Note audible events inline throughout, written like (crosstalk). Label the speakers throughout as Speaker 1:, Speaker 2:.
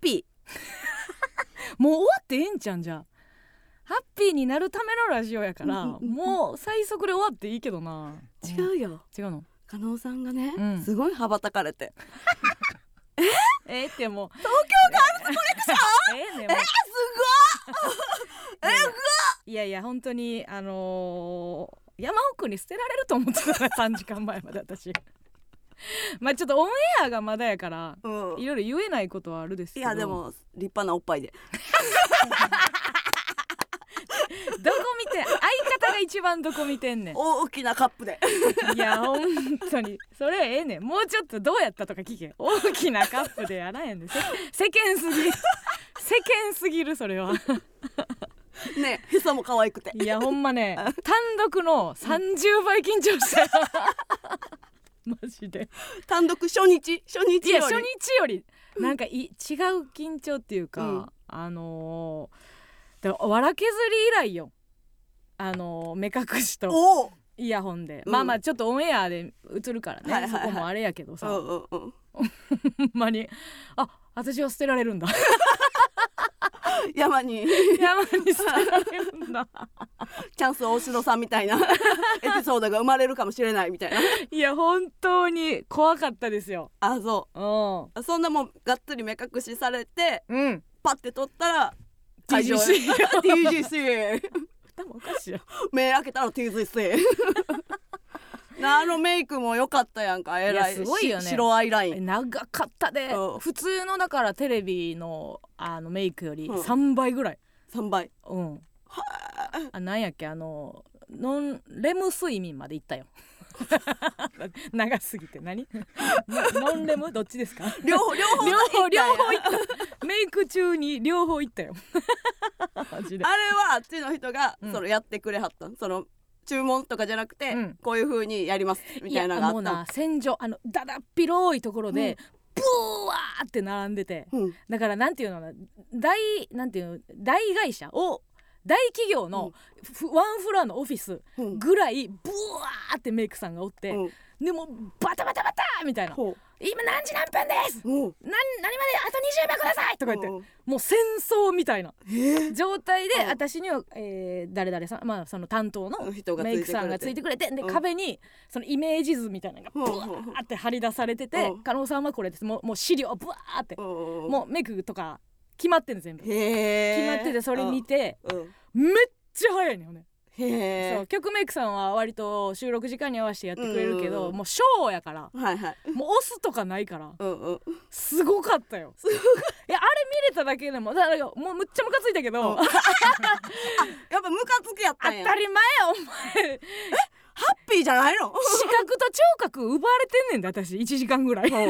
Speaker 1: ピーもう終わってええんちゃうんじゃハッピーになるためのラジオやから
Speaker 2: うんうんうんうん
Speaker 1: もう最速で終わっていいけどな
Speaker 2: 違
Speaker 1: うん
Speaker 2: うよ
Speaker 1: 違うの
Speaker 2: 加納さんがね、
Speaker 1: うん
Speaker 2: すごい羽ばたかれて
Speaker 1: えー、ってもう東京ガールズコレクションええねもうえすごいいやいや本当にあのー山奥に捨てられると思ってたから3時間前まで私まあちょっとオンエアがまだやから
Speaker 2: う
Speaker 1: (laughs)
Speaker 2: ん
Speaker 1: いろいろ言えないことはあるです
Speaker 2: い
Speaker 1: けど
Speaker 2: やでも立派なおっぱいで
Speaker 1: どこ見てん相方が一番どこ見てんねん
Speaker 2: 大きなカッ
Speaker 1: (laughs)
Speaker 2: プで
Speaker 1: いや本当にそれええねんもうちょっとどうやったとか聞け大きなカップでやらへんねんせ (laughs) 世間すぎる (laughs) 世間すぎるそれは
Speaker 2: ねへそも可愛くて
Speaker 1: いやほんまね単独の30倍緊張したよ (laughs) マジで
Speaker 2: 単独初日初日より
Speaker 1: いや初日よりなんかい違う緊張っていうか、
Speaker 2: うん
Speaker 1: あのー、だからわら削り以来よあのー、目隠しと
Speaker 2: おお
Speaker 1: イヤホンで、
Speaker 2: うん
Speaker 1: まあまあちょっとオンエアで映るからね、
Speaker 2: はいはいはい
Speaker 1: そこもあれやけどさ、
Speaker 2: うんうんうん
Speaker 1: ほんまにあ私は捨てられるんだ
Speaker 2: 山に (laughs)
Speaker 1: 山に捨てられる (laughs) んだ
Speaker 2: チャンス大城さんみた
Speaker 1: (laughs)
Speaker 2: いなエピソードが生まれるかもしれないみたいない
Speaker 1: や本当に怖かったですよ
Speaker 2: あそう
Speaker 1: うん
Speaker 2: あそんなもんがっつり目隠しされて
Speaker 1: うん
Speaker 2: パッて取ったら
Speaker 1: (laughs) TGC
Speaker 2: TGC
Speaker 1: 多分おかしいよ
Speaker 2: (laughs) 目開けたら
Speaker 1: (laughs)
Speaker 2: TGC なあのメイクも良かったやんかえらい
Speaker 1: いやすごいよね
Speaker 2: し白アイライン
Speaker 1: 長かったで
Speaker 2: うん
Speaker 1: 普通のだからテレビのあのメイクより
Speaker 2: うん
Speaker 1: 3倍ぐらい
Speaker 2: 3倍
Speaker 1: うん、あなんやっけあのノンレム睡眠まで行ったよ (laughs) 長すぎて (laughs) 何ノンレムどっちですか
Speaker 2: 両方両方
Speaker 1: 両方両方
Speaker 2: い
Speaker 1: 行ったメイク中に両方行った (laughs) よマジで
Speaker 2: あれはあっちの人が
Speaker 1: うん
Speaker 2: それやってくれはったんその注文とかじゃなくて、
Speaker 1: うん
Speaker 2: こういう風にやりますみたいなのがあ
Speaker 1: やもう
Speaker 2: ったん
Speaker 1: な戦場あのだだっ広いところで、ブワーって並んでて
Speaker 2: うん
Speaker 1: だからなんていうのかな大なんていうの大会社を大企業のふワンフロアのオフィス
Speaker 2: うん
Speaker 1: ぐらいブワーってメイクさんがおって、
Speaker 2: うん
Speaker 1: でもうバタバタバタみたいな
Speaker 2: ほ
Speaker 1: 「今何時何分です
Speaker 2: ううん
Speaker 1: 何何まであと20秒ください!」とか言って
Speaker 2: うん
Speaker 1: もう戦争みたいな
Speaker 2: えー
Speaker 1: 状態で
Speaker 2: うん
Speaker 1: 私には、えー誰々さん、まあ、その担当の
Speaker 2: 人がつい
Speaker 1: メ
Speaker 2: て
Speaker 1: イクさんがついてくれてで
Speaker 2: うん
Speaker 1: 壁にそのイメージ図みたいなのがブ
Speaker 2: ほう
Speaker 1: ワ
Speaker 2: ほうほう
Speaker 1: ーって張り出されてて
Speaker 2: うん
Speaker 1: 加納さんはこれですもうもう資料ブワーって
Speaker 2: も
Speaker 1: もうメイクとか決まってんの全部
Speaker 2: う
Speaker 1: 決
Speaker 2: へー
Speaker 1: まっててそれ見、て
Speaker 2: うんうん
Speaker 1: めっちゃ早いのよね
Speaker 2: へ
Speaker 1: そう
Speaker 2: え
Speaker 1: 曲メイクさんは割と収録時間に合わせてやってくれるけ
Speaker 2: うんうん
Speaker 1: ど
Speaker 2: うん
Speaker 1: もうショーや
Speaker 2: (laughs)
Speaker 1: から
Speaker 2: はいはい
Speaker 1: もう押すとかないから
Speaker 2: うんうん
Speaker 1: すごかったよいやあれ見れただけでもだからもうむっちゃムカついたけ
Speaker 2: う
Speaker 1: ど
Speaker 2: んやっぱムカつきやっ
Speaker 1: 当た
Speaker 2: たん
Speaker 1: り
Speaker 2: や
Speaker 1: 前
Speaker 2: ハ
Speaker 1: やお前
Speaker 2: ッピーじゃないの
Speaker 1: 視覚と聴覚奪われてんねんで私1時間ぐらいほ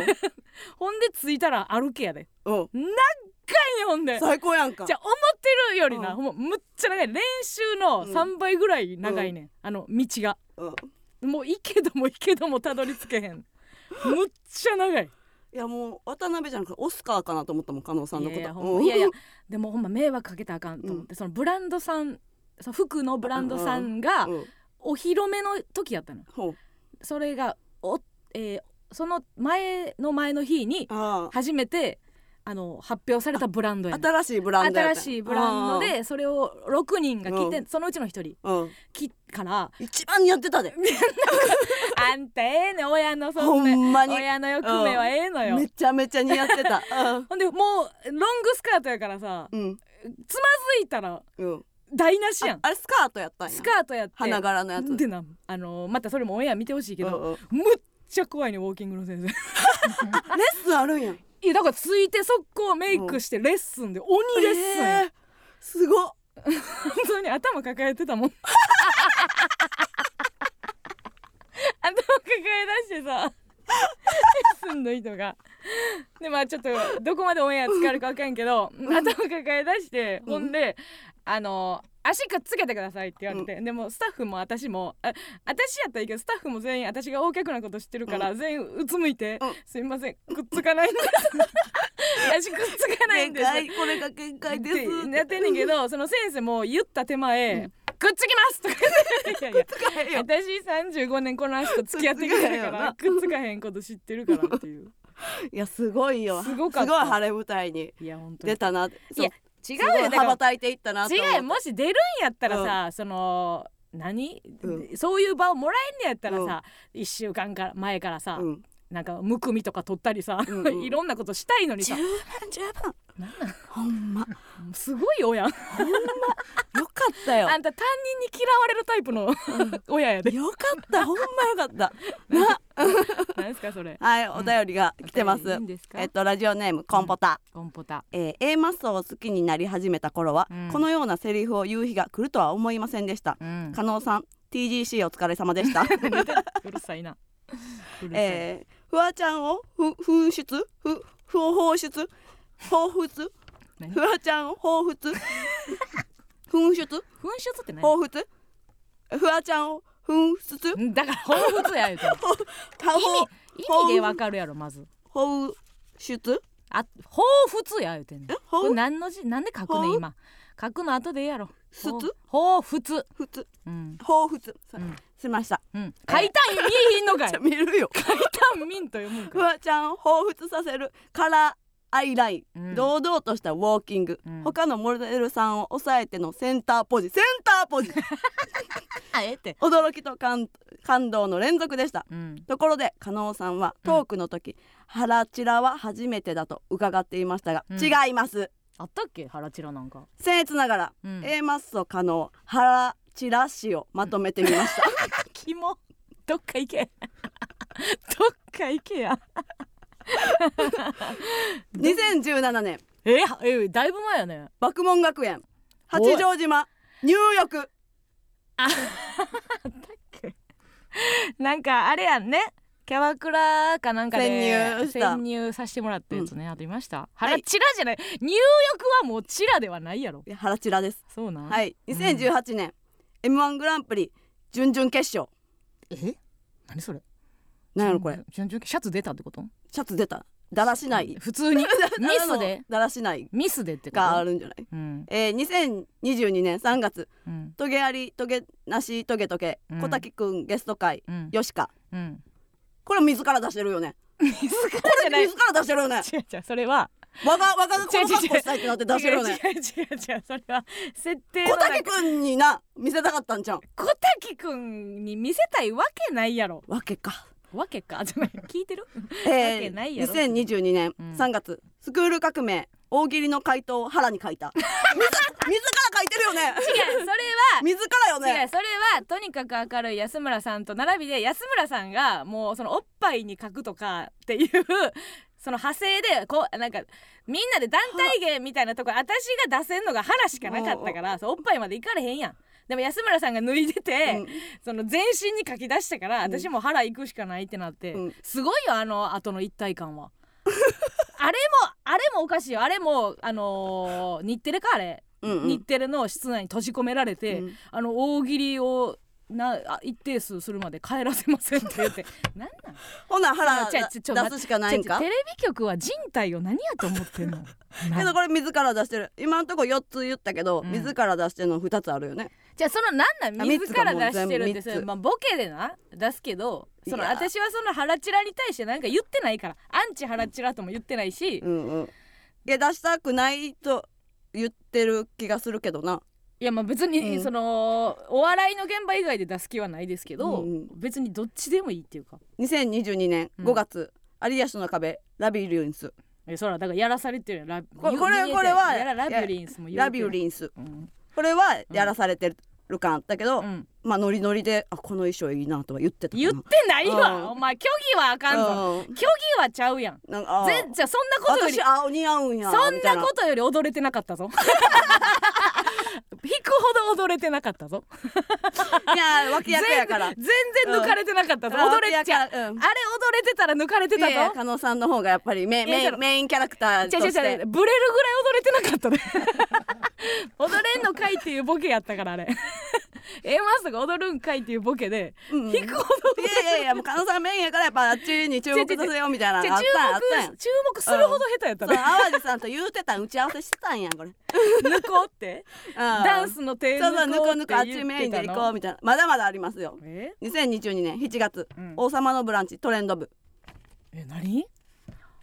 Speaker 1: んで着いたら歩けやで
Speaker 2: うんうん
Speaker 1: 長いねほんでじゃ
Speaker 2: 最高やんか
Speaker 1: あ思ってるよりな、
Speaker 2: うん
Speaker 1: ほんまむっちゃ長い練習の
Speaker 2: うん
Speaker 1: 3倍ぐらい長いねん、あの道が
Speaker 2: うん
Speaker 1: もう行けども行けどもたどり着けへんむっちゃ長い
Speaker 2: いやもう渡辺じゃなくてオスカーかなと思ったもん加納さんのこ
Speaker 1: いやいやほん
Speaker 2: と
Speaker 1: ま
Speaker 2: うん
Speaker 1: いやいやでもほんま迷惑かけたらあかんと思って、そのブランドさんその服のブランドさんが
Speaker 2: うん
Speaker 1: お披露目の時やったの
Speaker 2: ほう
Speaker 1: それがお、えーその前の前の日に
Speaker 2: あ
Speaker 1: 初めてあの発表されたブランド
Speaker 2: あ
Speaker 1: やね
Speaker 2: 新しいブランドやった
Speaker 1: 新しいブランドでそれを6人が来て、
Speaker 2: う
Speaker 1: そのうちの1人
Speaker 2: あーうん
Speaker 1: 来
Speaker 2: (laughs)
Speaker 1: から
Speaker 2: 一番似合って
Speaker 1: (laughs)
Speaker 2: た
Speaker 1: 「
Speaker 2: で
Speaker 1: あんたええねん親のそ
Speaker 2: ほ
Speaker 1: んなん
Speaker 2: まに
Speaker 1: 親の欲目はええのよ」
Speaker 2: めちゃめちゃ似合っ
Speaker 1: (laughs)
Speaker 2: てた
Speaker 1: ほんでもうロングスカートやからさ
Speaker 2: うん
Speaker 1: つまずいたら
Speaker 2: うん
Speaker 1: 台無しやん
Speaker 2: ああれスカートやったんや
Speaker 1: スカートやって
Speaker 2: 花柄のやつ
Speaker 1: でなあのまたそれもオンエア見てほしいけど、
Speaker 2: うんうん
Speaker 1: むっちゃ怖いねウォーキングの先生
Speaker 2: レッスンあるんや
Speaker 1: いやだからついて速攻メイクしてレッスンで鬼レッスンや、
Speaker 2: えーすごっ
Speaker 1: 本当に頭抱えてたもん頭抱え出してさ住んの人がでまあちょっとどこまでオンエア使えるか分かんけど頭抱え出してほんで「あの足くっつけてください」って言われて、でもスタッフも私もあ私やったらいいけどスタッフも全員私が大きくなこと知ってるから、全員うつむいて「
Speaker 2: うん
Speaker 1: すいませんくっつかないんです足くっつかないんです」
Speaker 2: 限界これが限界です
Speaker 1: ってやってんねんけどその先生も言った手前、くっつきますとか言っていやいや
Speaker 2: 使えよ
Speaker 1: 私35年この人付き合ってきた
Speaker 2: くっ
Speaker 1: か
Speaker 2: つかへんよな
Speaker 1: (laughs) らくっつかへんこと知ってるからっていう
Speaker 2: いやすごいよ
Speaker 1: すごかった
Speaker 2: すごい晴れ舞台に
Speaker 1: いや本当に
Speaker 2: 出たなそう
Speaker 1: や違
Speaker 2: すご
Speaker 1: う
Speaker 2: い
Speaker 1: よだ
Speaker 2: 羽
Speaker 1: か
Speaker 2: ばたいていったな
Speaker 1: ら
Speaker 2: と思っ
Speaker 1: 違う
Speaker 2: て
Speaker 1: よもし出るんやったらさ、その何、
Speaker 2: う
Speaker 1: そういう場をもらえんのやったらさ、一週間から前からさ、
Speaker 2: うん
Speaker 1: なんかむくみとか取ったりさ、
Speaker 2: うんうん
Speaker 1: いろんなことしたいのに
Speaker 2: 十
Speaker 1: さ
Speaker 2: 分十分
Speaker 1: なんなん
Speaker 2: ほんまよ
Speaker 1: すごい親あん
Speaker 2: かったよ
Speaker 1: た担任に嫌われるタイプの (laughs) 親やで
Speaker 2: (laughs) よかったほんまよかった
Speaker 1: 何ですかそれ
Speaker 2: はいお便りが来てます
Speaker 1: お便りいいんですか
Speaker 2: えっとラジオネームコンポタ、
Speaker 1: コンポタ
Speaker 2: えー A マッソを好きになり始めた頃は、
Speaker 1: うん
Speaker 2: このようなセリフを言う日が来るとは思いませんでした、
Speaker 1: うん
Speaker 2: 加納さん TGC お疲れ様で
Speaker 1: (laughs)
Speaker 2: した、
Speaker 1: うるさいなうるさい、
Speaker 2: えー、フワちゃんをふ紛失ふふ放出放出
Speaker 1: 何
Speaker 2: フワちゃんを放
Speaker 1: (laughs)
Speaker 2: 出紛失
Speaker 1: 紛失って何
Speaker 2: 放出フワちゃんを紛失
Speaker 1: んだから放物や言うて (laughs) ん
Speaker 2: 放
Speaker 1: 意味意味でわかるやろまず
Speaker 2: 放出
Speaker 1: あ放物や言うてんねん
Speaker 2: え
Speaker 1: これ
Speaker 2: 放
Speaker 1: 何の字なんで書くねん
Speaker 2: ほう
Speaker 1: 今書くの後でええやろ
Speaker 2: すつ
Speaker 1: ほうふつ
Speaker 2: 出
Speaker 1: うん
Speaker 2: 放出
Speaker 1: うん
Speaker 2: しました
Speaker 1: うん書いたん見えへんのか (laughs) い
Speaker 2: じゃ
Speaker 1: 書
Speaker 2: あ見るよ
Speaker 1: いたんみんと読むん
Speaker 2: フ
Speaker 1: か
Speaker 2: ワちゃんを彷彿させるカラーアイライン、
Speaker 1: うん
Speaker 2: 堂々としたウォーキング、
Speaker 1: うん
Speaker 2: 他のモデルさんを抑えてのセンターポジセンター
Speaker 1: (laughs)
Speaker 2: ポジ
Speaker 1: (laughs) あええって
Speaker 2: 驚きと感感動の連続でした
Speaker 1: うん
Speaker 2: ところで加納さんはトークの時、腹チラは初めてだと伺っていましたが、
Speaker 1: うん
Speaker 2: 違います
Speaker 1: あったっけハラチラなんか
Speaker 2: 僭越ながら、
Speaker 1: うん
Speaker 2: A マッソ加納腹チラ氏をまとめてみま
Speaker 1: (laughs)
Speaker 2: した、
Speaker 1: キモどっか行け (laughs) どっか行けや
Speaker 2: 2017年
Speaker 1: ええだいぶ前やね
Speaker 2: 爆問学園
Speaker 1: おい
Speaker 2: 八丈島入浴
Speaker 1: なんかあれやんねキャバクラかなんかで
Speaker 2: 潜入した
Speaker 1: 潜入させてもらったやつね、あといました腹チラじゃない入浴はもうチラではないやろ
Speaker 2: いや腹チラです
Speaker 1: そうなん、
Speaker 2: はい、2018年、M1 グランプリ準々決勝。
Speaker 1: え何それ
Speaker 2: なんやろこれ、
Speaker 1: 準々シャツ出たってこと
Speaker 2: シャツ出た。だらし (laughs) ない。
Speaker 1: 普通にミスで
Speaker 2: だらしない
Speaker 1: ミスでってこと
Speaker 2: があるんじゃない。
Speaker 1: うん
Speaker 2: えー、2022年3月、
Speaker 1: うん
Speaker 2: トゲありトゲなしトゲトゲ、
Speaker 1: うん
Speaker 2: 小滝くんゲスト会、
Speaker 1: うん
Speaker 2: よしか。
Speaker 1: うん
Speaker 2: これ自ら出してるよね。
Speaker 1: ミスか
Speaker 2: こ
Speaker 1: じゃない
Speaker 2: れ
Speaker 1: 違
Speaker 2: 自ら出してるよね。
Speaker 1: う違うそれは
Speaker 2: わがわがこ
Speaker 1: 違う違う
Speaker 2: の格好したいってなって出してるよね。
Speaker 1: 違う違う違う違うそれは設定の
Speaker 2: 小
Speaker 1: 中
Speaker 2: 滝くんにな見せたかったんじゃん。
Speaker 1: 小滝くんに見せたいわけないやろ
Speaker 2: わけか。
Speaker 1: わけかじゃない聞い
Speaker 2: (laughs)
Speaker 1: てるわ
Speaker 2: え
Speaker 1: け
Speaker 2: ー、
Speaker 1: ないやろ
Speaker 2: 2022年
Speaker 1: うん
Speaker 2: 3月、スクール革命大喜利の回答を腹に書
Speaker 1: (laughs)
Speaker 2: いた自自ら書いてるよね
Speaker 1: 違うそれは
Speaker 2: 自らよ
Speaker 1: 違う
Speaker 2: ね
Speaker 1: それはとにかく明るい安村さんと並びで安村さんがもうそのおっぱいに書くとかっていうその派生でこうなんかみんなで団体芸みたいなとこ私が出せんのが腹しかなかったからそうおっぱいまでいかれへんやん。でも安村さんが脱いでて、
Speaker 2: うん
Speaker 1: その全身に書き出したから、
Speaker 2: ん
Speaker 1: 私も腹行くしかないってなって、
Speaker 2: うん
Speaker 1: すごいよあの後の一体感
Speaker 2: (laughs)
Speaker 1: はあれもあれもおかしいよあれもあのー日テレかあれ、
Speaker 2: うんうん
Speaker 1: 日テレの室内に閉じ込められて、
Speaker 2: うん
Speaker 1: あの大喜利をなあ一定数するまで帰らせませんって
Speaker 2: (laughs)
Speaker 1: 言ってなんなん
Speaker 2: ほな腹
Speaker 1: 違う違うちょ待って
Speaker 2: 出すしかないんか
Speaker 1: ちょちょテレビ局は人体を何やと思ってん
Speaker 2: (laughs)
Speaker 1: の
Speaker 2: けどこれ自ら出してる今のとこ4つ言ったけど、
Speaker 1: うん
Speaker 2: 自ら出してるの2つあるよね
Speaker 1: じゃあそのなんな
Speaker 2: あ
Speaker 1: ん
Speaker 2: 三つ
Speaker 1: 自ら
Speaker 2: かもう
Speaker 1: 出してるんで
Speaker 2: 全部
Speaker 1: す
Speaker 2: 三つ
Speaker 1: まあボケでな出すけどその
Speaker 2: いや
Speaker 1: 私はそのハラチラに対してなんか言ってないからアンチハラチラとも言ってないし、
Speaker 2: うんうんいや出したくないと言ってる気がするけどない
Speaker 1: やまあ別
Speaker 2: う
Speaker 1: に
Speaker 2: ん
Speaker 1: その、お笑いの現場以外で出す気はないですけど、
Speaker 2: うんうん
Speaker 1: 別にどっちでもいいっていうか
Speaker 2: 2022年5月、有吉の壁ラビリンス
Speaker 1: えそらだからやらされてるやんラ
Speaker 2: こ
Speaker 1: ゆ
Speaker 2: これ
Speaker 1: 言えて
Speaker 2: これは
Speaker 1: やらラビリンスも言うてる
Speaker 2: ラビリンス
Speaker 1: うん
Speaker 2: これはやらされてる感あったけど、
Speaker 1: うん
Speaker 2: まあノリノリであこの衣装いいなとは言ってたかな
Speaker 1: 言ってないわ、
Speaker 2: うん
Speaker 1: お前虚偽はあかんぞ、
Speaker 2: うん
Speaker 1: 虚偽はちゃうやん
Speaker 2: なんかあー
Speaker 1: 全じゃあそんなことより
Speaker 2: 私青似合うんや
Speaker 1: そ
Speaker 2: み
Speaker 1: ん
Speaker 2: たい
Speaker 1: なことより踊れてなかったぞ引くほど踊れてなかったぞ
Speaker 2: いや (laughs) 脇役やから
Speaker 1: 全然抜かれてなかったぞ、踊れちゃう、
Speaker 2: う
Speaker 1: あれ
Speaker 2: ん
Speaker 1: 踊れてたら抜かれてた
Speaker 2: いやいや
Speaker 1: ぞ
Speaker 2: 加納さんの方がやっぱりメ
Speaker 1: いや
Speaker 2: メイ
Speaker 1: そ
Speaker 2: ン
Speaker 1: の
Speaker 2: メインキャラクター
Speaker 1: 違
Speaker 2: と
Speaker 1: う違う違う
Speaker 2: し
Speaker 1: ブレる
Speaker 2: て
Speaker 1: ぐらい踊れてなかったね踊れんのかいっていうボケやったからあれ A マストが踊るんかいっていうボケで、
Speaker 2: うんうん
Speaker 1: 引くほど
Speaker 2: いやいやいやもう加納さんメインやからやっぱあっちに注目させようみたいな
Speaker 1: じ
Speaker 2: の
Speaker 1: ゃあ
Speaker 2: あっ
Speaker 1: 注
Speaker 2: たんあったんや
Speaker 1: 目注目するほど下手やった
Speaker 2: そう
Speaker 1: ね、
Speaker 2: 淡路さんと言うてたん打ち合わせしてたんやんこれ
Speaker 1: (laughs) 抜こうって
Speaker 2: ダ
Speaker 1: ダンスの手
Speaker 2: そうそう
Speaker 1: 抜
Speaker 2: 抜
Speaker 1: こ
Speaker 2: こ
Speaker 1: う
Speaker 2: う
Speaker 1: っ
Speaker 2: 抜
Speaker 1: て
Speaker 2: こうあっ
Speaker 1: 言
Speaker 2: ち
Speaker 1: っ
Speaker 2: メイ
Speaker 1: て
Speaker 2: ンで
Speaker 1: た
Speaker 2: 行こう
Speaker 1: の
Speaker 2: みたいなまだまだありますよ
Speaker 1: え
Speaker 2: 2022年7月、
Speaker 1: うん
Speaker 2: 王様のブランチトレンド部
Speaker 1: え何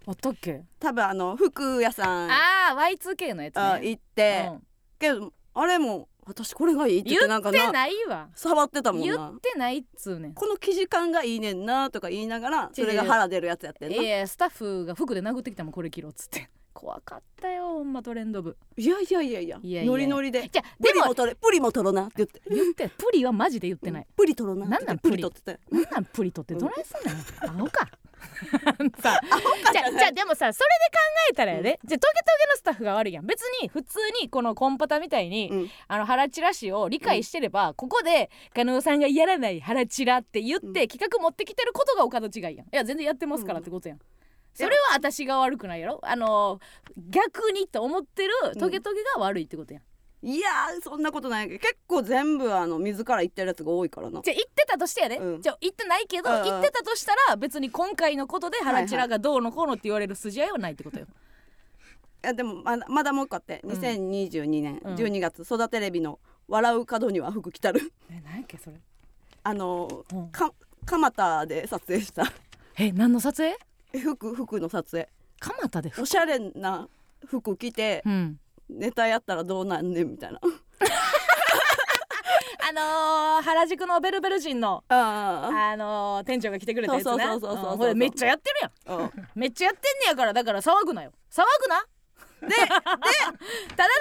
Speaker 1: あったっけ
Speaker 2: 多分あの服屋さん
Speaker 1: ああ Y2K のやつ
Speaker 2: あ
Speaker 1: ね
Speaker 2: 行って、
Speaker 1: うん
Speaker 2: けどあれも私これがいいって
Speaker 1: 言
Speaker 2: 言ってなんか
Speaker 1: って
Speaker 2: な
Speaker 1: ないわ
Speaker 2: 触ってたもん
Speaker 1: 言
Speaker 2: な
Speaker 1: ってないっつうねん
Speaker 2: この生地感がいいねんなとか言いながらそれが腹出るやつやってんない
Speaker 1: いやスタッフが服で殴ってきたもんこれ着ろっつって (laughs) 怖かったよほんまトレンド部
Speaker 2: やいやいやいや
Speaker 1: いやいや
Speaker 2: ノリノリで
Speaker 1: じゃあ
Speaker 2: プ
Speaker 1: で
Speaker 2: リ
Speaker 1: も
Speaker 2: も取れプリも取ろなって言って
Speaker 1: 言ってプリはマジで言ってない、
Speaker 2: プリ取ろなって
Speaker 1: なんな
Speaker 2: 言
Speaker 1: ん
Speaker 2: ってプ
Speaker 1: プリ
Speaker 2: リ取ってて
Speaker 1: なんなんプリとってどないすん
Speaker 2: (laughs)
Speaker 1: のよアホか (laughs) さ
Speaker 2: アホか
Speaker 1: じゃ
Speaker 2: じゃ
Speaker 1: じ
Speaker 2: な
Speaker 1: ゃ
Speaker 2: い
Speaker 1: でもさそれで考えたらやで、じゃトゲトゲのスタッフが悪いやん別に普通にこのコンパタみたいに、
Speaker 2: うん
Speaker 1: あのハラチラ誌を理解してれば、ここで加納さんがやらないハラチラって言って、
Speaker 2: うん
Speaker 1: 企画持ってきてることがお門違いやんいや全然やってますからってことやん、それは私が悪くないやろあの逆にと思ってるトゲトゲが悪いってことやん、
Speaker 2: いやーそんなことないけど結構全部あの自ら言ってるやつが多いからな
Speaker 1: じゃあ言ってたとしてやで、
Speaker 2: うん
Speaker 1: じゃあ言ってないけど、
Speaker 2: うんうん
Speaker 1: 言ってたとしたら別に今回のことでハラチラがどうのこうのって言われる筋合いはないってことよ、
Speaker 2: いやでもまだまだもう一個あって
Speaker 1: ん
Speaker 2: 2022年
Speaker 1: うん
Speaker 2: 12月育てレビの「笑う角には服着たる
Speaker 1: え何やっけそれ」
Speaker 2: あの
Speaker 1: うん
Speaker 2: か蒲田で撮影した (laughs)
Speaker 1: え何の撮影
Speaker 2: 服服の撮影
Speaker 1: 蒲田でふ
Speaker 2: おしゃれな服着て
Speaker 1: うん
Speaker 2: ネタやったらどうなんねんみたいな
Speaker 1: あのー、原宿のベルベル人の
Speaker 2: あ
Speaker 1: あのー、店長が来てくれたやつな
Speaker 2: そうそうそうそうそうそうん
Speaker 1: これめっちゃやってるやん
Speaker 2: あうん
Speaker 1: めっちゃやってんねやからだから騒ぐなよ騒ぐな
Speaker 2: (laughs) でで
Speaker 1: ただ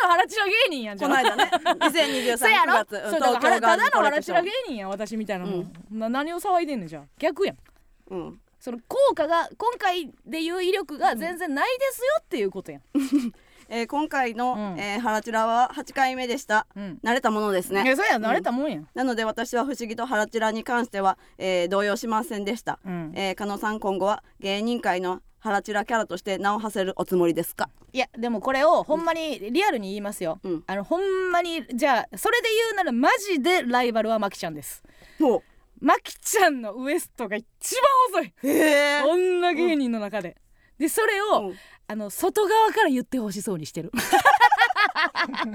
Speaker 1: のハラチラ芸人やんじゃ
Speaker 2: こ
Speaker 1: ん
Speaker 2: の
Speaker 1: (laughs)
Speaker 2: 間ね2023
Speaker 1: そやろ
Speaker 2: 月
Speaker 1: そうだからただのハラチラ芸人やん私みたいなもん、な何を騒いでんねんじゃん逆やん
Speaker 2: うん
Speaker 1: その効果が今回でいう威力が全然ないですよっていうことやん、
Speaker 2: えー今回の
Speaker 1: うん
Speaker 2: えーハラチラは8回目でした
Speaker 1: うん
Speaker 2: 慣れたものですね
Speaker 1: いやそりゃ慣れたもんやん、
Speaker 2: なので私は不思議とハラチラに関しては、えー動揺しませんでした、
Speaker 1: うん
Speaker 2: えー加納さん今後は芸人界のハラチラキャラとして名を馳せるおつもりですか
Speaker 1: いやでもこれをほんまにリアルに言いますよ、
Speaker 2: うん
Speaker 1: あのほんまにじゃあそれで言うならマジでライバルはマキちゃんです
Speaker 2: も
Speaker 1: マキちゃんのウエストが一番遅いう
Speaker 2: へえ
Speaker 1: 女芸人の中で、でそれを、
Speaker 2: うん
Speaker 1: あの外側から言ってほしそうにしてるマ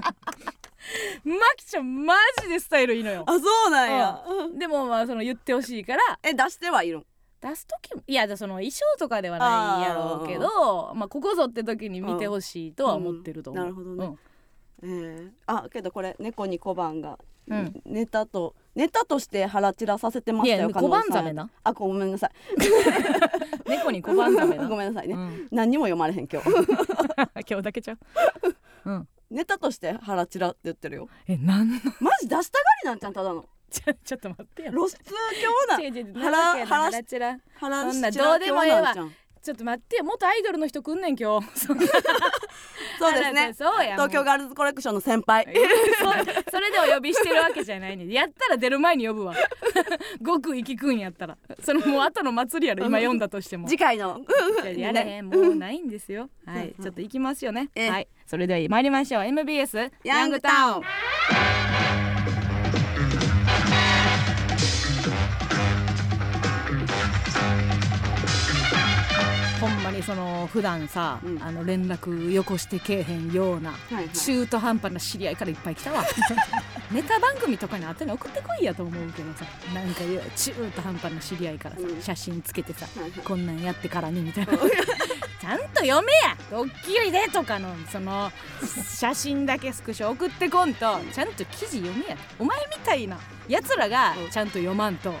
Speaker 1: キちゃんマジでスタイルいいのよ
Speaker 2: あそうなんや、うん
Speaker 1: でもまあその言ってほしいから
Speaker 2: え出してはいるん
Speaker 1: 出す時もいやその衣装とかではないやろうけどまあここぞって時に見てほしいとは思ってると思う、
Speaker 2: うんなるほどねえー、あけどこれ猫に小判が、
Speaker 1: うん
Speaker 2: ネタとネタとしてハラチラさせてま
Speaker 1: い
Speaker 2: した
Speaker 1: や
Speaker 2: よ加納
Speaker 1: 小判ザメ
Speaker 2: さん
Speaker 1: な
Speaker 2: あごめんなさい
Speaker 1: 猫に小判ザメな
Speaker 2: (laughs) ごめんなさいね、
Speaker 1: うん
Speaker 2: 何にも読まれへん今日
Speaker 1: (laughs)
Speaker 2: (laughs)
Speaker 1: 今日だけちゃう、うん、
Speaker 2: ネタとしてハラチラって言ってるよ
Speaker 1: えなんの (laughs)
Speaker 2: マジ出したがりなんちゃんただの
Speaker 1: ちょちょっと待ってよ
Speaker 2: 露出狂な
Speaker 1: 違う違う
Speaker 2: 腹
Speaker 1: なんだっけな
Speaker 2: 腹
Speaker 1: 腹ちら
Speaker 2: 腹
Speaker 1: そんな
Speaker 2: しら
Speaker 1: どうでもええわ
Speaker 2: 狂なんちゃん
Speaker 1: ちょっと待ってよ元アイドルの人来んねん
Speaker 2: (laughs)
Speaker 1: 今日そう
Speaker 2: そうですね
Speaker 1: そうやもう
Speaker 2: 東京ガールズコレクションの先輩
Speaker 1: えそそれでお呼びしてるわけじゃないねんやったら出る前に呼ぶわ (laughs) ごく行きくんやったらそのもう後の祭りやろ今読んだとしても
Speaker 2: (laughs) 次回の
Speaker 1: いややれへん、もうないんですよ。はい、ちょっと行きますよね。
Speaker 2: ええ
Speaker 1: はい、それでは参りましょう。MBS
Speaker 2: ヤングタウン
Speaker 1: ほんまにその普段さ、
Speaker 2: うん
Speaker 1: あの連絡よこしてけえへんような。
Speaker 2: いはい
Speaker 1: 中途半端な知り合いからいっぱい来
Speaker 2: (laughs)
Speaker 1: たわネタ番組とかにあてに送ってこいやと思うけどさなんかよ中途半端な知り合いからさ、
Speaker 2: うん
Speaker 1: 写真つけてさ、
Speaker 2: はいはい
Speaker 1: こんなんやってからにみたいな (laughs) ちゃんと読めやドッキリでとかのその写真だけスクショ送ってこんとちゃんと記事読めやお前みたいなやつらが
Speaker 2: うん
Speaker 1: ちゃんと読まんと、
Speaker 2: ん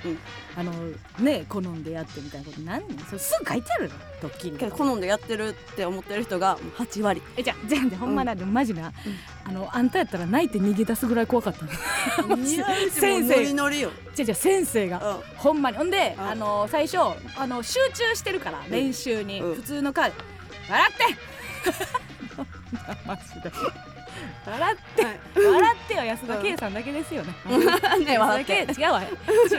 Speaker 1: あのね好んでやってみたいなことなんねんそれすぐ書いてあるのドッキリ
Speaker 2: け
Speaker 1: と
Speaker 2: ど
Speaker 1: か
Speaker 2: 好んでやってるって思ってる人が8割
Speaker 1: えじゃあじゃあねほんまな、でもマジな、あのあんたやったら泣いて逃げ出すぐらい怖かったの
Speaker 2: いや
Speaker 1: 先
Speaker 2: もうノリ
Speaker 1: 生
Speaker 2: ノリよ
Speaker 1: じゃじゃ先生が、
Speaker 2: う
Speaker 1: ほんまにほんで、
Speaker 2: うん
Speaker 1: あの最初あの集中してるから、練習に、
Speaker 2: うん
Speaker 1: 普通の回笑
Speaker 2: (laughs)
Speaker 1: ってマジで笑って、笑ってよ安田圭さんだけです (laughs) よね、
Speaker 2: んね笑っ
Speaker 1: それ
Speaker 2: て
Speaker 1: だけ違うわ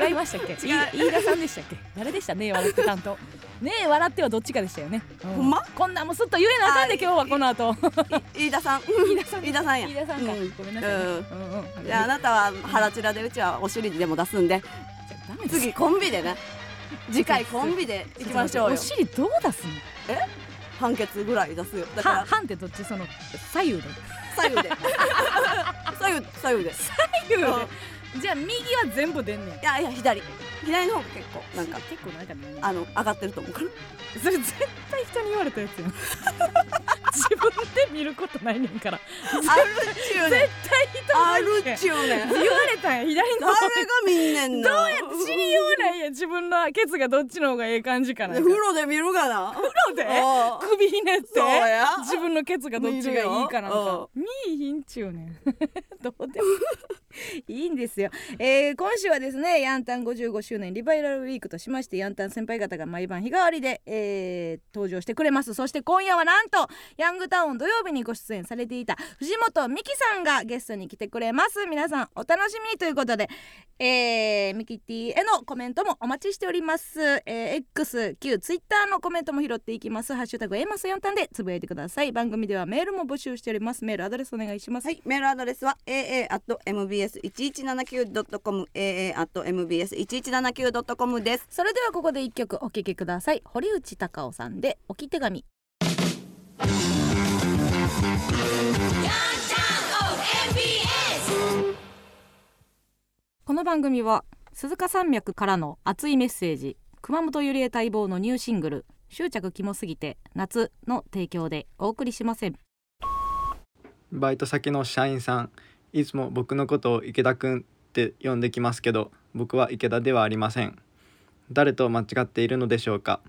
Speaker 1: 違いましたっ
Speaker 2: (laughs)
Speaker 1: けい飯田さんでしたっけ誰でしたねえ笑って担当ねえ笑ってはどっちかでしたよね、う
Speaker 2: ほんま
Speaker 1: こんなんもうすっと言えなあかんで今日はこの後
Speaker 2: い飯田さん
Speaker 1: 飯田さん
Speaker 2: 飯田さんや
Speaker 1: 飯田さんか、
Speaker 2: うん
Speaker 1: ごめんなさいね、
Speaker 2: うん
Speaker 1: うんうん
Speaker 2: じゃああなたはハラチラでうちはお尻でも出すんで
Speaker 1: じゃあダメです
Speaker 2: 次コンビでね次回コンビでいきましょう
Speaker 1: お
Speaker 2: よ
Speaker 1: 尻どう出すの
Speaker 2: 判決ぐらい出すよだか
Speaker 1: は
Speaker 2: ら
Speaker 1: 半ってどっちその左右で
Speaker 2: 左右で左右左右で
Speaker 1: 左右で
Speaker 2: うん
Speaker 1: じゃあ右は全部出んねん
Speaker 2: いやいや左左の方が結構なんか
Speaker 1: 結構なんかね
Speaker 2: あの上がってると思うから
Speaker 1: それ絶対人に言われたやつや
Speaker 2: (laughs)
Speaker 1: ん自分で見ることないねんから
Speaker 2: あるっちゅうねん
Speaker 1: 絶対人
Speaker 2: あ
Speaker 1: に
Speaker 2: るっちゅうねん
Speaker 1: 言われたんや左
Speaker 2: 誰
Speaker 1: の
Speaker 2: が見んねんなどうや
Speaker 1: 知りようないや自分のケツがどっちの方がええ感じかな
Speaker 2: 風呂で見るがな風
Speaker 1: 呂で首ひねって
Speaker 2: そうや
Speaker 1: 自分のケツがどっちがいいかなんか
Speaker 2: 見るよ
Speaker 1: 見いひんちゅうねん (laughs) どうでもいいんですよ、えー今週はですねヤンタン55周年リバイラルウィークとしましてヤンタン先輩方が毎晩日替わりで、えー登場してくれますそして今夜はなんとヤングタウン土曜日にご出演されていた藤本美希さんがゲストに来てくれます皆さんお楽しみにということで、えー、ミキティへのコメントもお待ちしております、えー、X 旧 Twitter のコメントも拾っていきますハッシュタグエマス4タンでつぶやいてください番組ではメールも募集しておりますメールアドレスお願いします
Speaker 2: はい、メールアドレスは aa.mbs1179.com aa.mbs1179.com です。
Speaker 1: それではここで一曲お聴きください堀内孝雄さんで置き手紙この番組は鈴鹿山脈からの熱いメッセージ熊本ゆりえ待望のニューシングル執着キモすぎて夏の提供でお送りしません
Speaker 3: バイト先の社員さんいつも僕のことを池田くんって呼んできますけど僕は池田ではありません誰と間違っているのでしょうか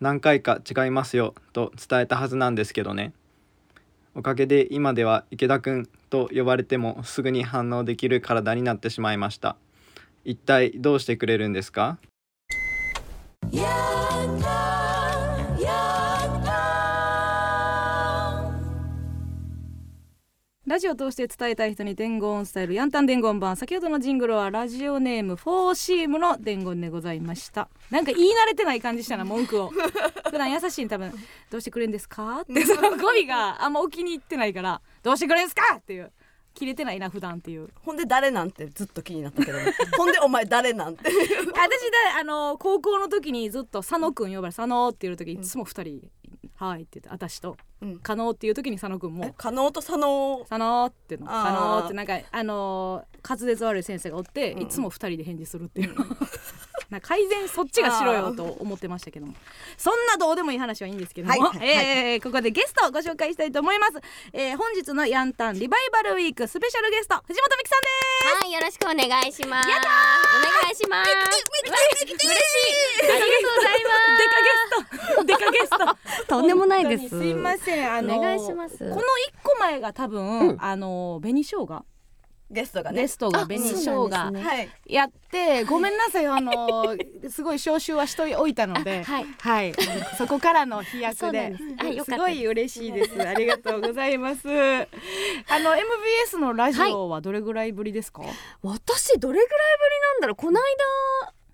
Speaker 3: 何回か違いますよと伝えたはずなんですけどねおかげで今では池田くんと呼ばれてもすぐに反応できる体になってしまいました一体どうしてくれるんですか
Speaker 1: ラジオを通して伝えたい人に伝言を伝えるヤンタン伝言版先ほどのジングルはラジオネームフォーシームの伝言でございましたなんか言い慣れてない感じしたな文句
Speaker 2: (laughs)
Speaker 1: を普段優しいに多分「どうしてくれんですか?」ってその語尾があんまお気に入ってないから「どうしてくれんすか?」っていう切れてないな普段っていう
Speaker 2: ほんで誰なんてずっと気になったけ (laughs) ど、ほんでお前誰なんて。
Speaker 1: 私だあの高校の時にずっと佐野くん呼ばれ「佐野」っていう時いつも二人「はい」って言って私と
Speaker 2: うん
Speaker 1: 「加納」っていう時に佐野くんも
Speaker 2: 可能と佐能。
Speaker 1: 佐野っていうの
Speaker 2: あー
Speaker 1: 佐野ってなんかあのー滑舌悪い先生がおって、いつも二人で返事するっていうの (laughs) なんか改善そっちがしろよと思ってましたけどもそんなどうでもいい話はいいんですけども、
Speaker 2: はいはい
Speaker 1: えーここでゲストをご紹介したいと思います、えー本日のヤンタンリバイバルウィークスペシャルゲスト藤本美希さんです
Speaker 4: はい、よろしくお願いします。
Speaker 1: やったー
Speaker 4: お願いします。嬉しい。ありがとうござい
Speaker 1: デカゲストデカゲスト
Speaker 4: とんでもないです
Speaker 1: 本当にすいませんあのー
Speaker 4: お願いします
Speaker 1: この一個前が多分、あのー紅生姜
Speaker 2: ゲストが
Speaker 1: ゲ
Speaker 2: ね。
Speaker 1: ストが紅生
Speaker 4: そ
Speaker 1: 姜
Speaker 4: うなんですね
Speaker 2: はい。
Speaker 1: やってごめんなさいあのすごい招集はしといおいたので
Speaker 4: あはい
Speaker 1: そこからの飛
Speaker 4: そ
Speaker 1: 躍
Speaker 4: うな
Speaker 1: で
Speaker 4: んですあよかったです
Speaker 1: ごい嬉しいです
Speaker 4: (laughs)
Speaker 1: ありがとうございますあの MBS のラジオはどれぐらいぶりですか、
Speaker 4: ます。私どれぐらいぶりなんだろう。この間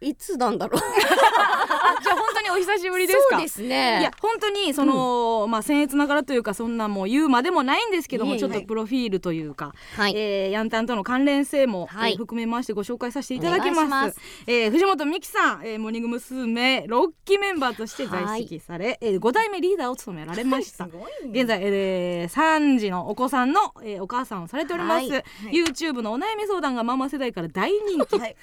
Speaker 4: いつなんだろう。
Speaker 1: あじゃあ本当にお久しぶりですか
Speaker 4: そうですね。
Speaker 1: いや本当にその、まあ僭越ながらというかそんなもう言うまでもないんですけども
Speaker 4: いえいえ
Speaker 1: ちょっとプロフィールというか、
Speaker 4: はい
Speaker 1: えーヤンタンとの関連性も、
Speaker 4: はい
Speaker 1: えー含めましてご紹介させていただきます
Speaker 4: お願いします
Speaker 1: えー藤本美希さん、えーモーニング娘。6期メンバーとして在籍され、えー、5代目リーダーを務められました
Speaker 2: ごいね
Speaker 1: 現在、えー、3児のお子さんの、えーお母さんをされております、
Speaker 4: は
Speaker 1: YouTube のお悩み相談がママ世代から大人
Speaker 4: (laughs)
Speaker 1: 気、
Speaker 2: はい。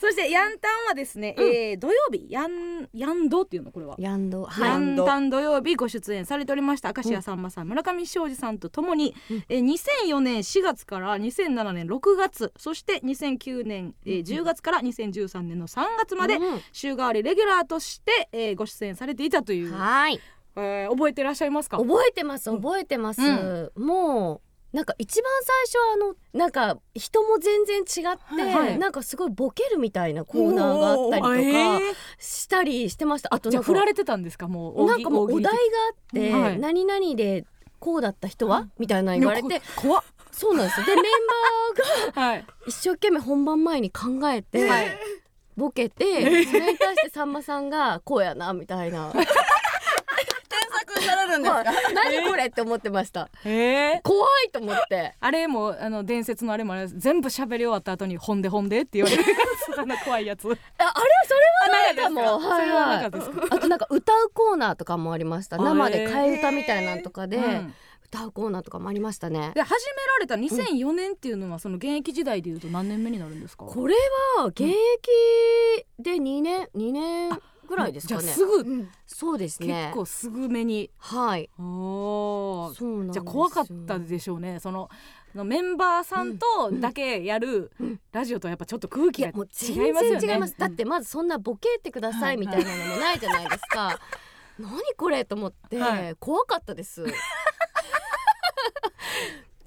Speaker 1: そしてヤンタンはですね、えー土曜日ヤンヤンドっていうのこれは
Speaker 4: ヤンド。はい。
Speaker 1: ヤ
Speaker 2: い
Speaker 1: ンタン土曜日ご出演されておりました明石家さんまさん、村上庄司さんとともに、えー2004年4月から2007年6月そして2009年、えー10月から2013年の3月まで、
Speaker 4: うん
Speaker 1: 週替わりレギュラーとして、えーご出演されていたという、
Speaker 4: はい。
Speaker 1: えー覚えてらっしゃいますか
Speaker 4: 覚えてます。覚えてます。
Speaker 1: う
Speaker 4: もう。なんか一番最初はあのなんか人も全然違って、
Speaker 1: はいはい
Speaker 4: なんかすごいボケるみたいなコーナーがあったりと
Speaker 1: おー
Speaker 4: か
Speaker 1: えー
Speaker 4: したりしてました。あと
Speaker 1: じ
Speaker 4: な
Speaker 1: ゃ
Speaker 4: ん
Speaker 1: あ
Speaker 4: か
Speaker 1: 振られてたんですかもう
Speaker 4: なんかもうお題があって、
Speaker 1: はい
Speaker 4: 何々でこうだった人は、みたいなの言われ
Speaker 1: (laughs)
Speaker 4: て
Speaker 1: 怖っ、
Speaker 4: そうなんですよでメンバーが
Speaker 1: はい、
Speaker 4: 一生懸命本番前に考えて、
Speaker 1: はい
Speaker 4: ボケてそれに対してさんまさんがこうやなみた
Speaker 1: (laughs)
Speaker 4: いな
Speaker 2: 検索されるんですか。
Speaker 4: 何これって思ってました
Speaker 1: えー
Speaker 4: 怖いと思って
Speaker 1: あれもあの伝説のあれもあれです全部喋り終わった後に「ほんでほんで」って言われ
Speaker 4: (laughs)
Speaker 1: るそんな怖いやつ
Speaker 4: ああれそれはないかも
Speaker 1: あないですかそれはなかったです
Speaker 4: あとなんか歌うコーナーとかもありました
Speaker 1: あ
Speaker 4: 生で替え歌みたいなんとかで、
Speaker 1: うん
Speaker 4: 歌うコーナーとかもありましたね
Speaker 1: で始められた2004年っていうのはその現役時代でいうと何年目になるんですか
Speaker 4: これは現役で2年2年ぐらいですか
Speaker 1: じゃあ
Speaker 4: ね
Speaker 1: すぐ
Speaker 2: うん
Speaker 4: そうですね
Speaker 1: 結構すぐめに
Speaker 4: はい
Speaker 1: おー
Speaker 4: そうなんです
Speaker 1: じゃ
Speaker 4: よ
Speaker 1: あ怖かったでしょうねそののメンバーさんとだけやるラジオとはやっぱちょっと空
Speaker 4: い
Speaker 1: 気が
Speaker 4: や
Speaker 1: 違
Speaker 4: もう全
Speaker 1: いますよね
Speaker 4: 然違います
Speaker 2: ね
Speaker 4: だってまずそんなボケてくださいみたいなのもないじゃないですか何これと思って、
Speaker 1: はい
Speaker 4: 怖かったです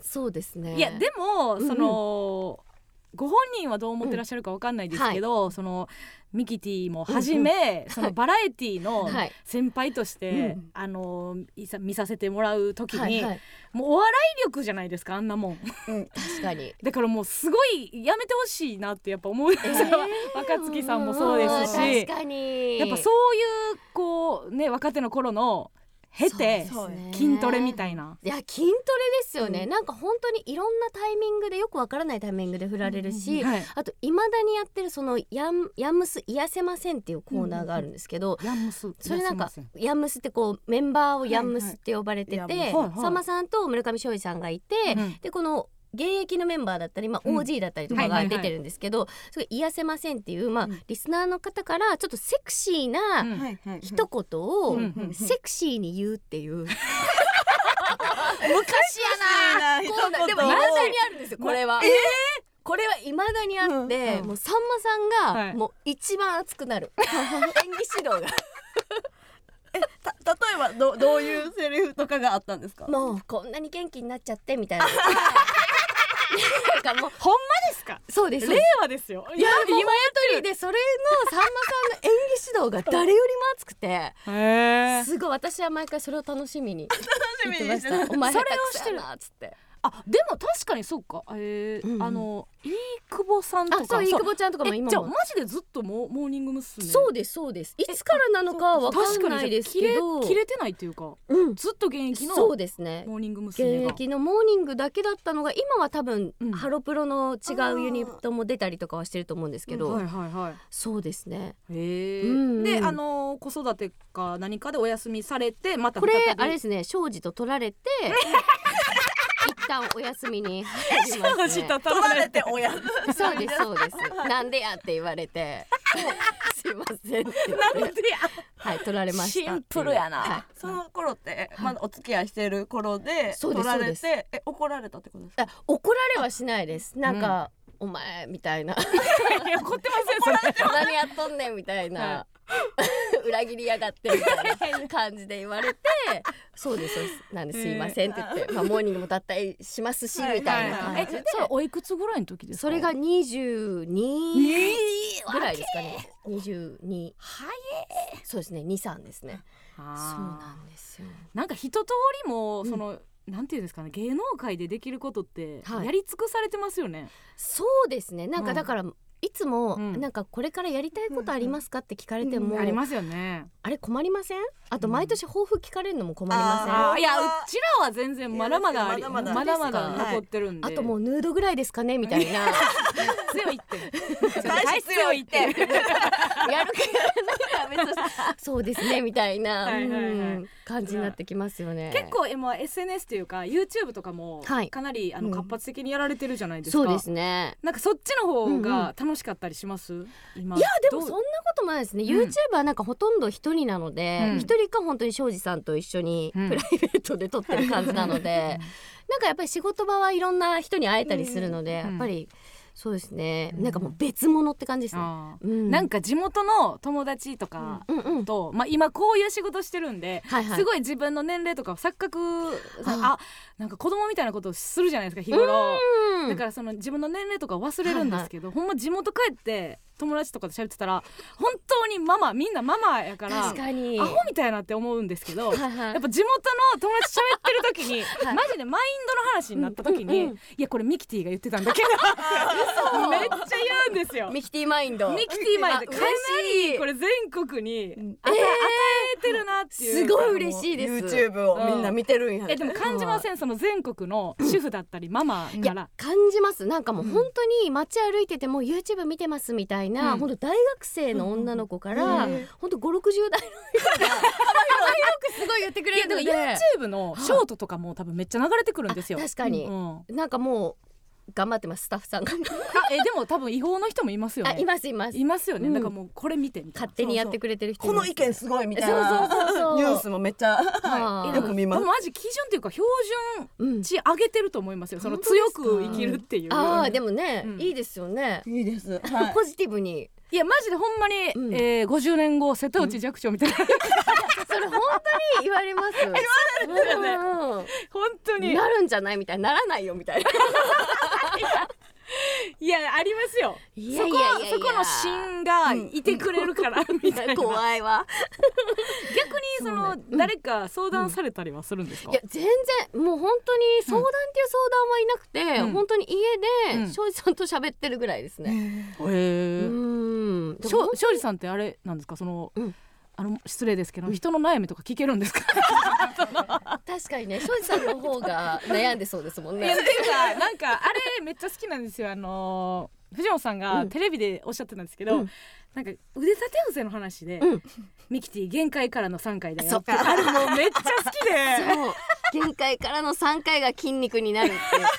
Speaker 4: そうですね
Speaker 1: いやでも
Speaker 4: うんうん
Speaker 1: その、ご本人はどう思ってらっしゃるかわかんないですけど、そのミキティもはじめ、そのバラエティの
Speaker 4: はい
Speaker 1: 先輩として、
Speaker 2: うん
Speaker 1: あのいさ見させてもらう時に、
Speaker 4: はいはい
Speaker 1: もうお笑い力じゃないですかあんなもん (laughs)
Speaker 4: 確かに
Speaker 1: だからもうすごいやめてほしいなってやっぱ思う、
Speaker 4: えー
Speaker 1: それは (laughs) 若槻さんもそうです
Speaker 4: うん確
Speaker 1: し
Speaker 4: かに
Speaker 1: やっぱ
Speaker 4: う
Speaker 1: そういうこうね若手の頃の経て
Speaker 2: そうです
Speaker 1: 筋トレみた
Speaker 4: い
Speaker 1: いな。
Speaker 4: いや筋トレですよね、なんか本当にいろんなタイミングでよくわからないタイミングで振られるし、
Speaker 1: はい
Speaker 4: あといまだにやってるそのヤンヤンムス癒せませんっていうコーナーがあるんですけど、
Speaker 1: ヤンムス
Speaker 4: それなん
Speaker 1: 痩
Speaker 4: か
Speaker 1: せま
Speaker 4: ヤンムスってこうメンバーをヤンムスって呼ばれてて、
Speaker 2: はいはい
Speaker 1: いやもうはいはい
Speaker 4: さんまさんと村上翔司さんがいて、
Speaker 1: せんうん
Speaker 4: でこの現役のメンバーだったり、まあ、
Speaker 1: うん
Speaker 4: OG だったりとか
Speaker 1: は
Speaker 4: が
Speaker 1: いはいは
Speaker 4: 出
Speaker 1: い
Speaker 4: てるんですけど、すごい癒せませんっていう、まあ
Speaker 2: うん
Speaker 4: リスナーの方からちょっとセクシーな
Speaker 1: うん
Speaker 2: はいはい
Speaker 4: 一
Speaker 2: 人
Speaker 4: 言を、
Speaker 1: うん
Speaker 4: セクシーに言うっていう、昔
Speaker 2: やな
Speaker 4: やなこうなでも未だにあるんですよこれは。これは未だにあって、
Speaker 1: うん
Speaker 4: もうさんまさんが、
Speaker 1: はい
Speaker 4: もう一番熱くなる演技指導が。
Speaker 2: た例えばどどういうセリフとかがあったんですか
Speaker 4: (laughs) もうこんなに元気になっちゃってみたいな。なんかもう
Speaker 1: (laughs) ほんまですか
Speaker 4: (laughs) そうです。
Speaker 1: 令
Speaker 4: レ
Speaker 1: 和ですよ
Speaker 4: いやもう
Speaker 1: 今
Speaker 4: トリでそれのさんまさんの演技指導が誰よりも熱くて、
Speaker 1: へえ
Speaker 4: すごい私は毎回それを楽しみに
Speaker 2: し
Speaker 4: 言っ
Speaker 2: み
Speaker 4: て
Speaker 2: に
Speaker 4: ま
Speaker 2: し
Speaker 4: して
Speaker 2: た
Speaker 4: た。お前
Speaker 1: そ
Speaker 4: 下
Speaker 1: れ
Speaker 4: 手
Speaker 1: を
Speaker 4: く
Speaker 1: し
Speaker 4: そ
Speaker 1: て
Speaker 4: や
Speaker 1: る
Speaker 4: なっつって。
Speaker 1: あでも確かにそうかえ
Speaker 4: うんう
Speaker 1: ー
Speaker 4: ん
Speaker 1: あの飯久保さんと
Speaker 4: あ、
Speaker 1: か
Speaker 4: そう飯久
Speaker 1: そう
Speaker 4: 保ちゃんとかも
Speaker 1: え
Speaker 4: 今
Speaker 1: じゃあマ
Speaker 4: も。
Speaker 1: ジでずっとモモーニング娘。
Speaker 4: そうですそうです。いつからなのかはわかんないですけ
Speaker 1: 確かにじ
Speaker 4: ど、
Speaker 1: ゃあ切れ切れてないっていうか
Speaker 4: うん、
Speaker 1: ずっと現役の
Speaker 4: そうですね。
Speaker 1: モーニング娘。
Speaker 4: 現
Speaker 1: が
Speaker 4: 役のモーニングだけだったのが今は多分、
Speaker 1: うん
Speaker 4: ハロプロの違うユニットも出たりとかはしてると思うんですけど、
Speaker 1: はいはいはい
Speaker 4: そうですね。
Speaker 1: へえ、
Speaker 4: うんうん
Speaker 1: であの子育てか何かでお休みされてまた
Speaker 4: これ
Speaker 1: 再び
Speaker 4: あれですね庄司と取られて一旦お休みに入りま
Speaker 1: マ
Speaker 4: す
Speaker 1: ジ
Speaker 4: ね
Speaker 1: と取
Speaker 2: 取ら
Speaker 1: られ
Speaker 2: れ
Speaker 1: て
Speaker 2: て親なん
Speaker 4: そうですそうですなんでやって言われてすいませんって言って
Speaker 1: なんでや
Speaker 4: はい取られま (laughs) したっていうはい
Speaker 2: その頃ってまだお付き合いしてる頃で
Speaker 4: そう
Speaker 2: 取
Speaker 4: です
Speaker 2: られ
Speaker 4: そ
Speaker 2: てえ怒られたってことですか
Speaker 4: あ怒られはしないですなんか、お前みたいな
Speaker 1: いや怒ってませんそれ
Speaker 4: 何やっとんねんみたいな、 (laughs) 裏切りやがってみたいな感じで言われ
Speaker 1: (laughs)
Speaker 4: てそうですそうですなんですいませんって言って、まあ、モーニングもだったりしますしみ
Speaker 2: は
Speaker 4: た
Speaker 2: い
Speaker 4: いな
Speaker 2: は
Speaker 4: 感
Speaker 2: いは
Speaker 4: じ
Speaker 2: い
Speaker 4: で、
Speaker 1: えそれおいくつぐらいの時ですか
Speaker 4: それが22
Speaker 1: え
Speaker 4: ぐらいですかね。22
Speaker 1: 早い
Speaker 4: そうですね23ですね。
Speaker 1: そう
Speaker 4: そうなんですよ。
Speaker 1: なんか一通りもその、なんていうんですかね芸能界でできることって
Speaker 4: はい
Speaker 1: やり尽くされてますよね、
Speaker 4: そうですねなん
Speaker 1: う
Speaker 4: か
Speaker 1: ん
Speaker 4: だから、いつも、
Speaker 1: うん
Speaker 4: なんかこれからやりたいことありますかって聞かれて
Speaker 2: うん
Speaker 4: も、
Speaker 1: ありますよね
Speaker 4: あれ困りませんあと
Speaker 1: うん
Speaker 4: 毎年抱負聞かれるのも困り
Speaker 1: あ
Speaker 2: あ
Speaker 4: ま
Speaker 1: ー
Speaker 2: ー
Speaker 1: いやうちらは全然まだまだあり
Speaker 2: いや
Speaker 1: ま
Speaker 2: ま
Speaker 1: だ
Speaker 2: だ
Speaker 1: ま
Speaker 2: ま
Speaker 1: だ
Speaker 2: だ
Speaker 1: 残ってるん
Speaker 4: せん
Speaker 1: で
Speaker 4: あともうヌードぐらいですかねみたいなやる
Speaker 1: 強いって
Speaker 4: (laughs)
Speaker 2: 大して強いって
Speaker 1: 大して強いって
Speaker 4: 気がな
Speaker 1: (laughs)
Speaker 4: いから別にそうですねみたいな
Speaker 1: はいはいはい
Speaker 4: うん感じになってきますよね。
Speaker 1: 結構えまあ SNS というか YouTube とかも
Speaker 4: はい
Speaker 1: かなりあの
Speaker 4: うん
Speaker 1: 活発的にやられてるじゃないですか、
Speaker 4: そうですね。
Speaker 1: なんかそっちの方
Speaker 4: うんう
Speaker 1: が楽しかったりします、今
Speaker 4: いやでもそん
Speaker 1: ど
Speaker 4: な
Speaker 1: う
Speaker 4: こともないですね、
Speaker 1: うん
Speaker 4: YouTuber なんかほとんど一人なので
Speaker 1: うん
Speaker 4: 一、人か本当に庄司さんと一緒に
Speaker 1: うん
Speaker 4: プライベートで撮ってる感じな
Speaker 1: (laughs)
Speaker 4: ので、なんかやっぱり仕事場はいろんな人に会えたりするので、
Speaker 1: うん
Speaker 4: やっぱりそうですね、
Speaker 1: うん
Speaker 4: なんかもう別物って感じですね。
Speaker 1: あー
Speaker 4: うん、
Speaker 1: なんか地元の友達とか
Speaker 4: うんうん
Speaker 1: と、まあ、今こういう仕事してるんで、
Speaker 4: はいはい
Speaker 1: すごい自分の年齢とか錯覚
Speaker 4: はい
Speaker 1: あなんか子供みたいなことをするじゃないですか日頃
Speaker 4: うん
Speaker 1: だからその自分の年齢とか忘れるんですけど、ほんま地元帰って友達とかと喋ってたら本当にママみんなママやから
Speaker 4: 確かに
Speaker 1: アホみたいなって思うんですけど
Speaker 4: はいはい
Speaker 1: やっぱ地元の友達喋ってる時に、
Speaker 4: はい
Speaker 1: マジでマインドの話になった時に、
Speaker 4: うんうんうん
Speaker 1: いやこれミキティが言ってたんだけど
Speaker 4: 嘘
Speaker 1: めっちゃ言うんですよ。ミ
Speaker 4: ミキティマインド
Speaker 1: キティマインド
Speaker 4: あ
Speaker 1: かな
Speaker 4: 嬉し
Speaker 1: り
Speaker 4: い
Speaker 1: これ全国に与え,、与てるなってい
Speaker 4: す
Speaker 1: う
Speaker 4: ごい嬉しいです
Speaker 2: YouTube をみんな見てるんや
Speaker 1: えでも感じませんその全国の主婦だったりママ
Speaker 4: い
Speaker 1: か
Speaker 4: や
Speaker 1: ら
Speaker 4: 感じますなんかもう本当に街歩いてても YouTube 見てますみたいな、
Speaker 1: うん
Speaker 4: 本当大学生の女の子から、
Speaker 1: うん
Speaker 4: 本当5 6 0代の
Speaker 1: (laughs)
Speaker 4: (laughs) 人が幅広くすごい言ってく
Speaker 1: い
Speaker 4: れ
Speaker 1: や
Speaker 4: るの
Speaker 1: だ
Speaker 4: で
Speaker 1: から YouTube のショートとかも多分めっちゃ流れてくるんですよ
Speaker 4: あ確かに
Speaker 1: うん
Speaker 4: なんかもう頑張ってますスタッフさんが、
Speaker 1: あえでも多分違法の人もいますよ
Speaker 4: あ
Speaker 1: ね
Speaker 4: いますいます
Speaker 1: いますよね
Speaker 4: うん
Speaker 1: だからもうこれ見てみたい
Speaker 4: 勝
Speaker 1: な
Speaker 4: 手にやってくれてる人
Speaker 2: この
Speaker 4: い
Speaker 2: 意見すごいみたい
Speaker 4: そうそうそうそ
Speaker 2: な
Speaker 4: う
Speaker 2: ニュースもめっちゃ
Speaker 4: はい
Speaker 2: よく見ま
Speaker 1: ですもマジ基準っていうか標
Speaker 4: うん
Speaker 1: 準、値上げてると思いますよその
Speaker 4: 本当で
Speaker 1: 強
Speaker 4: すか
Speaker 1: く生きるっていう
Speaker 4: ああでもね、
Speaker 1: うん
Speaker 4: いいですよね、
Speaker 2: いいですはい
Speaker 4: ポジティブに
Speaker 1: いやマジでほんまに、
Speaker 4: うん
Speaker 1: えー、50年後瀬戸内寂聴みたいな、 (laughs)
Speaker 4: それ本当に言われます言わ
Speaker 1: れるよね
Speaker 4: よ
Speaker 1: 本当に
Speaker 4: なるんじゃないみたいなならないよみたいな
Speaker 1: いやありますよ
Speaker 4: いやいやいやいや
Speaker 1: そこそこの芯がいてくれるから、み (laughs) たいな逆に
Speaker 4: (laughs) 怖いわ
Speaker 1: その誰か相談されたりはするんですか、
Speaker 4: いや全然もう本当に相談っていう相談はいなくて、
Speaker 1: うん
Speaker 4: 本当に家
Speaker 1: う
Speaker 4: で
Speaker 1: ん
Speaker 4: 庄司さんと喋ってるぐらいですね。う
Speaker 1: へえ
Speaker 4: ん、でも
Speaker 1: 庄司さんってあれなんですかその、
Speaker 4: うん
Speaker 1: あの失礼ですけど、人の悩みとか聞けるんですか
Speaker 4: 確かにね庄司さんの方が悩んでそうですもん
Speaker 1: いや
Speaker 4: ね
Speaker 1: っ。ていうかなんかあれめっちゃ好きなんですよあのー藤本さんが
Speaker 4: うん
Speaker 1: テレビでおっしゃってたんですけど、
Speaker 4: うん
Speaker 1: なんか腕立て伏せの話で、
Speaker 4: うん
Speaker 1: ミキティ限界からの3回だよ
Speaker 4: そ
Speaker 1: っ
Speaker 4: ってか
Speaker 1: あれもうめっちゃ好き
Speaker 4: (laughs) そう
Speaker 1: で
Speaker 4: 限界からの3回が筋肉になるって
Speaker 1: (laughs)
Speaker 4: 言って。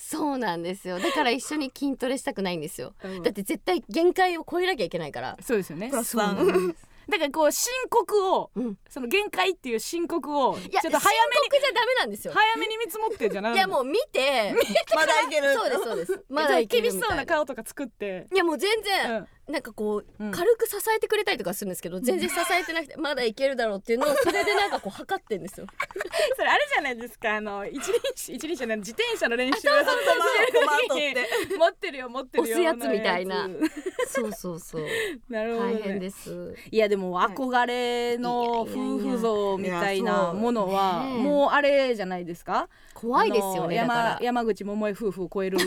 Speaker 4: そうなんですよだから一緒に筋トレしたくないんですよ、
Speaker 1: うん
Speaker 4: だって絶対限界を超えなきゃいけないから
Speaker 1: そうですよね
Speaker 2: ラスワン
Speaker 1: そうなんですだからこう申告を、
Speaker 4: うん
Speaker 1: その限界っていう申告を
Speaker 4: い
Speaker 1: ちょ
Speaker 4: や
Speaker 1: っと早
Speaker 4: 深刻じゃダメなんですよ
Speaker 1: め早めに見積もってじゃない
Speaker 4: いやもう見て
Speaker 2: まだいける
Speaker 4: そうですそうですまだ
Speaker 1: 厳
Speaker 4: いけるみ
Speaker 1: した
Speaker 4: い
Speaker 1: そうな顔とか作って、
Speaker 4: いやもう全
Speaker 1: う
Speaker 4: 然、
Speaker 1: ん、
Speaker 4: なんかこう、
Speaker 1: うん
Speaker 4: 軽く支えてくれたりとかするんですけど全然支えてなくてまだいけるだろうっていうのをそれでなんかこう測ってんですよ。
Speaker 1: それあれじゃないですかあの一輪 (laughs) 車一輪車の自転車の練習 (laughs)
Speaker 2: そうそうそう
Speaker 1: してる時に持ってるよ持ってるよ
Speaker 4: 押すやつみたいな
Speaker 1: のや
Speaker 4: そうそうそう
Speaker 1: つなるほど、ね、
Speaker 4: 大変です。
Speaker 1: いやでも憧れの夫婦像みたいなものは
Speaker 4: ねえ
Speaker 1: もうあれじゃないですか
Speaker 4: 怖いですよね
Speaker 1: あの山
Speaker 4: だから。
Speaker 1: 山口桃江夫婦を (laughs) 超える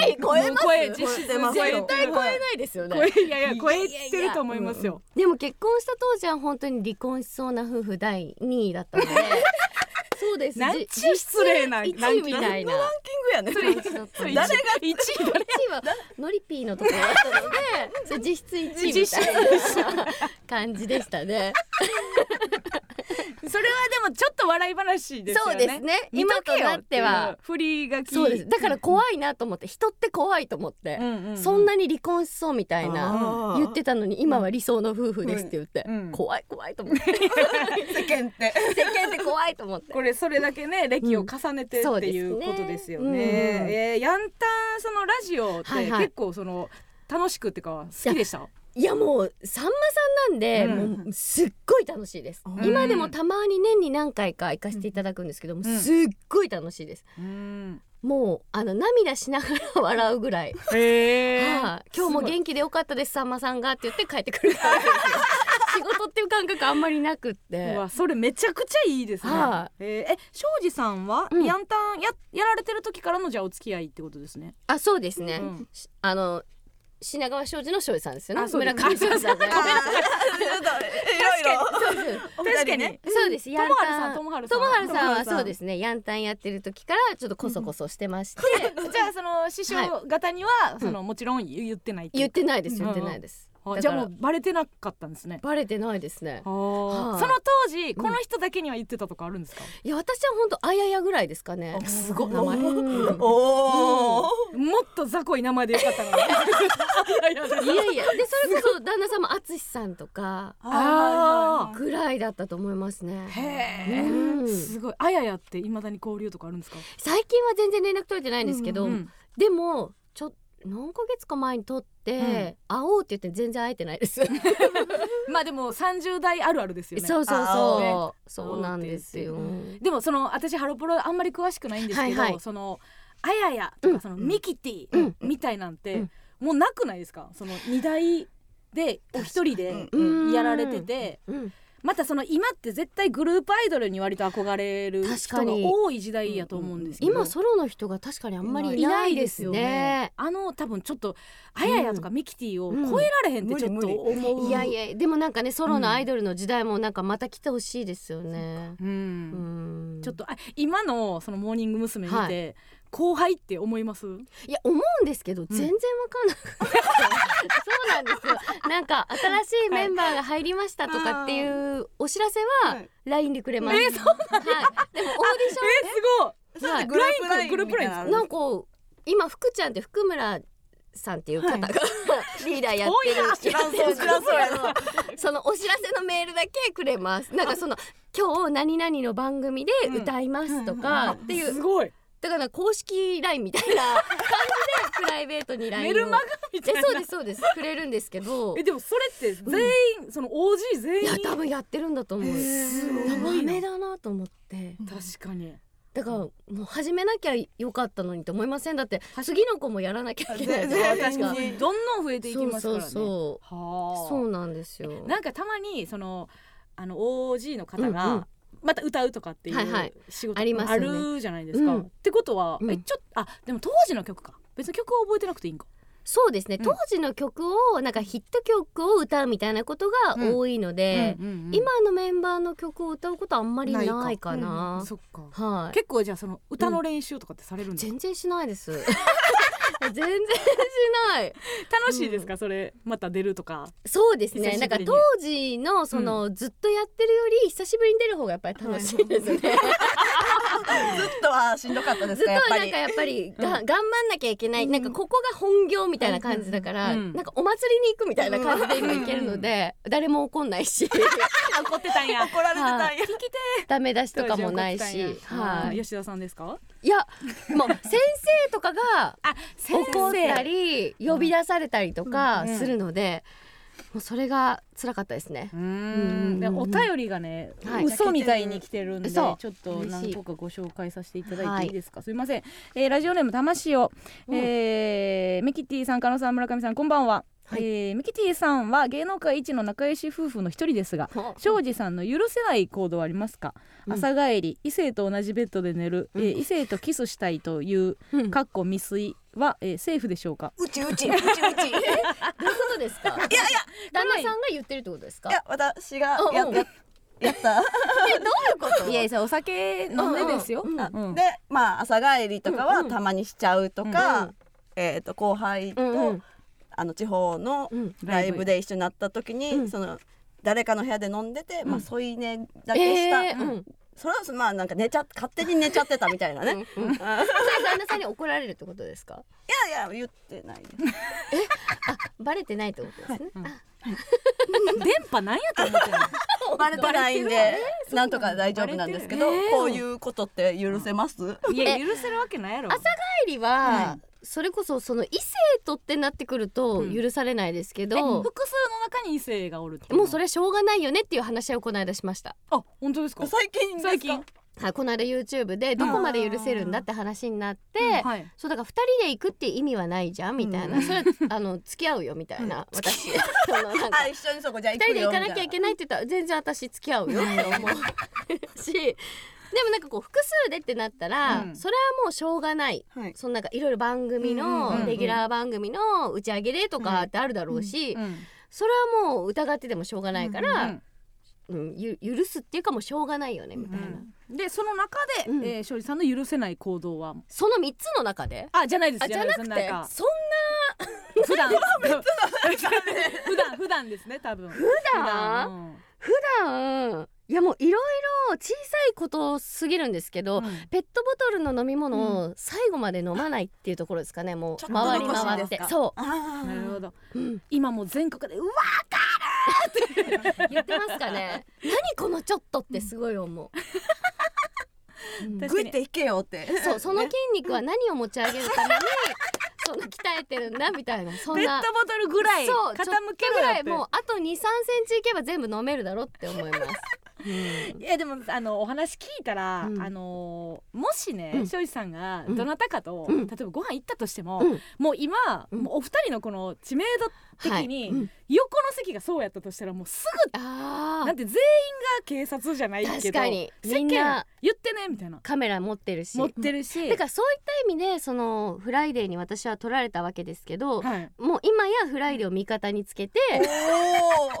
Speaker 4: え超えます
Speaker 1: もう超え実質
Speaker 2: 超えてますよ
Speaker 1: 絶
Speaker 4: 絶
Speaker 1: 対
Speaker 4: 対
Speaker 1: 超
Speaker 4: 超
Speaker 1: えな
Speaker 4: えないですよね。
Speaker 1: いいやいや超えてると思いますよ
Speaker 4: でも結婚した当時は本当に離婚しそうな夫婦第2位だったのでそう (laughs) です
Speaker 1: なん
Speaker 4: じ
Speaker 1: ちゅう失礼な
Speaker 4: 実質1位みたいな
Speaker 2: ランキングやね
Speaker 4: 感じだったの
Speaker 1: 誰
Speaker 4: で
Speaker 1: が1位誰
Speaker 4: 1位はノリピーのところだったので (laughs) それ実質1位みたいな感じでしたね。
Speaker 1: それはでもちょっと笑い話ですよね
Speaker 4: そうですね今となっては
Speaker 1: 振りがき
Speaker 4: そうですだから怖いなと思って人って怖いと思って、
Speaker 1: うんうん
Speaker 4: そんなに離婚しそうみたいな
Speaker 2: あー
Speaker 4: 言ってたのに今は理想の夫婦ですって言って、
Speaker 1: うん
Speaker 4: 怖い怖いと思っ
Speaker 1: (laughs)
Speaker 4: て
Speaker 2: 世間って
Speaker 4: 世間って怖いと思って
Speaker 1: これそれだけね歴を重ねて
Speaker 4: うん
Speaker 1: っていうことですよね。
Speaker 4: そうですねうん
Speaker 1: えーヤンタンそのラジオって
Speaker 4: はいはい
Speaker 1: 結構その楽しくっていうか好きでした。
Speaker 4: いやもうさんまさんなんで、
Speaker 1: うん
Speaker 4: もうすっごい楽しいです、
Speaker 2: うん
Speaker 4: 今でもたまに年に何回か行かせていただくんですけども、
Speaker 1: うん
Speaker 4: すっごい楽しいです
Speaker 1: うん。
Speaker 4: もうあの涙しながら笑うぐらい、
Speaker 1: へ (laughs) え。
Speaker 4: はい今日も
Speaker 1: す
Speaker 4: 元気でよかったですさんまさんがって言って帰ってくる感じですよ
Speaker 1: (laughs)
Speaker 4: 仕事っていう感覚あんまりなくっ
Speaker 1: ごい
Speaker 4: て
Speaker 1: うわそれめちゃくちゃいいですね。
Speaker 4: は
Speaker 1: えーえ庄司さんは
Speaker 4: うん
Speaker 1: ヤンタンややられてる時からのじゃあお付き合いってことですね。
Speaker 4: あそうですね、
Speaker 1: うん
Speaker 4: しあの品川庄司の庄司さんですよ
Speaker 1: あ
Speaker 4: ね
Speaker 1: そうです
Speaker 4: 村上庄司さんで
Speaker 2: あーちょっといろいろ
Speaker 4: そうです
Speaker 2: お
Speaker 1: 確
Speaker 2: 二
Speaker 1: か
Speaker 2: 人
Speaker 1: に。
Speaker 2: ね
Speaker 4: そうです
Speaker 1: 友
Speaker 4: ヤン
Speaker 1: 春
Speaker 4: タ
Speaker 1: さん
Speaker 4: ン
Speaker 1: 友春さん。
Speaker 4: 友春さん
Speaker 2: 友
Speaker 4: は
Speaker 2: 治さん
Speaker 4: そうですねヤンタンやってる時からちょっとコソコソしてまして、
Speaker 1: (laughs) じゃあその師匠方には、そのもちろん言ってないってい
Speaker 4: 言
Speaker 1: う
Speaker 4: ってないです
Speaker 1: うん
Speaker 4: 言ってないです、
Speaker 1: あ
Speaker 4: だ
Speaker 1: じ
Speaker 4: か
Speaker 1: ゃあも
Speaker 4: ら
Speaker 1: うバレてなかったんですね。
Speaker 4: バレてないですね
Speaker 1: あー
Speaker 4: はい
Speaker 1: その当時この人だけには言ってたとかあるんですか、
Speaker 4: いや私は本当あややぐらいですかね
Speaker 1: すごい
Speaker 4: 名前うん
Speaker 2: おー
Speaker 1: もっと雑魚い名前でよかったのに
Speaker 4: いやいやでそれこそ旦那様淳さんとか
Speaker 1: あ
Speaker 4: ぐらいだったと思いますね
Speaker 1: ー (laughs) へえ、
Speaker 4: うん
Speaker 1: すごいあややっていまだに交流とかあるんですか
Speaker 4: 最近は全然連絡取れてないんですけど、
Speaker 1: うん
Speaker 4: でもちょ何ヶ月か前に撮って、
Speaker 1: うん
Speaker 4: 会おうって言って全然会えてないです。
Speaker 1: まあでも30代あるあるですよね
Speaker 4: (laughs) そうそう
Speaker 1: 会お
Speaker 4: そう。そうなんですよ。
Speaker 1: でもその私ハロプロあんまり詳しくないんですけど、
Speaker 4: はいはい
Speaker 1: そのあややと
Speaker 4: う
Speaker 1: か
Speaker 4: ん
Speaker 1: そのミキティ
Speaker 4: うん
Speaker 1: みたいなんて、
Speaker 4: うん
Speaker 1: もうなくないですかその2代でお一人で
Speaker 2: うん
Speaker 4: うん
Speaker 1: やられて。て、
Speaker 4: うん
Speaker 1: またその今って絶対グループアイドルに割と憧れる
Speaker 4: 確
Speaker 1: 人
Speaker 4: か
Speaker 1: が
Speaker 4: に
Speaker 1: 多い時代やと思うんですけど、
Speaker 4: 今ソロの人が確かにあんまりいないですね。
Speaker 1: あの多分ちょっとあややとかミキティを超えられへんってちょっと思う。
Speaker 4: いやいやでもなんかねソロのアイドルの時代もなんかまた来てほしいですよね。
Speaker 1: う。
Speaker 4: うんん
Speaker 1: ちょっとあ今のそのモーニング娘。見て、
Speaker 4: は
Speaker 1: 後輩って思います？
Speaker 4: いや思うんですけど全然わかんなくて、そうなんですよなんか新しいメンバーが入りましたとかっていうお知らせ
Speaker 2: は
Speaker 4: はい LINE でくれます、
Speaker 1: え
Speaker 4: そうなんはい、でもオーディシ
Speaker 1: えすごい。
Speaker 2: それって
Speaker 1: グループライン
Speaker 2: グループライン
Speaker 1: あ
Speaker 4: ョンなんか今福ちゃんって福村さんっていう方が、
Speaker 2: は
Speaker 4: (laughs) リーダーやってるやって
Speaker 2: 知らん
Speaker 4: るんです
Speaker 2: 知
Speaker 4: け
Speaker 2: らんそうやな
Speaker 4: どそのお知らせのメールだけくれますなんかその今日何々の番組で歌いますとかっていう、
Speaker 1: すごい。
Speaker 4: だから公式 LINE みたいな感じでプライベートに LINE を
Speaker 1: メルマガみたい
Speaker 4: え
Speaker 1: な。
Speaker 4: そうですそうですくれるんですけど
Speaker 1: えでもそれって全員、その OG 全
Speaker 4: い
Speaker 1: 員
Speaker 4: や多分やってるんだと思う
Speaker 1: ごい
Speaker 4: ダメだなと思って
Speaker 1: 確かに
Speaker 4: だからもう始めなきゃよかったのにと思いませんだって次の子もやらなきゃいけないじゃないです
Speaker 2: 全
Speaker 4: か
Speaker 2: 然
Speaker 1: どんどん増えていき
Speaker 4: そう
Speaker 1: ますか
Speaker 4: そ
Speaker 1: ら
Speaker 4: う
Speaker 1: ね
Speaker 4: そ
Speaker 1: は
Speaker 4: う
Speaker 1: あ
Speaker 4: そうなんですよ
Speaker 1: なんかたまにそのあの OG の方
Speaker 4: うんうん
Speaker 1: がまた歌うとかってい
Speaker 4: はいはいう
Speaker 1: 仕事
Speaker 4: あります
Speaker 1: あ
Speaker 4: よね
Speaker 1: るじゃないですか。
Speaker 4: うん
Speaker 1: ってことは、
Speaker 4: うん
Speaker 1: えちょっとあでも当時の曲か別に曲を覚えてなくていいんか。
Speaker 4: そうですね
Speaker 1: うん
Speaker 4: 当時の曲をなんかヒット曲を歌うみたいなことが多いので
Speaker 1: うんうんうん
Speaker 4: 今のメンバーの曲を歌うことあんまりないかな
Speaker 1: そっか
Speaker 4: はい
Speaker 1: 結構じゃあその歌の練習とかってされるんですか、
Speaker 4: 全然しないです (laughs) 全然しない
Speaker 1: 楽しいですか、それまた出ると
Speaker 4: (laughs)
Speaker 1: か。
Speaker 4: そうですね。
Speaker 1: 久し
Speaker 4: なん
Speaker 1: ぶ
Speaker 4: か
Speaker 1: りに
Speaker 4: 当時のその、ずっとやってるより久しぶりに出る方がやっぱり楽しいです (laughs) ね。
Speaker 2: ずっとはしんどかったです
Speaker 4: ずっ
Speaker 2: かやっ
Speaker 4: と
Speaker 2: ぱ
Speaker 4: なん
Speaker 2: り
Speaker 4: かやっぱりが、頑張んなきゃいけない。なんかここが本業みたいな感じだから、
Speaker 1: うんうん
Speaker 4: なんかお祭りに行くみたいな感じで今行けるので、誰も怒んない (laughs) し、
Speaker 1: 怒ってたんや。
Speaker 2: 怒られてた
Speaker 4: は
Speaker 2: んや
Speaker 4: ダメ出しとかもないし、
Speaker 1: は。
Speaker 4: はいい。
Speaker 1: 吉田さんですか？
Speaker 4: いや、もう先生とかが
Speaker 1: あ先
Speaker 4: 怒ったり呼び出されたりとかするので、もうそれが辛かったですね。
Speaker 1: う
Speaker 4: うん
Speaker 1: んでお便りがね、
Speaker 4: はい
Speaker 1: 嘘みたいに来てるんでち
Speaker 4: 嘘
Speaker 1: ょっと何個かご紹介させていただい
Speaker 4: は
Speaker 1: て
Speaker 4: い
Speaker 1: いいですか、すいません、えー、ラジオネーム魂を、
Speaker 4: うん
Speaker 1: えーミキティさん加納さん村上さんこんばんは、
Speaker 4: はい
Speaker 1: えーミキティさんは芸能界一の仲良し夫婦の一人ですが庄司さんの許せない行動はありますか、
Speaker 4: うん
Speaker 1: 朝帰り異性と同じベッドで寝る、えー異性とキスしたいという
Speaker 4: うん
Speaker 1: かっこ未遂は、えーセーフでしょうか
Speaker 2: うちうちうちうちい
Speaker 4: どういうことですか。いやいや、旦那さんが言ってるってことですか。
Speaker 2: や私が
Speaker 4: うん
Speaker 2: や
Speaker 4: うん
Speaker 2: ややった
Speaker 4: どういうこと。
Speaker 1: いやお酒飲んでですよ、
Speaker 4: うんうん
Speaker 1: うん
Speaker 2: でまあ朝帰りとか
Speaker 4: う
Speaker 2: は
Speaker 4: んうん
Speaker 2: たまにしちゃうとか、
Speaker 4: うんうん
Speaker 2: えっ、と後輩と、
Speaker 4: うんうん
Speaker 2: あの地方の
Speaker 4: うん
Speaker 2: ライブで一緒になった時に、
Speaker 4: うん
Speaker 2: その誰かの部屋で飲んでて、ま
Speaker 1: う
Speaker 2: あ
Speaker 1: ん
Speaker 2: 添い寝だけした、
Speaker 4: えーうん
Speaker 2: それはまあなんか寝ちゃ勝手に寝ちゃってたみたいなね、
Speaker 4: うん
Speaker 2: うんいや
Speaker 4: それ旦那さんに怒られるってことですか。
Speaker 2: いや言ってないです
Speaker 4: (laughs) バレてないってことですね。
Speaker 1: 電波なんやと思ってるの
Speaker 4: (laughs)
Speaker 2: バレてないん
Speaker 1: バレ
Speaker 2: でなんとか大丈夫なんですけど、
Speaker 1: バレてる
Speaker 2: こういうことって許せます、
Speaker 1: いや許せるわけないやろ。朝
Speaker 4: 帰りは、それこそその異性とってなってくると
Speaker 1: うん
Speaker 4: 許されないですけ
Speaker 1: え
Speaker 4: ど。
Speaker 1: 複数の中に異性がおるってい
Speaker 4: もうそれ
Speaker 1: れ
Speaker 4: はしょうがないよねっていう話をこの間しました。
Speaker 1: あ本当ですか。
Speaker 2: 最近ですか
Speaker 1: 最近
Speaker 4: はい、この間 YouTube でどこまで許せるんだって話になって、
Speaker 1: はい。
Speaker 4: そうだから二人で行くって意味はないじゃんみたいな、
Speaker 1: うん
Speaker 4: それあの付き合うよみたいな、私そのなんか
Speaker 2: あ一緒にそこじゃあ
Speaker 4: 二
Speaker 2: 行
Speaker 4: 人
Speaker 2: く
Speaker 4: で
Speaker 2: よ
Speaker 4: 行
Speaker 2: みた
Speaker 4: か
Speaker 2: いな
Speaker 4: なきゃいけないって言ったら全然私付き合うよって思うしでもなんかこう複数でってなったら、
Speaker 1: うん
Speaker 4: それはもうしょうがない
Speaker 2: はい
Speaker 4: そのなんかいろいろ番組
Speaker 2: うんうん
Speaker 1: う
Speaker 4: の
Speaker 1: ん
Speaker 4: レギュラー番組の打ち上げでとかってあるだろうし、それはもう疑っててもしょうがないから、うんゆ許すっていうかもうしょうがないよねみたいな、
Speaker 1: うんでその中で
Speaker 4: うん
Speaker 1: えー庄司さんの許せない行動は
Speaker 4: その3つの中で
Speaker 1: あじゃないです
Speaker 4: あじゃなく
Speaker 1: いです
Speaker 4: てそん
Speaker 1: なんか普段
Speaker 4: (laughs)
Speaker 1: (laughs) 普段普段ですね多分。普
Speaker 4: な
Speaker 1: 段
Speaker 4: 普段いやもういろいろ小さいことすぎるんですけど、
Speaker 1: うん
Speaker 4: ペットボトルの飲み物を最後まで飲まないっていうところですかね、も
Speaker 2: ちょっ
Speaker 4: う
Speaker 2: と
Speaker 4: 回り
Speaker 2: 残
Speaker 4: 回
Speaker 2: し
Speaker 4: っ
Speaker 2: で
Speaker 4: て
Speaker 2: すか
Speaker 4: そ
Speaker 2: あー
Speaker 1: なるほど。
Speaker 4: う、うん、
Speaker 1: 今もう全国でうわ
Speaker 4: 言ってますかね (laughs) 何このちょっとってすごい思う、うん
Speaker 1: 確
Speaker 2: グイって引けよって
Speaker 4: そうその筋肉は何を持ち上げるためにその鍛えてるんだみたいなそ
Speaker 1: ペ
Speaker 4: ん
Speaker 1: ッ
Speaker 4: な
Speaker 1: トボトルぐらい傾
Speaker 4: そうちょっと
Speaker 1: け
Speaker 4: ぐ
Speaker 1: ろよ
Speaker 4: ら
Speaker 1: っ
Speaker 4: い
Speaker 1: て
Speaker 4: もうあと23センチいけば全部飲めるだろって思います
Speaker 1: いやでもあのお話聞いたら、
Speaker 4: うん
Speaker 1: あのもしね
Speaker 4: うん
Speaker 1: 庄司、さんが
Speaker 4: うん
Speaker 1: どなたかと、
Speaker 4: うん
Speaker 1: 例えばご飯行ったとしても、
Speaker 4: うん
Speaker 1: もう今、
Speaker 4: うん
Speaker 1: もうお二人のこの知名度的に、
Speaker 4: はいうん
Speaker 1: 横の席がそうやったとしたらもうすぐ
Speaker 4: あ
Speaker 1: なん
Speaker 4: ー
Speaker 1: て全員が警察じゃないけど
Speaker 4: 確かに
Speaker 1: 世
Speaker 4: みん
Speaker 1: 間
Speaker 4: な
Speaker 1: 言ってねみたいな
Speaker 4: カメラ持ってるし
Speaker 1: 持ってるし、
Speaker 4: だからそういった意味でそのフライデーに私は撮られたわけですけど、
Speaker 1: はい、
Speaker 4: もう今やフライデーを味方につけて、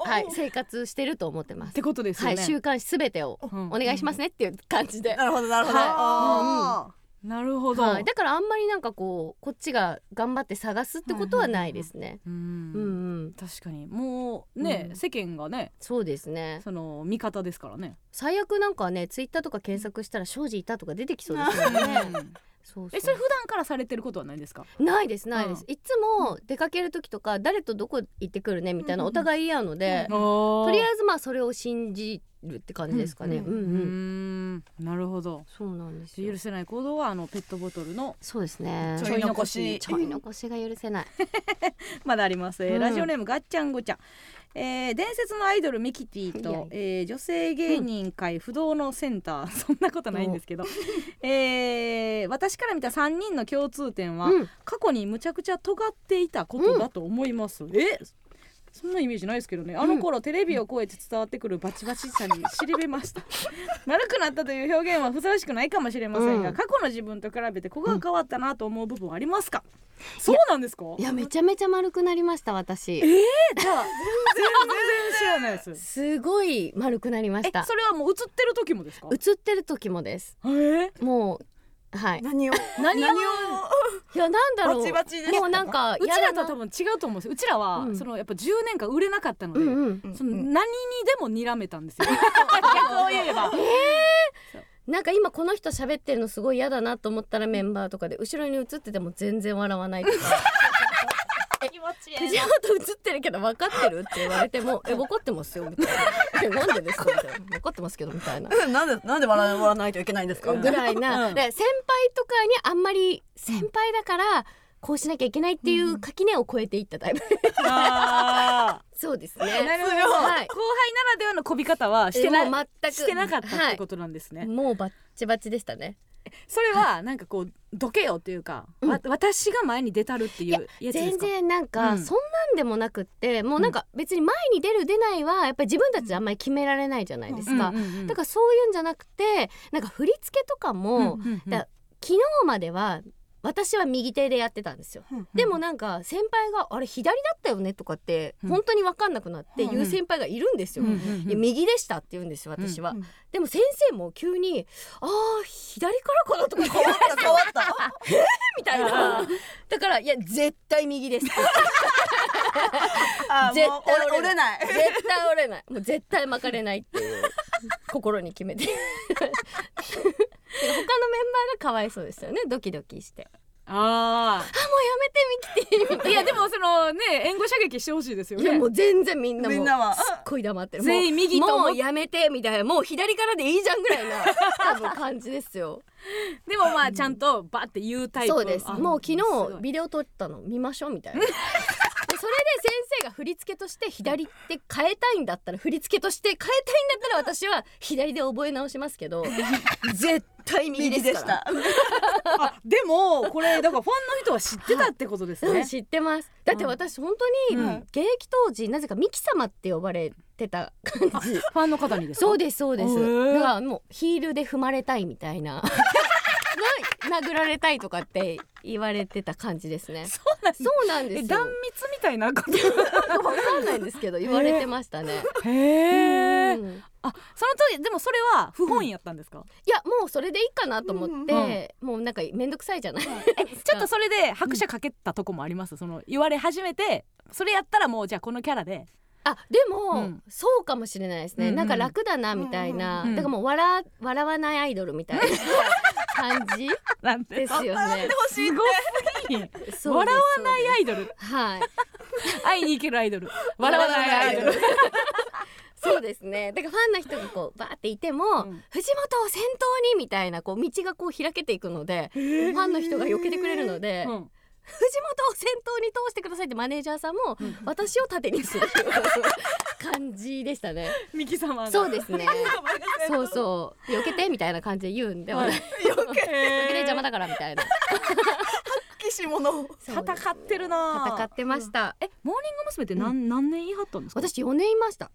Speaker 2: おー
Speaker 4: はい、生活してると思ってま
Speaker 1: っ
Speaker 4: す。
Speaker 1: てことですよ
Speaker 4: は
Speaker 1: ね、
Speaker 4: い、週刊誌すべてを
Speaker 1: うん
Speaker 4: お願いしますねっていう感じで、
Speaker 2: なるほどなるほど、
Speaker 1: はい
Speaker 2: あー
Speaker 1: なるほど、
Speaker 4: はい、だからあんまりなんかこうこっちが頑張って探すってことはないですね。
Speaker 1: う
Speaker 4: うんうんん、
Speaker 1: 確かにもうね、
Speaker 4: うん
Speaker 1: 世間がね
Speaker 4: そうですね。
Speaker 1: その味方ですからね
Speaker 4: 最悪なんかね、ツイッターとか検索したら庄司いたとか出てきそうですよね。
Speaker 1: うん
Speaker 4: そうそう
Speaker 1: えそれ普段からされてることはないんですか
Speaker 4: ないですないです、
Speaker 1: う
Speaker 4: いつも出かける時とか誰とどこ行ってくるねみたいなお互い言い合うので、
Speaker 1: と
Speaker 4: とりあえずまあそれを信じるって感じですかね。
Speaker 1: うん
Speaker 4: うんうん、
Speaker 1: うーんなるほど
Speaker 4: そうなんですよ
Speaker 1: 許。せない行動はあのペットボトルの
Speaker 4: そうですね
Speaker 1: ちょい残し
Speaker 4: ちょい残しが許せない。
Speaker 1: まだあります、えー
Speaker 4: うん
Speaker 1: ラジオネームガッチャンゴチャン、えー伝説のアイドルミキティ
Speaker 4: いやいや
Speaker 1: と、えー女性芸人界不動のセンター、 (laughs) そんなことないんですけど、えー私から見た3人の共通点は、
Speaker 4: うん
Speaker 1: 過去にむちゃくちゃ尖っていたことだと思います、えそんなイメージないですけどねあの頃、テレビを超えて伝わってくるバチバチさにしりべま
Speaker 4: (laughs)
Speaker 1: した丸くなったという表現はふさわしくないかもしれませんが、
Speaker 4: うん
Speaker 1: 過去の自分と比べてここが変わったなと思う部分はありますか、そうなんですか
Speaker 4: いやめちゃめちゃ丸くなりました
Speaker 1: じ
Speaker 4: 私。
Speaker 1: ゃあ全然知らないです。
Speaker 4: すごい丸くなりま
Speaker 1: え
Speaker 4: し、た
Speaker 1: そ。れはもう映ってる時もですか？
Speaker 4: 映ってる時もです。
Speaker 1: えー、
Speaker 4: もうはい。
Speaker 2: 何を
Speaker 4: 何をいやなんだろう。
Speaker 2: バチバチでしたか
Speaker 4: もうなんか
Speaker 1: うちらとは
Speaker 4: やだ
Speaker 1: 多
Speaker 4: な
Speaker 1: 分違うと思うんですよ。うちらは、
Speaker 4: うん
Speaker 1: そのやっぱ10年間売れなかったので、
Speaker 4: うんうん。
Speaker 1: その何にでも睨めたんですよ。逆を言えば。
Speaker 4: なんか今この人喋ってるのすごい嫌だなと思ったらメンバーとかで後ろに映ってても全然笑わ (laughs) ないとか。藤本映ってるけど分かってるって言われても「え分かってますよ」みたいなえ「なんでですか?」みたいな「分かってますけど」みたいな
Speaker 2: (laughs) なんでなんで笑わないといけないんですか
Speaker 4: ぐらいな、
Speaker 1: うん
Speaker 4: で先輩とかにあんまり先輩だからこうしなきゃいけないっていう垣根を越えていった
Speaker 1: (laughs)
Speaker 4: タイプ、
Speaker 1: あ
Speaker 4: そうです
Speaker 1: あ、な
Speaker 4: ね
Speaker 1: るほど。後輩な
Speaker 4: は
Speaker 1: ら
Speaker 4: い
Speaker 1: ではの媚び方はしてな
Speaker 4: えもう
Speaker 1: い。
Speaker 4: 全く、
Speaker 1: してなかったってこととなんですね、
Speaker 4: はいもうバッチバチでしたね
Speaker 1: それはなんかこうどけよというか、わ私が前に出たるっていうやつです
Speaker 4: 全
Speaker 1: か
Speaker 4: 然なんか、
Speaker 1: うん
Speaker 4: そんなんでもなくってもうなんか別に前に出る出ないはやっぱり自分たちであんまり決められないじゃないですか、
Speaker 1: うんうんうん
Speaker 4: だからそういうんじゃなくてなんか振り付けとかも、
Speaker 1: うんうんうん
Speaker 4: だ昨日までは私は右手でやってたんですよ、でもなんか先輩があれ左だったよねとかって
Speaker 1: うん
Speaker 4: 本当に分かんなくなって
Speaker 1: うん
Speaker 4: 言う先輩がいるんですよ、
Speaker 1: うんうんうん
Speaker 4: いや右でしたって言うんですよ私は、
Speaker 2: うん
Speaker 4: でも先生も急にあー左からかなとか
Speaker 2: 変わった変わった
Speaker 4: みたいなだからいや絶対右です絶
Speaker 2: あー
Speaker 4: 絶
Speaker 2: もう
Speaker 4: 対
Speaker 2: 折れ折れない
Speaker 4: 対折れないもう絶対巻かれないっていう心に決め (laughs) ててか他のメンバーがかわいそうですよねドキドキして
Speaker 1: あ
Speaker 4: あもうやめてミキティみた
Speaker 1: あ
Speaker 4: い
Speaker 1: い
Speaker 4: な
Speaker 1: やでもそのね援護射撃してほしいですよ
Speaker 4: い
Speaker 1: ね
Speaker 4: やもう全然みんなもう
Speaker 2: みんなは
Speaker 4: すっごい黙ってる
Speaker 1: 全員右と思っ
Speaker 4: もうもうやめてみたいなもう左からでいいじゃんぐら
Speaker 1: (laughs)
Speaker 4: いな多分感じですよ
Speaker 1: でもまあちゃんとバって言うタイプ
Speaker 4: そうです
Speaker 1: あ
Speaker 4: もう昨
Speaker 1: すご
Speaker 4: 日
Speaker 1: い
Speaker 4: ビデオ撮ったの見ましょうみたいなでそれで先生が振り付けとして左って変えたいんだったら振り付けとして変えたいんだったら私は左で覚え直しますけど絶対右
Speaker 2: 右
Speaker 4: で
Speaker 2: ですし
Speaker 4: から
Speaker 2: た
Speaker 1: あでもこれだからファンの人は知ってたってことです
Speaker 4: うん
Speaker 1: ね
Speaker 4: 知ってますだって私本当に
Speaker 1: うん
Speaker 4: 現役当時なぜかミキ様って呼ばれてた感じ
Speaker 1: ファンの方にですか
Speaker 4: そうですそうで
Speaker 1: へ
Speaker 4: す
Speaker 1: ー
Speaker 4: だからもうヒールで踏まれたいみたいな (laughs) な殴られたいとかって言われてた感じですね
Speaker 1: そうなんです
Speaker 4: そうなんで
Speaker 1: え
Speaker 4: す
Speaker 1: 断
Speaker 4: よ
Speaker 1: 蜜みたいなこと
Speaker 4: わかんないんですけど言われてましたね、
Speaker 1: へ
Speaker 4: (laughs) う
Speaker 1: え
Speaker 4: ん
Speaker 1: あその時でもそれは不本意やったんですか、
Speaker 4: いやもうそれでいいかなと思って、もうなんかめんどくさいじゃない、 (laughs)
Speaker 1: ちょっとそれで拍車かけたとこもありますその言われ始めてそれやったらもうじゃあこのキャラで
Speaker 4: あでも、
Speaker 1: うん
Speaker 4: そうかもしれないです
Speaker 1: うん
Speaker 4: ね、
Speaker 1: うん
Speaker 4: なんか楽だなみたいな、
Speaker 1: うんうん
Speaker 4: だからもう笑笑わないアイドルみたいな感じ
Speaker 1: なんて (laughs)
Speaker 4: ですよね
Speaker 1: すごすぎん
Speaker 4: そ
Speaker 1: 笑
Speaker 4: うです
Speaker 1: わないアイドル
Speaker 4: はい
Speaker 1: 会いに行けるアイドル笑わないアイドル
Speaker 4: (laughs) そうですねだからファンの人がこうバーっていても、
Speaker 1: うん
Speaker 4: 藤本を先頭にみたいなこう道がこう開けていくので、ファンの人が避けてくれるので、
Speaker 1: うん
Speaker 4: 藤本を先頭に通してくださいってマネージャーさんも私を盾にする感じ
Speaker 1: (laughs)
Speaker 4: でしたね
Speaker 5: ミキ様が
Speaker 4: そうですねそう
Speaker 5: う
Speaker 4: そう避けてみたいな感じで言うんで、
Speaker 5: はい
Speaker 4: 私
Speaker 5: 避け
Speaker 4: 避けて邪魔だからみたいな
Speaker 2: 岸物
Speaker 4: そうです
Speaker 5: 戦ってるな
Speaker 4: 戦ってましたえ
Speaker 1: モーニング娘。って何,、何年言い張ったんですか
Speaker 4: 私4年いました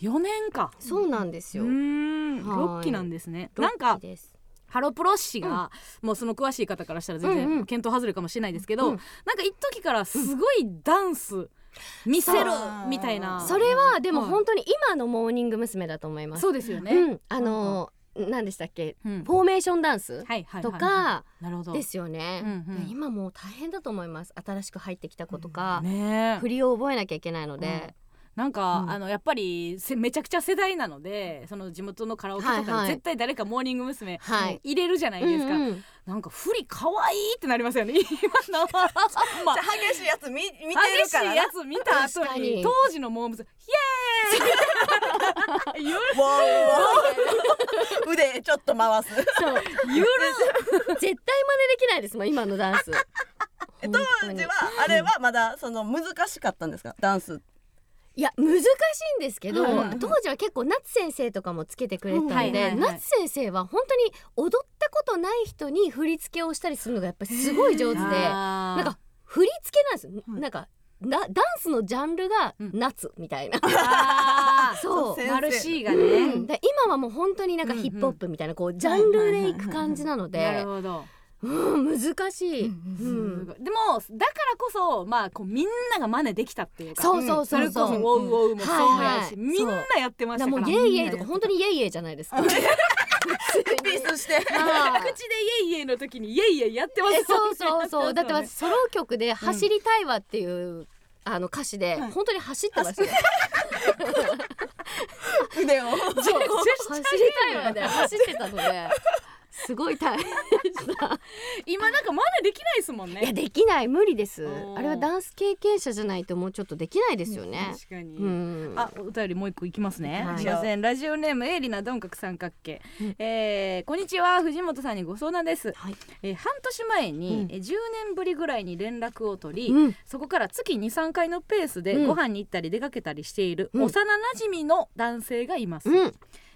Speaker 1: 4年か
Speaker 4: そうなんです
Speaker 1: う
Speaker 4: よ
Speaker 1: ーん
Speaker 4: はい
Speaker 1: ロッキーなんですねなんか
Speaker 4: ロッキーです
Speaker 1: ハロプロ氏が、もうその詳しい方からしたら全
Speaker 4: うんうん
Speaker 1: 然検討外れかもしれないですけど、
Speaker 4: うん
Speaker 1: なんか一時からすごいダンス見せろみたいな
Speaker 4: それはでも
Speaker 1: はい
Speaker 4: 本当に今のモーニング娘。だと思います
Speaker 1: そうですよね、
Speaker 4: うん、あのー何でしたっけ
Speaker 1: うん
Speaker 4: フォーメーションダンス
Speaker 1: はいはいはい
Speaker 4: とか
Speaker 1: なるほど
Speaker 4: ですよね、
Speaker 1: うんうん
Speaker 4: 今もう大変だと思います新しく入ってきた子とか、
Speaker 1: ねえ
Speaker 4: 振りを覚えなきゃいけないので、
Speaker 1: なんか、
Speaker 4: うん
Speaker 1: あのやっぱりせめちゃくちゃ世代なのでその地元のカラオケと
Speaker 4: はい
Speaker 1: か
Speaker 4: はい
Speaker 1: で絶対誰かモーニング娘。
Speaker 4: はい
Speaker 1: 入れるじゃないですか、
Speaker 4: うんうん
Speaker 1: なんか振り可愛いってなりますよね (laughs) 今の
Speaker 4: (laughs)
Speaker 1: まあ
Speaker 2: 激しいやつ見見てる
Speaker 1: 激し
Speaker 2: から
Speaker 1: い
Speaker 2: な
Speaker 1: やつ見た後
Speaker 4: 確か
Speaker 1: に
Speaker 4: に
Speaker 1: 当時のモームスイエーイ言う
Speaker 2: わー腕ちょっと回す
Speaker 4: そう絶対真似できないですもん今の
Speaker 1: (laughs)
Speaker 4: ダンス本
Speaker 2: 当
Speaker 4: 当に
Speaker 2: 時はあれはまだその難しかったんですかダンス
Speaker 4: いや難しいんですけど、
Speaker 1: うん
Speaker 4: 当時は結構夏先生とかもつけてくれてた
Speaker 1: はい
Speaker 4: の
Speaker 1: はいはい
Speaker 4: で、夏先生は本当に踊ったことない人に振り付けをしたりするのがやっぱりすごい上手でな
Speaker 1: なん
Speaker 4: か振り付けなんですよ、なんかなダンスのジャンルが
Speaker 1: うん
Speaker 4: 夏みたいな、
Speaker 1: あ
Speaker 4: そう
Speaker 2: 先
Speaker 1: ー
Speaker 2: 生
Speaker 1: マルシーがね、
Speaker 4: うん、で今はもう本当になんかヒップホップみたいなこうジャンルでいく感じなの
Speaker 1: なる
Speaker 4: で、
Speaker 1: ほど、
Speaker 4: うん、難しい、う
Speaker 1: すご
Speaker 4: ん、
Speaker 1: いでもだからこそまあこうみんなが真似できたっていうか
Speaker 4: そうそうそう
Speaker 1: れこ
Speaker 4: そ
Speaker 1: そうウォ
Speaker 4: だ
Speaker 1: ウウォウもそうやし、
Speaker 4: はいはい
Speaker 1: みんなやってまし
Speaker 4: から
Speaker 1: たか
Speaker 4: も
Speaker 1: ら
Speaker 4: うイエイイエイとか本当にイエイイエイじゃないですか
Speaker 2: ピースして
Speaker 4: あー
Speaker 1: 口でイエイイエイの時にイエイイエイやってます
Speaker 4: えそうそうそ (laughs) うだって
Speaker 1: ます
Speaker 4: 私ソロ曲で「走りたいわ」っていう、あの歌詞で、本当に走ってましたよ
Speaker 2: 腕を
Speaker 4: そう走りたいわで走ってたのですごい大変でした
Speaker 1: (laughs) 今なんか真似できないですもん
Speaker 4: いや
Speaker 1: ね
Speaker 4: できない無理です
Speaker 1: おー
Speaker 4: あれはダンス経験者じゃないともうちょっとできないですよね
Speaker 1: 確かに、
Speaker 4: うん
Speaker 1: あ、お便りもう一個いきますね。
Speaker 4: はい
Speaker 1: すいません、ラジオネームエリナどんかく三角形。えーこんにちは、藤本さんにご相談です。
Speaker 4: はい
Speaker 1: えー半年前に、
Speaker 4: うん
Speaker 1: えー10年ぶりぐらいに連絡を取り、
Speaker 4: うん
Speaker 1: そこから月23回のペースで
Speaker 4: うん
Speaker 1: ご飯に行ったり出かけたりしている
Speaker 4: うん
Speaker 1: 幼馴染の男性がいます、
Speaker 4: うん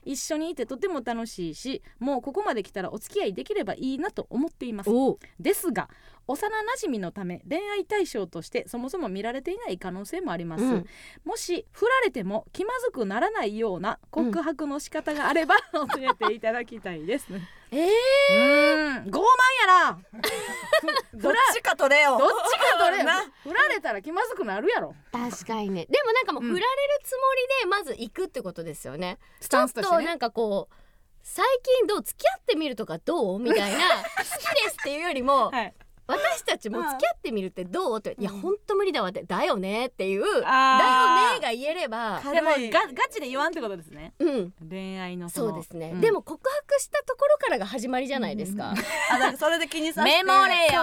Speaker 1: 一緒にいてとても楽しいしもうここまで来たらお付き合いできればいいなと思っています
Speaker 4: おう
Speaker 1: ですが幼馴染のため恋愛対象としてそもそも見られていない可能性もあります、
Speaker 4: うん
Speaker 1: もし振られても気まずくならないような告白の仕方があれば (laughs) 教えていただきたいです
Speaker 4: え
Speaker 1: う
Speaker 4: ー
Speaker 1: ーん傲慢やな
Speaker 2: どっちか取れよ
Speaker 1: どっちか取れよ
Speaker 2: な
Speaker 1: 振られたら気まずくなるやろ
Speaker 4: 確かにねでもなんかもう
Speaker 1: うん
Speaker 4: 振られるつもりでまず行くってことですよね、
Speaker 1: スタンスと
Speaker 4: ち
Speaker 1: し
Speaker 4: ょってと
Speaker 1: ね
Speaker 4: なんかこう最近どう付き合ってみるとかどうみたいな
Speaker 1: (laughs)
Speaker 4: 好きですっていうよりも、
Speaker 1: はい
Speaker 4: 私たちも付き合ってみるってどうっていやほんと無理だわってだよねっていうだよね
Speaker 1: あー
Speaker 4: が言えれば
Speaker 1: でも
Speaker 2: 軽い
Speaker 1: ガガチで言わんってことですね
Speaker 4: うん
Speaker 1: 恋愛の
Speaker 4: そ
Speaker 1: の
Speaker 4: うですね、
Speaker 1: ん
Speaker 4: でも告白したところからが始まりじゃないですか、
Speaker 2: あだからそれで気にさせて
Speaker 1: メモれよ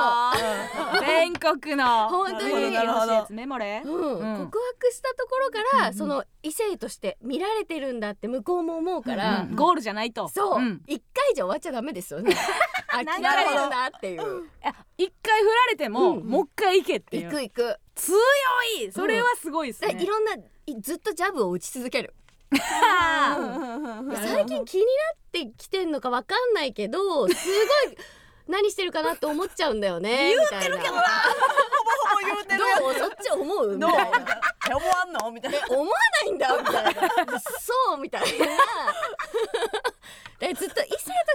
Speaker 1: (laughs) 全国の
Speaker 4: 本当に
Speaker 1: メモれよ欲しいやつメモれ
Speaker 4: うん
Speaker 1: うん
Speaker 4: 告白したところから、その異性として見られてるんだって向こうも思うから、
Speaker 1: うんゴールじゃないと
Speaker 4: そう、一
Speaker 1: ん
Speaker 4: 回じゃ終わっちゃダメですよね諦める (laughs) なってい
Speaker 1: い
Speaker 4: う
Speaker 1: や一回振られても、
Speaker 4: うん
Speaker 1: もう一回行けってい
Speaker 4: 行
Speaker 1: う
Speaker 4: く行く
Speaker 1: 強いそれはすごいです
Speaker 4: だ
Speaker 1: ね、
Speaker 4: からいろんないずっとジャブを打ち続ける
Speaker 1: あー
Speaker 2: よ
Speaker 4: 最近気になってきてんのかわかんないけどすごい何してるかなって思っちゃうんだよね言ってるけどな
Speaker 2: ほぼ言うてるよ
Speaker 4: (laughs) どうそっち思うみ
Speaker 2: どう
Speaker 4: たいな
Speaker 2: 思わんのみたいな
Speaker 4: 思わないんだみたいなそうみた
Speaker 1: (laughs)
Speaker 4: いなでずっと異性とし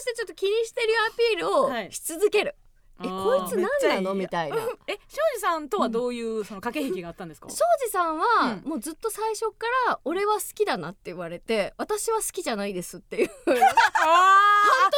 Speaker 4: てちょっと気にしてるアピールを
Speaker 1: はい
Speaker 4: し続ける、
Speaker 1: あ
Speaker 4: え
Speaker 1: ー
Speaker 4: こいつ何なの
Speaker 2: め
Speaker 4: み
Speaker 2: った
Speaker 4: いな
Speaker 1: え庄司さんとはどういうその駆け引きがあったんですか
Speaker 4: 庄司さんは、もうずっと最初から「俺は好きだな」って言われて「私は好きじゃないです」っ
Speaker 1: (laughs)
Speaker 4: ていう半
Speaker 1: あ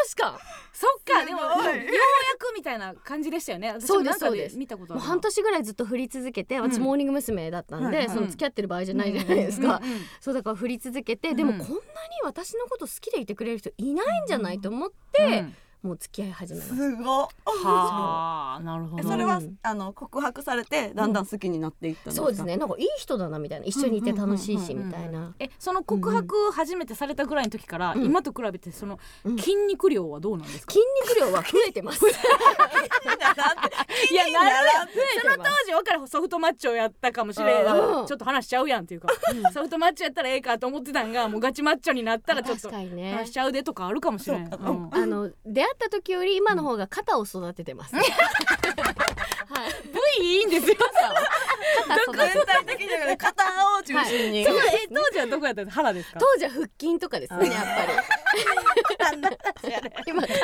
Speaker 4: 年間
Speaker 1: ーそっかでも
Speaker 2: すごい
Speaker 1: ようやくみたいな感じでしたよね私
Speaker 4: そ
Speaker 1: も
Speaker 4: うで
Speaker 1: なん
Speaker 4: す
Speaker 1: か
Speaker 4: そうで
Speaker 1: です見たことあ
Speaker 4: もう
Speaker 1: る
Speaker 4: 半年ぐらいずっと振り続けて私、
Speaker 1: うん
Speaker 4: モーニング娘。だったんで、
Speaker 2: はいはい
Speaker 4: その付き合ってる場合じゃないじゃないですか、
Speaker 1: うんうんうん
Speaker 4: そうだから振り続けて、で
Speaker 1: う
Speaker 4: も
Speaker 1: ん
Speaker 4: こんなに私のこと好きでいてくれる人いないんじゃないと思って、もう付き合い始めました
Speaker 2: すごっ
Speaker 1: うんはあなるほ
Speaker 2: え
Speaker 1: ど
Speaker 2: それは
Speaker 4: うん
Speaker 2: あの告白されてだんだん好きになっていったんですか
Speaker 4: そうですねなんかいい人だなみたいな一緒にいて楽しいしみたいな
Speaker 1: えその告白を初めてされたぐらいの時から、
Speaker 4: ん
Speaker 1: 今と比べてその
Speaker 4: うん
Speaker 1: 筋肉量はどうなんですか、
Speaker 4: 筋肉量は増えてます
Speaker 2: いやだって
Speaker 1: いやなる
Speaker 2: ならん
Speaker 1: そのソフトマッチョやったかもしれん
Speaker 4: うん
Speaker 1: ちょっと話しちゃうやんっていうかソフトマッチョやったらええかと思ってたんがもうガチマッチョになったらちょっ
Speaker 4: (laughs) 確
Speaker 1: と
Speaker 4: かにね
Speaker 1: 話しちゃうでとかあるかもしれん、うん
Speaker 4: あの出会った時より今の方が肩を育ててます。はい。部位いいんですよ。肩育てて。
Speaker 2: 体的には肩を中心に、
Speaker 4: はい
Speaker 1: (laughs) え当時はどこやったの腹ですか
Speaker 4: 当時は腹筋とかですね、やっぱり。 (laughs) 今肩。は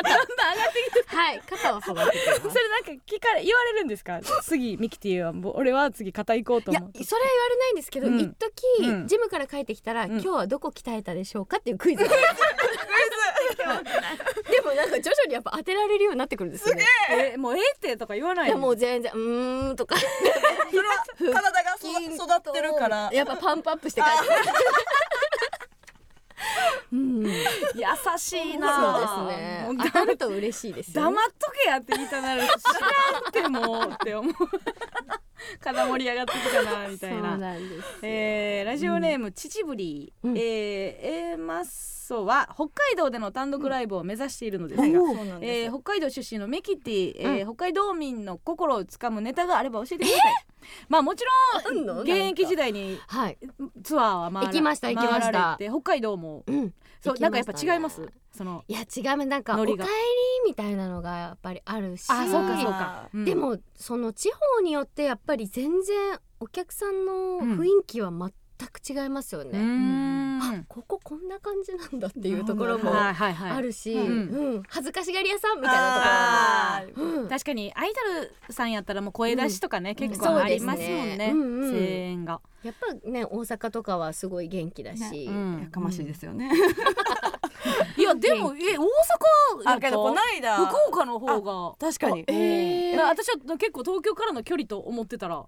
Speaker 4: い、肩を育てて
Speaker 6: そ
Speaker 4: ま
Speaker 6: れ
Speaker 4: す。
Speaker 6: なんか聞かれ言われるんですか次ミキティはもう俺は次肩行こうと
Speaker 4: いや
Speaker 6: 思う
Speaker 4: それは言われないんですけど、
Speaker 6: うん
Speaker 4: 一時、
Speaker 6: うん
Speaker 4: ジムから帰ってきたら、
Speaker 6: ん
Speaker 4: 今日はどこ鍛えたでしょうかっていうクイズ (laughs) がでもなんか徐々にやっぱ当てられるようになってくるんですよね
Speaker 1: えもうええってとか言わない
Speaker 4: いやも
Speaker 1: の
Speaker 4: う全然うーんとか
Speaker 2: それは体がそ育ってるから
Speaker 4: やっぱパンプアップして帰ってくる
Speaker 1: 優しいな
Speaker 4: そうです
Speaker 1: もう
Speaker 4: ね
Speaker 1: だ
Speaker 4: 当たると嬉しいです
Speaker 1: 黙
Speaker 4: よ、
Speaker 1: っ
Speaker 4: ね、
Speaker 1: とけやって言いたなる知らんってもうって
Speaker 4: (laughs)
Speaker 1: 思う肩盛り上がってきたなみたい
Speaker 4: そう
Speaker 1: な
Speaker 4: なんです
Speaker 1: えーラジオネーム、秩父リー、
Speaker 4: うん
Speaker 1: えー A マッソは北海道での単独ライブを目指しているのですが、
Speaker 2: そうなんです
Speaker 1: えー北海道出身のメキティ、えー北海道民の心をつかむネタがあれば教えてください。まあもち
Speaker 4: あ
Speaker 1: ろ
Speaker 4: ん
Speaker 1: ん
Speaker 4: の
Speaker 1: 現役時代に
Speaker 4: はい
Speaker 1: ツアーは回ら
Speaker 4: 行きました行きました
Speaker 1: 回られて北海道も
Speaker 4: うん
Speaker 1: そう、
Speaker 4: 行きましたね
Speaker 1: なんかやっぱ違いますその
Speaker 4: いや違うなんか
Speaker 1: ノ
Speaker 4: お帰
Speaker 1: リ
Speaker 4: り
Speaker 1: が
Speaker 4: みたいなのがやっぱりあるし
Speaker 1: あそうかそうか、うん
Speaker 4: でもその地方によってやっぱり全然お客さんの雰囲気は全く違いますよ
Speaker 1: うー
Speaker 4: ね、
Speaker 1: ん
Speaker 4: あこここんな感じなんだっていうところも
Speaker 1: はいはいはい
Speaker 4: あるし、
Speaker 1: いうん
Speaker 4: うん恥ずかしがり屋さんみたいな
Speaker 2: あー
Speaker 4: ところも、うん
Speaker 1: 確かにアイドルさんやったらもう声出しとかね、結構
Speaker 4: そう
Speaker 1: あ
Speaker 4: で
Speaker 1: り
Speaker 4: す
Speaker 1: ますもんね,、
Speaker 4: ねうんうん
Speaker 1: 声援が、
Speaker 4: やっぱね大阪とかはすごい元気だし、
Speaker 1: うん
Speaker 2: やかましいですよね、
Speaker 1: いやでもえ大阪や
Speaker 2: だ
Speaker 1: け
Speaker 2: け
Speaker 1: ど
Speaker 2: どこないだ
Speaker 1: 福岡の方が
Speaker 2: 確かに
Speaker 4: え
Speaker 1: だから私は結構東京からの距離と思って (laughs) たら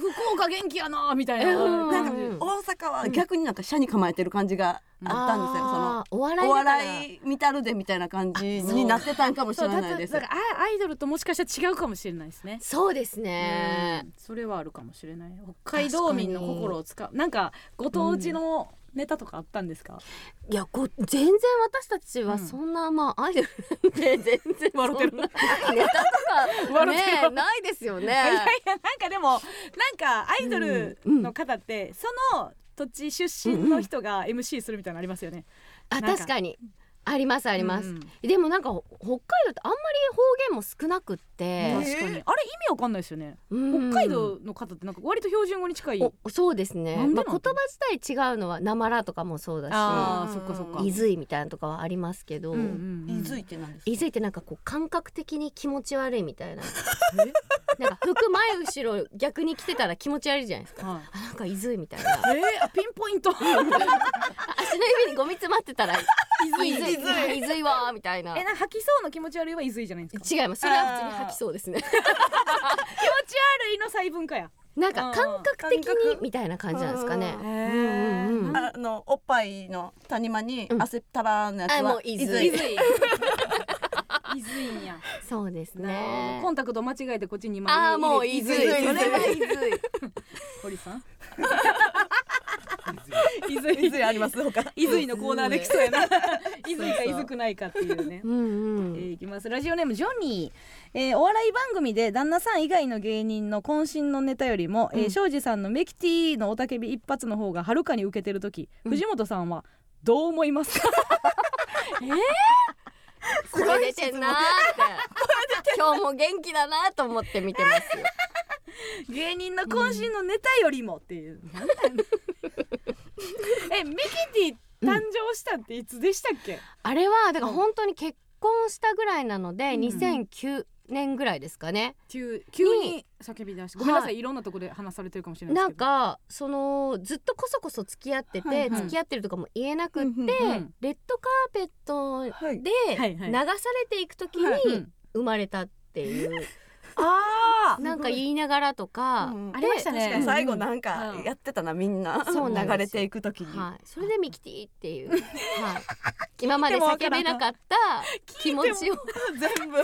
Speaker 1: 福岡元気やなみたいな、
Speaker 4: うん
Speaker 2: なんか
Speaker 4: う
Speaker 2: 大阪は逆になんか社に構えてる感じがあったんですよその
Speaker 4: あーお笑い
Speaker 2: お
Speaker 4: だから
Speaker 2: 笑い見たるでみたいな感じになってたんかもし
Speaker 1: そ
Speaker 2: れ
Speaker 1: うだ
Speaker 2: ない
Speaker 1: だ
Speaker 2: です
Speaker 1: だからあアイドルともしかしたら違うかもしれないですね。
Speaker 4: そうですね
Speaker 1: う、んそれはあるかもしれない北海道民の心を使うなんかご当地のネタとかあったんですか、
Speaker 4: いやこ全然私たちはそんな、まあアイドルなん
Speaker 1: (laughs)
Speaker 4: で全然そんな
Speaker 1: 笑ってる
Speaker 4: ネタとかねないですよね
Speaker 1: いやいやなんかでもなんかアイドルの方って、その土地出身の人が MC するみたいなのありますよね。
Speaker 4: あ
Speaker 1: なんか
Speaker 4: 確かにありますあります、
Speaker 1: うん
Speaker 4: でもなんかほ北海道ってあんまり方言も少なくって、
Speaker 1: 確かにあれ意味わかんないですよね。
Speaker 4: うん
Speaker 1: 北海道の方ってなんか割と標準語に近い。
Speaker 4: おそうですね
Speaker 1: なんでな
Speaker 4: まあ、
Speaker 1: の
Speaker 4: 言葉自体違うのはなまらとかもそうだ
Speaker 1: あー
Speaker 4: し
Speaker 1: そっかそっか。
Speaker 4: 伊豆いみたいなのとかはありますけど、
Speaker 1: うんうんうん
Speaker 2: 伊豆ってなんです
Speaker 4: 伊豆ってなんかこう感覚的に気持ち悪いみたいななんか服前後ろ逆に着てたら気持ち悪いじゃないですか
Speaker 1: はい
Speaker 4: あなんか伊豆みたいな
Speaker 1: えー、ピンポ
Speaker 4: (laughs)
Speaker 1: イント
Speaker 4: 足の指にゴミ詰まってたら伊豆伊豆伊豆はみたいな
Speaker 1: えなんか吐きそうの気持ち悪いは伊豆じゃないんですか
Speaker 4: 違いますそれは普通に吐きそうですね
Speaker 1: 気持ち悪いの細分化や
Speaker 4: なんか感覚的
Speaker 2: あー感
Speaker 4: に
Speaker 2: 覚
Speaker 4: みたいな感じなんですかね。
Speaker 2: うん
Speaker 4: うんうんうん。あ
Speaker 2: あのおっぱいの谷間に汗たらーのやつ
Speaker 4: も
Speaker 2: は
Speaker 4: う伊豆。
Speaker 2: 伊
Speaker 4: 伊
Speaker 2: 豆
Speaker 4: 豆
Speaker 1: 伊豆んや
Speaker 4: そうです
Speaker 1: なるほ
Speaker 4: ね
Speaker 1: どコ。ンタクト間違えてこっちに今
Speaker 4: あーもう伊豆。それ
Speaker 2: 伊豆
Speaker 4: は伊豆。
Speaker 1: 堀さ (laughs) ん伊豆
Speaker 2: 伊豆あります他
Speaker 1: 伊豆のコーナーでき (laughs) そうやな伊豆か伊豆くないかっていうね
Speaker 4: うんう
Speaker 1: え
Speaker 4: ん。
Speaker 1: ーいきますラジオネームジョニー、えーお笑い番組で旦那さん以外の芸人の渾身のネタよりも、えー庄司さんのメキティの雄たけび一発の方がはるかに受けてる時、藤本さんはどう思い (laughs) ますか
Speaker 4: 声出てんなーって。今日も元気だなと思って見てますよ。
Speaker 1: 芸人の渾身のネタよりもっていう、なんなんだ (laughs) えメキティ誕生したっていつでしたっけ、
Speaker 4: あれはだから本当に結婚したぐらいなので2009年ぐらいですかね。
Speaker 1: 急急に叫び出してごめんなさい、、
Speaker 4: はい
Speaker 1: ろんなとこで話されてるかもしれな
Speaker 4: ないん
Speaker 1: ですけど
Speaker 4: かそのずっとこそこそ付き合ってて、
Speaker 2: はいはい
Speaker 4: 付き合ってるとかも言えなくって、
Speaker 2: うん
Speaker 1: うんうん
Speaker 4: レッドカーペット
Speaker 2: はい
Speaker 4: で
Speaker 1: はいはい
Speaker 4: 流されていく時
Speaker 2: は
Speaker 4: に
Speaker 1: ん
Speaker 4: 生まれたっていう、
Speaker 1: あ
Speaker 4: なんか言いながらとか、
Speaker 2: うん
Speaker 1: ありましたね
Speaker 2: 確かに最後なんか
Speaker 1: うん
Speaker 2: やってたなみんな
Speaker 4: そうなんで
Speaker 2: 流
Speaker 4: す
Speaker 2: れていくときに
Speaker 4: はい、それでミキティっていう、はい、今まで叫べなかった気持ちを、は
Speaker 2: 全部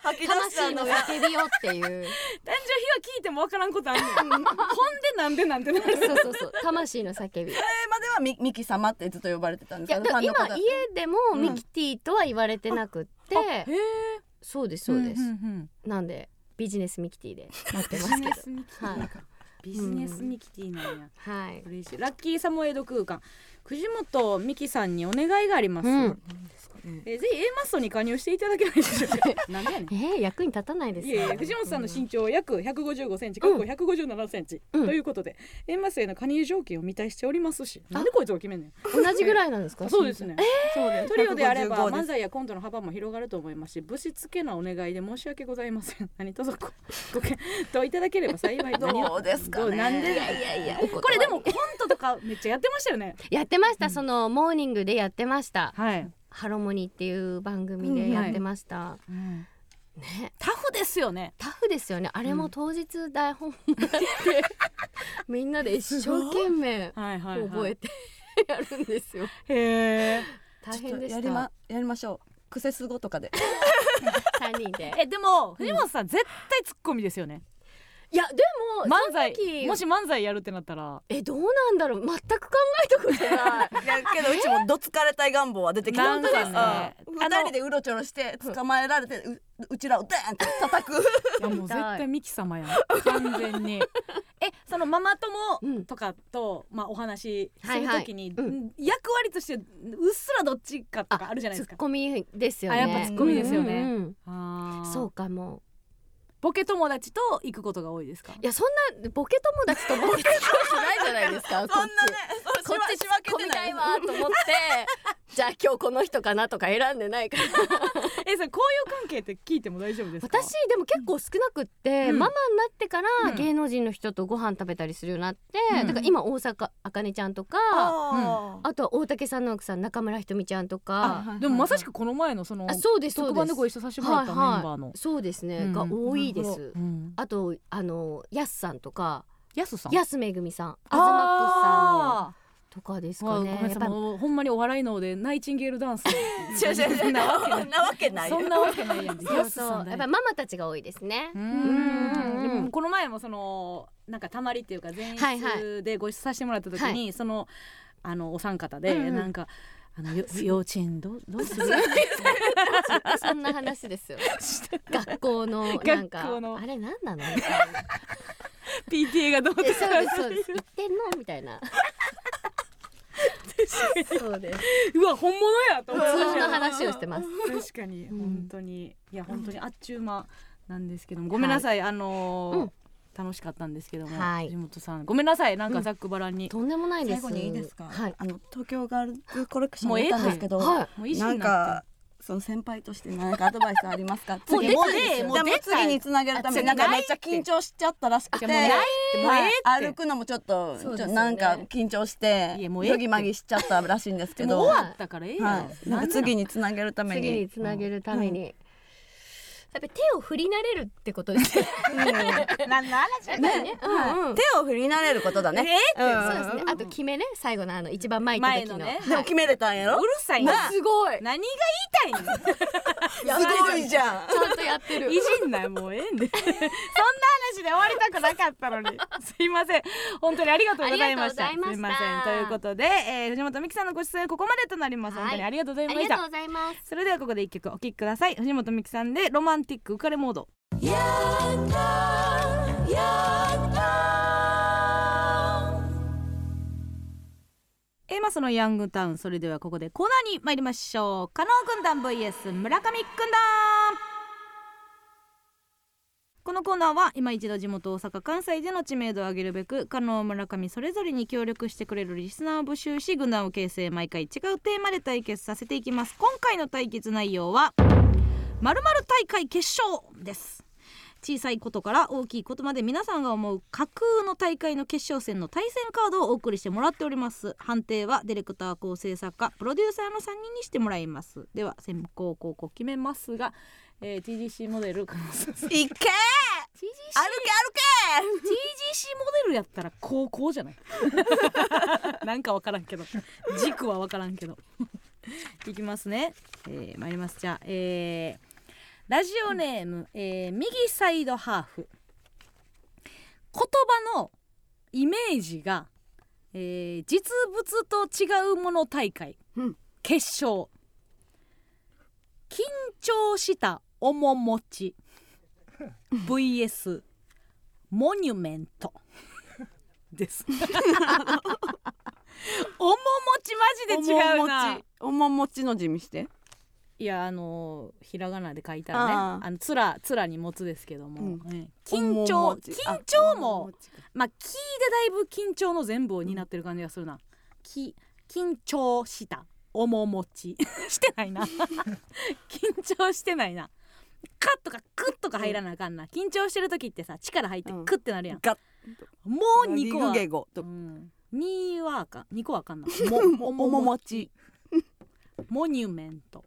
Speaker 2: 吐 (laughs) き出し
Speaker 4: い、
Speaker 2: た
Speaker 4: 魂
Speaker 2: の
Speaker 4: の
Speaker 2: が
Speaker 4: 叫びをって
Speaker 1: 誕生
Speaker 4: いう、
Speaker 1: 日は聞いてもわからん (laughs) ことあるのよほんでなんでなんてなる
Speaker 4: そうそうそう、魂の叫び。い
Speaker 2: それまではミミキ様ってずっと呼ばれてたんです
Speaker 4: や、
Speaker 2: け
Speaker 4: で
Speaker 2: ど
Speaker 4: も
Speaker 2: ファンの方
Speaker 4: 今家でもミキティとは言われてなくって、
Speaker 1: へえ
Speaker 4: そうですそうです。
Speaker 1: んんん
Speaker 4: なんでビジネスミキティで待ってますけど
Speaker 1: ミキ
Speaker 4: はい
Speaker 1: かビジネスミキティなんや
Speaker 4: はい
Speaker 1: 嬉しいラッキーサモエド空間藤本美希さんにお願いがあります、
Speaker 4: うん
Speaker 1: えーぜひ A マストに加入していただけないでしょうか (laughs) なんでやねん
Speaker 4: えー、役に立たないです
Speaker 1: いえいえ藤本さんの身長約155センチ、過去157センチ、
Speaker 4: うん
Speaker 1: ということで、A マストへの加入条件を満たしておりますし、なんでこいつを決めんねん。
Speaker 4: 同じぐらいなんですか
Speaker 1: そうですね。そうね。トリオであれば
Speaker 2: 155です
Speaker 1: 漫才やコントの幅も広がると思いますし、ぶしつけなお願いで申し訳ございません。何卒ごご検討いただければ幸い。何を
Speaker 2: (laughs) どうですかね
Speaker 1: どうなんで
Speaker 2: いやいやいや
Speaker 1: これでもコントとかめっちゃやってましたよね。
Speaker 4: やってました、そのモーニングでやってました
Speaker 1: はい。
Speaker 4: ハロモニーっていう番組でやってました、ね
Speaker 1: タフですよね。
Speaker 4: タフですよねあれも当日台本も
Speaker 1: (laughs)
Speaker 4: らって、みんなで一生懸命
Speaker 1: はいはい、はい。
Speaker 4: 覚えてやるんですよ
Speaker 1: え。へえ。
Speaker 4: 大変で
Speaker 2: や
Speaker 4: し
Speaker 2: りま
Speaker 4: た
Speaker 2: やりましょうクセスゴとかで
Speaker 4: 三人で
Speaker 1: えでも藤本さん絶対ツッコミですよね。
Speaker 4: いやでも
Speaker 1: 漫才
Speaker 4: その時
Speaker 1: もし漫才やるってなったら。
Speaker 4: えどうなんだろう全く考えたことない
Speaker 2: (laughs) いやけどうちもどつかれたい願望は出てき
Speaker 1: な
Speaker 2: た
Speaker 1: んかね
Speaker 2: うん
Speaker 1: あの
Speaker 2: 二人でうろちょろして捕まえられてううちらをダーンって叩く
Speaker 1: いやもう絶対ミキ様やん完全
Speaker 4: (laughs)
Speaker 1: にえそのママ
Speaker 4: う
Speaker 1: 友
Speaker 4: ん
Speaker 1: とかと、まあ、お話しす
Speaker 4: はい
Speaker 1: る
Speaker 4: はい
Speaker 1: ときに、
Speaker 4: うん
Speaker 1: ん役割としてうっすらどっちかと (laughs) かあるじゃないです
Speaker 4: ツッ
Speaker 1: か
Speaker 4: コミですよね
Speaker 1: あやっぱツッコミですよね
Speaker 4: うんうんうん
Speaker 1: あー
Speaker 4: そうかも
Speaker 1: ボケ友達と行くことが多いですか
Speaker 4: いやそんなボケ友達とボケ友達ないじゃないです
Speaker 1: (laughs)
Speaker 4: か
Speaker 2: そんなね
Speaker 4: こっち
Speaker 2: 仕分け
Speaker 4: こっちツッコ
Speaker 2: て
Speaker 4: み
Speaker 2: な
Speaker 4: た
Speaker 2: い
Speaker 4: いわと思ってじゃあ今日この人かなとか選んでないから
Speaker 1: えそれこういう関係って聞いても大丈夫ですか
Speaker 4: 私でも結構少なくって、
Speaker 1: うん
Speaker 4: ママになってから
Speaker 1: うん
Speaker 4: 芸能人の人とご飯食べたりするようになって、
Speaker 1: うん
Speaker 4: だから今大阪あかねちゃんとかあ
Speaker 2: あ
Speaker 4: とは大竹さんの奥さん中村ひとみちゃんとか
Speaker 2: ー
Speaker 1: でもまさしくこの前のその
Speaker 4: あそうですそう
Speaker 1: 特
Speaker 4: で
Speaker 1: 番
Speaker 4: す
Speaker 1: でご一緒させてもらったメン
Speaker 4: はいはい
Speaker 1: バーの、
Speaker 4: そうですね、
Speaker 1: うん
Speaker 4: が多いで
Speaker 2: な
Speaker 4: す
Speaker 2: る
Speaker 1: うん
Speaker 4: あとあのやすさんとか
Speaker 1: やすさん
Speaker 4: やすめぐみさんあずまっこさん
Speaker 1: あ
Speaker 4: とかです
Speaker 1: ーわ
Speaker 4: か
Speaker 1: ご
Speaker 4: ね
Speaker 1: めんな
Speaker 4: や
Speaker 1: さ
Speaker 4: っ
Speaker 1: い
Speaker 4: ぱり
Speaker 1: もうほんまにお笑い脳でナイチンゲール
Speaker 4: (laughs)
Speaker 1: ダンス
Speaker 2: 違う違う違う
Speaker 1: そんなわけない
Speaker 2: そんなわけない
Speaker 1: そんなわけないやん
Speaker 4: そう
Speaker 1: やす
Speaker 4: そう
Speaker 1: さんだよ
Speaker 4: やっぱママたちが多いですね
Speaker 1: う
Speaker 4: うん
Speaker 1: んでもこの前もそのなんかたまりっていうか前
Speaker 4: はいは
Speaker 1: 室でご一緒させてもらった時に、
Speaker 4: は
Speaker 1: そのあのお三方
Speaker 4: うんう
Speaker 1: で
Speaker 4: ん
Speaker 1: なんか、あのよ幼稚園どうどうする
Speaker 4: そんな話で
Speaker 1: (laughs)
Speaker 4: すよ学校のなんか
Speaker 1: 学校の
Speaker 4: あれなんなの
Speaker 1: PTA がどう
Speaker 4: え
Speaker 1: す
Speaker 4: そ
Speaker 1: る
Speaker 4: うですそうです行ってんのみたいなそうです
Speaker 1: (laughs) うわ本物やと
Speaker 4: 普
Speaker 1: 思って
Speaker 4: 通の話をしてます
Speaker 1: 確かに
Speaker 4: うん
Speaker 1: 本当に、いや本当にあっちゅう間なんですけどもごめんなさい、あのー
Speaker 4: うん
Speaker 1: 楽しかったんですけども、
Speaker 4: はい
Speaker 1: 藤本さんごめんなさいなんかざっくばらんに、
Speaker 4: とんでもないで
Speaker 2: 最
Speaker 4: す
Speaker 2: 後にいいですか、
Speaker 4: はい
Speaker 2: あの東京ガールズコレクション
Speaker 1: もうえ
Speaker 2: も
Speaker 1: え
Speaker 2: ったんですけど、
Speaker 4: はい
Speaker 1: もう意識
Speaker 2: な
Speaker 1: に
Speaker 2: ん
Speaker 1: なっ
Speaker 2: かその先輩として何かアドバイスありますか
Speaker 4: もう
Speaker 2: 次もう
Speaker 4: 出た
Speaker 2: で
Speaker 4: よ
Speaker 2: もう
Speaker 1: 出た
Speaker 2: 次につなげるために
Speaker 1: あ
Speaker 2: なんか
Speaker 1: 次
Speaker 2: めっちゃ緊張しちゃったらしくて
Speaker 1: いやもうないってもうええって
Speaker 2: はい歩くのもちょっとち
Speaker 4: そ
Speaker 2: ょ
Speaker 4: う
Speaker 2: っ
Speaker 4: です
Speaker 2: と
Speaker 4: よね
Speaker 2: なんか緊張して
Speaker 1: いやもうええっ
Speaker 2: よ
Speaker 1: て
Speaker 2: ぎまぎしちゃったらしいんです
Speaker 1: て
Speaker 2: け
Speaker 1: もう
Speaker 2: ど、
Speaker 4: 終
Speaker 1: 終
Speaker 2: は
Speaker 1: わったからええやん、
Speaker 2: い、なんか次につなげるため
Speaker 4: 次
Speaker 2: に
Speaker 4: につなげるために、やっぱり手を振り慣れるってことですね。 (laughs)
Speaker 2: ね、
Speaker 4: うんうん
Speaker 2: はい手を振り慣れることだね。え
Speaker 4: そうですね。あと決めね、最後のあの一番前行った時
Speaker 1: 前
Speaker 4: の。
Speaker 1: のね
Speaker 2: でも決めれたんやろ
Speaker 1: う。るさい
Speaker 4: もう
Speaker 1: な
Speaker 4: (laughs) すごい。
Speaker 1: 何が言いたいの
Speaker 2: すごいじゃん。
Speaker 4: ちゃんとやって (laughs) る。
Speaker 1: いじんないもうええんで (laughs) そんな話で終わりたくなかったのに (laughs) すいません本当にありがとうございました
Speaker 4: ありがとうございました
Speaker 1: すいませんということで、えー藤本美貴さんのご出演はここまでとなります、
Speaker 4: はい
Speaker 1: 本当にありがとうございま
Speaker 4: あり
Speaker 1: し
Speaker 4: がと
Speaker 1: た
Speaker 4: うございます。
Speaker 1: それではここで一曲お聴きください藤本美貴さんでロマンティック浮かれモードエマスのヤングタウンそれではここでコーナーに参りましょう加納軍団 vs 村上軍団このコーナーは今一度地元大阪関西での知名度を上げるべく加納村上それぞれに協力してくれるリスナーを募集し軍団を形成毎回違うテーマで対決させていきます今回の対決内容はまるまる大会決勝です小さいことから大きいことまで皆さんが思う架空の大会の決勝戦の対戦カードをお送りしてもらっております判定はディレクター構成作家プロデューサーの3人にしてもらいますでは先行後攻決めますが、えー、TDC モデル TGC
Speaker 2: いけー。
Speaker 4: TGC
Speaker 2: 歩け歩け。
Speaker 1: モデルやったら高校 (laughs) じゃないなんかわからんけど軸はわからんけどいきますね、えー、参りますじゃあ、えーラジオネーム、えー右サイドハーフ言葉のイメージが、えー実物と違うもの大会、
Speaker 4: うん
Speaker 1: 決勝緊張した面持ち VS モニュメント
Speaker 2: (laughs)
Speaker 1: です。
Speaker 7: おももちマジで違うな
Speaker 2: おももちの字見して
Speaker 1: いやあのーひらがなで書いたらね
Speaker 2: あ
Speaker 1: あ
Speaker 2: ー
Speaker 1: のつらつらに持つですけども、
Speaker 2: うん
Speaker 1: ええ緊張緊張もまあ、キーがだいぶ緊張の全部を担ってる感じがするな。き緊張した面持ち (laughs) してないな緊張してないなカッとかクッとか入らなあかんな緊張してる時ってさ力入って
Speaker 2: うん
Speaker 1: クッてなるやん、
Speaker 2: ガッ
Speaker 1: もう2個は、
Speaker 2: ゲゴ
Speaker 1: う
Speaker 2: と
Speaker 1: ん、2はあかん2個はあかんな
Speaker 2: (laughs) おももち
Speaker 1: モニュメン
Speaker 2: (laughs)
Speaker 1: ト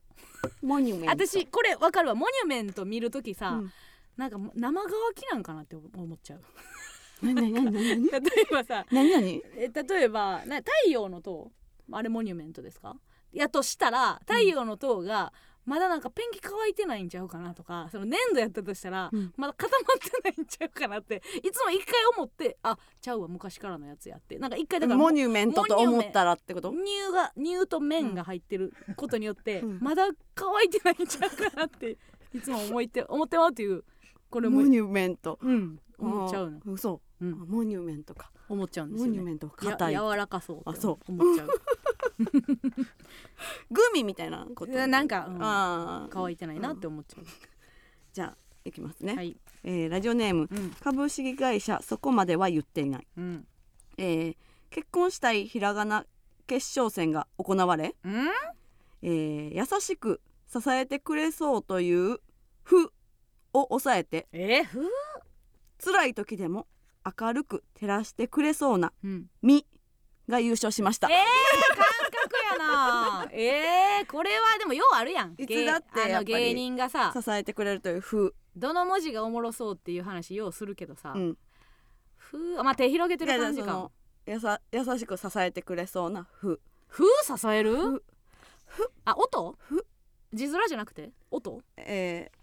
Speaker 2: モニュメント
Speaker 1: 私これわかるわモニュメント見る時さ、
Speaker 2: うん
Speaker 1: なんかもう生乾きなんかなって思っちゃう (laughs)
Speaker 2: 何何何何
Speaker 1: 例えばさ
Speaker 2: 何何
Speaker 1: え例えばな太陽の塔あれモニュメントですかやとしたら太陽の塔がまだなんかペンキ乾いてないんちゃうかなとかその粘土やったとしたら、
Speaker 2: うん
Speaker 1: まだ固まってないんちゃうかなっていつも一回思ってあちゃうわ昔からのやつやってなんか一回だから
Speaker 2: モニュメントと思ったらってこと
Speaker 1: 乳が乳と麺が入ってることによって、
Speaker 2: うん
Speaker 1: まだ乾いてないんちゃうかなっていつも思いて思ってまうというこれも
Speaker 2: モニュメント
Speaker 1: うん思っちゃうの、
Speaker 2: の嘘
Speaker 1: うん、
Speaker 2: モニュメントか
Speaker 1: 思っちゃうんです
Speaker 2: モ
Speaker 1: よ
Speaker 2: ニュ
Speaker 1: ね
Speaker 2: メント硬
Speaker 1: や
Speaker 2: い
Speaker 1: 柔らかそう
Speaker 2: あそう
Speaker 1: 思っちゃう
Speaker 2: グミみたいなこと
Speaker 1: うんなんかうん
Speaker 2: ああ
Speaker 1: 乾いてないなって思っちゃう、
Speaker 2: じゃあいきますね
Speaker 1: はい、
Speaker 2: えーラジオネーム
Speaker 1: うん
Speaker 2: 株式会社そこまでは言っていない、
Speaker 1: うん、
Speaker 2: えー結婚したいひらがな決勝戦が行われ、
Speaker 1: うん
Speaker 2: えー優しく支えてくれそうという「ふ」を抑えて
Speaker 1: えふ
Speaker 2: 辛い時でも明るく照らしてくれそうな
Speaker 1: うん
Speaker 2: 「み」が優勝しました
Speaker 1: えー、感覚や
Speaker 2: (laughs)
Speaker 1: なえー、これはでもようあるやん
Speaker 2: いつだって
Speaker 1: 芸あ
Speaker 2: や
Speaker 1: の
Speaker 2: っぱり
Speaker 1: 芸人がさ
Speaker 2: 支えてくれるという「ふ
Speaker 1: どの文字がおもろそうっていう話ようするけどさ、
Speaker 2: うん
Speaker 1: ふうあまあ手広げ」て
Speaker 2: いや
Speaker 1: る
Speaker 2: いや
Speaker 1: 感じ
Speaker 2: そ
Speaker 1: か
Speaker 2: のやさ優しく支えてくれそうな「ふ
Speaker 1: ふう支えるふあ音
Speaker 2: ふ
Speaker 1: 字面じゃなくて音」
Speaker 2: えー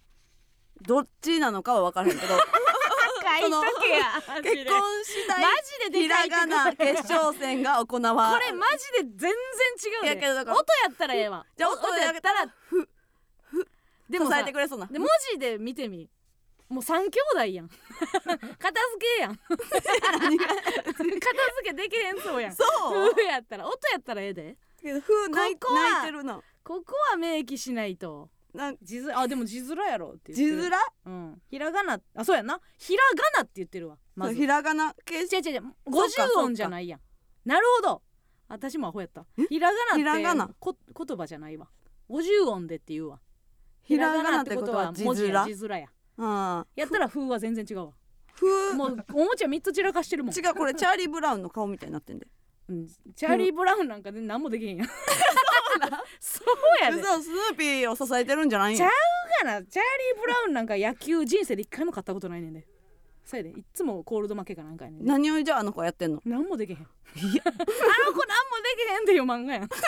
Speaker 2: どっちなのかは分からへんけ (laughs) ど
Speaker 1: 書い
Speaker 2: とけ
Speaker 1: や
Speaker 2: 結婚したい
Speaker 1: マジで
Speaker 2: ひ
Speaker 1: でからい
Speaker 2: がな決勝戦が行わ
Speaker 1: これマジで全然違う
Speaker 2: いや
Speaker 1: ね
Speaker 2: けどだから
Speaker 1: 音やったらええわ
Speaker 2: じゃあ
Speaker 1: お
Speaker 2: 音やったら「ふ」「
Speaker 1: で
Speaker 2: で
Speaker 1: も
Speaker 2: も
Speaker 1: さ
Speaker 2: 支えてくれそうな
Speaker 1: で文字で見てみもう三兄弟やん (laughs) 片付けやん (laughs) 片付けできへんそうやん
Speaker 2: そう
Speaker 1: 夫婦やったら音やったらええで
Speaker 2: けど (laughs) ふ泣い
Speaker 1: ここは
Speaker 2: 泣いてるな
Speaker 1: ここは明記しないと
Speaker 2: なんか
Speaker 1: 字面あでも字面やろって
Speaker 2: 字
Speaker 1: 言って
Speaker 2: 面
Speaker 1: るうんひらがなあそうやなひらがなって言ってるわま
Speaker 2: そう
Speaker 1: ず
Speaker 2: ひらがな形式
Speaker 1: 違う違う違う
Speaker 2: そうか
Speaker 1: 50音じゃないやんなるほど私もアホやったひら
Speaker 2: ひ
Speaker 1: が
Speaker 2: らが
Speaker 1: なっ
Speaker 2: な
Speaker 1: てこ言葉じゃないわ50音でって言うわ
Speaker 2: ひらがなってこと
Speaker 1: ひらがなっ
Speaker 2: は
Speaker 1: てことは文字や
Speaker 2: 字
Speaker 1: 字面や
Speaker 2: ああ
Speaker 1: やったら風は全然違うわ
Speaker 2: ふ
Speaker 1: もうおもちゃ3つ散らかしてるもん
Speaker 2: 違うこれチャーリー・ブラウンの顔みたいになってんで
Speaker 1: うんチャーリー・ブラウンなんかで何もできへんやんそう (laughs) やで
Speaker 2: 嘘スヌーピーを支えてるんじゃない
Speaker 1: ち
Speaker 2: よ
Speaker 1: ゃだからチャーリー・ブラウンなんか野球人生で一回も勝ったことないねんでそうやでいっつもコールド負けかなんかやねんで
Speaker 2: 何をじゃああの子やってんの
Speaker 1: 何もできへんあの子何もできへんっていう漫画やんそう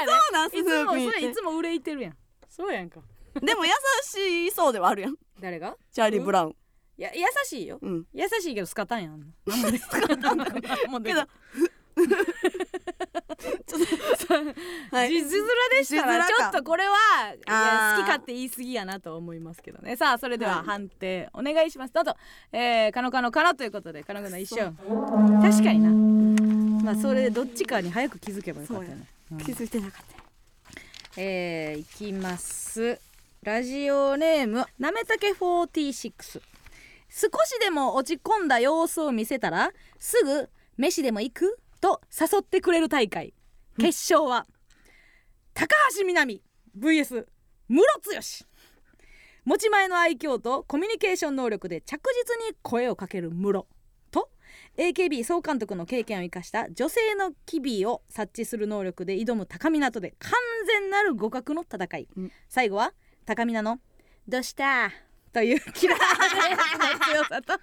Speaker 1: やで
Speaker 2: そうなんス
Speaker 1: い
Speaker 2: ヌ
Speaker 1: つも
Speaker 2: ー
Speaker 1: そ
Speaker 2: ピ
Speaker 1: れ
Speaker 2: ー
Speaker 1: いつも憂いてるやんそうやんか
Speaker 2: ってでも優しいそうではあるやん
Speaker 1: 誰が
Speaker 2: チャーリー・ブラウン
Speaker 1: いや優しいよ
Speaker 2: うん
Speaker 1: 優しいけどスカタンやん何もできへん何もできへん
Speaker 2: けはい
Speaker 1: 字面でしたら
Speaker 2: 字面
Speaker 1: ち
Speaker 2: か
Speaker 1: ょっとこれはいや
Speaker 2: あー
Speaker 1: 好き勝手言い過ぎやなと思いますけどねさあそれで
Speaker 2: は
Speaker 1: はい判定お願いしますどうぞえー、カノカノカノということでカノカノ一生確かになまあそれでどっちかに早く気づけばよかったよね
Speaker 2: 気づいてなかった
Speaker 1: えー、いきますラジオネームなめたけ46少しでも落ち込んだ様子を見せたらすぐ「飯でも行く?」と誘ってくれる大会決勝は高橋みなみ VS ムロツヨシ持ち前の愛嬌とコミュニケーション能力で着実に声をかけるムロと AKB 総監督の経験を生かした女性の機微を察知する能力で挑む高見なとで完全なる互角の戦い、
Speaker 2: うん
Speaker 1: 最後は高見なの「どうした?」というキラーの強さと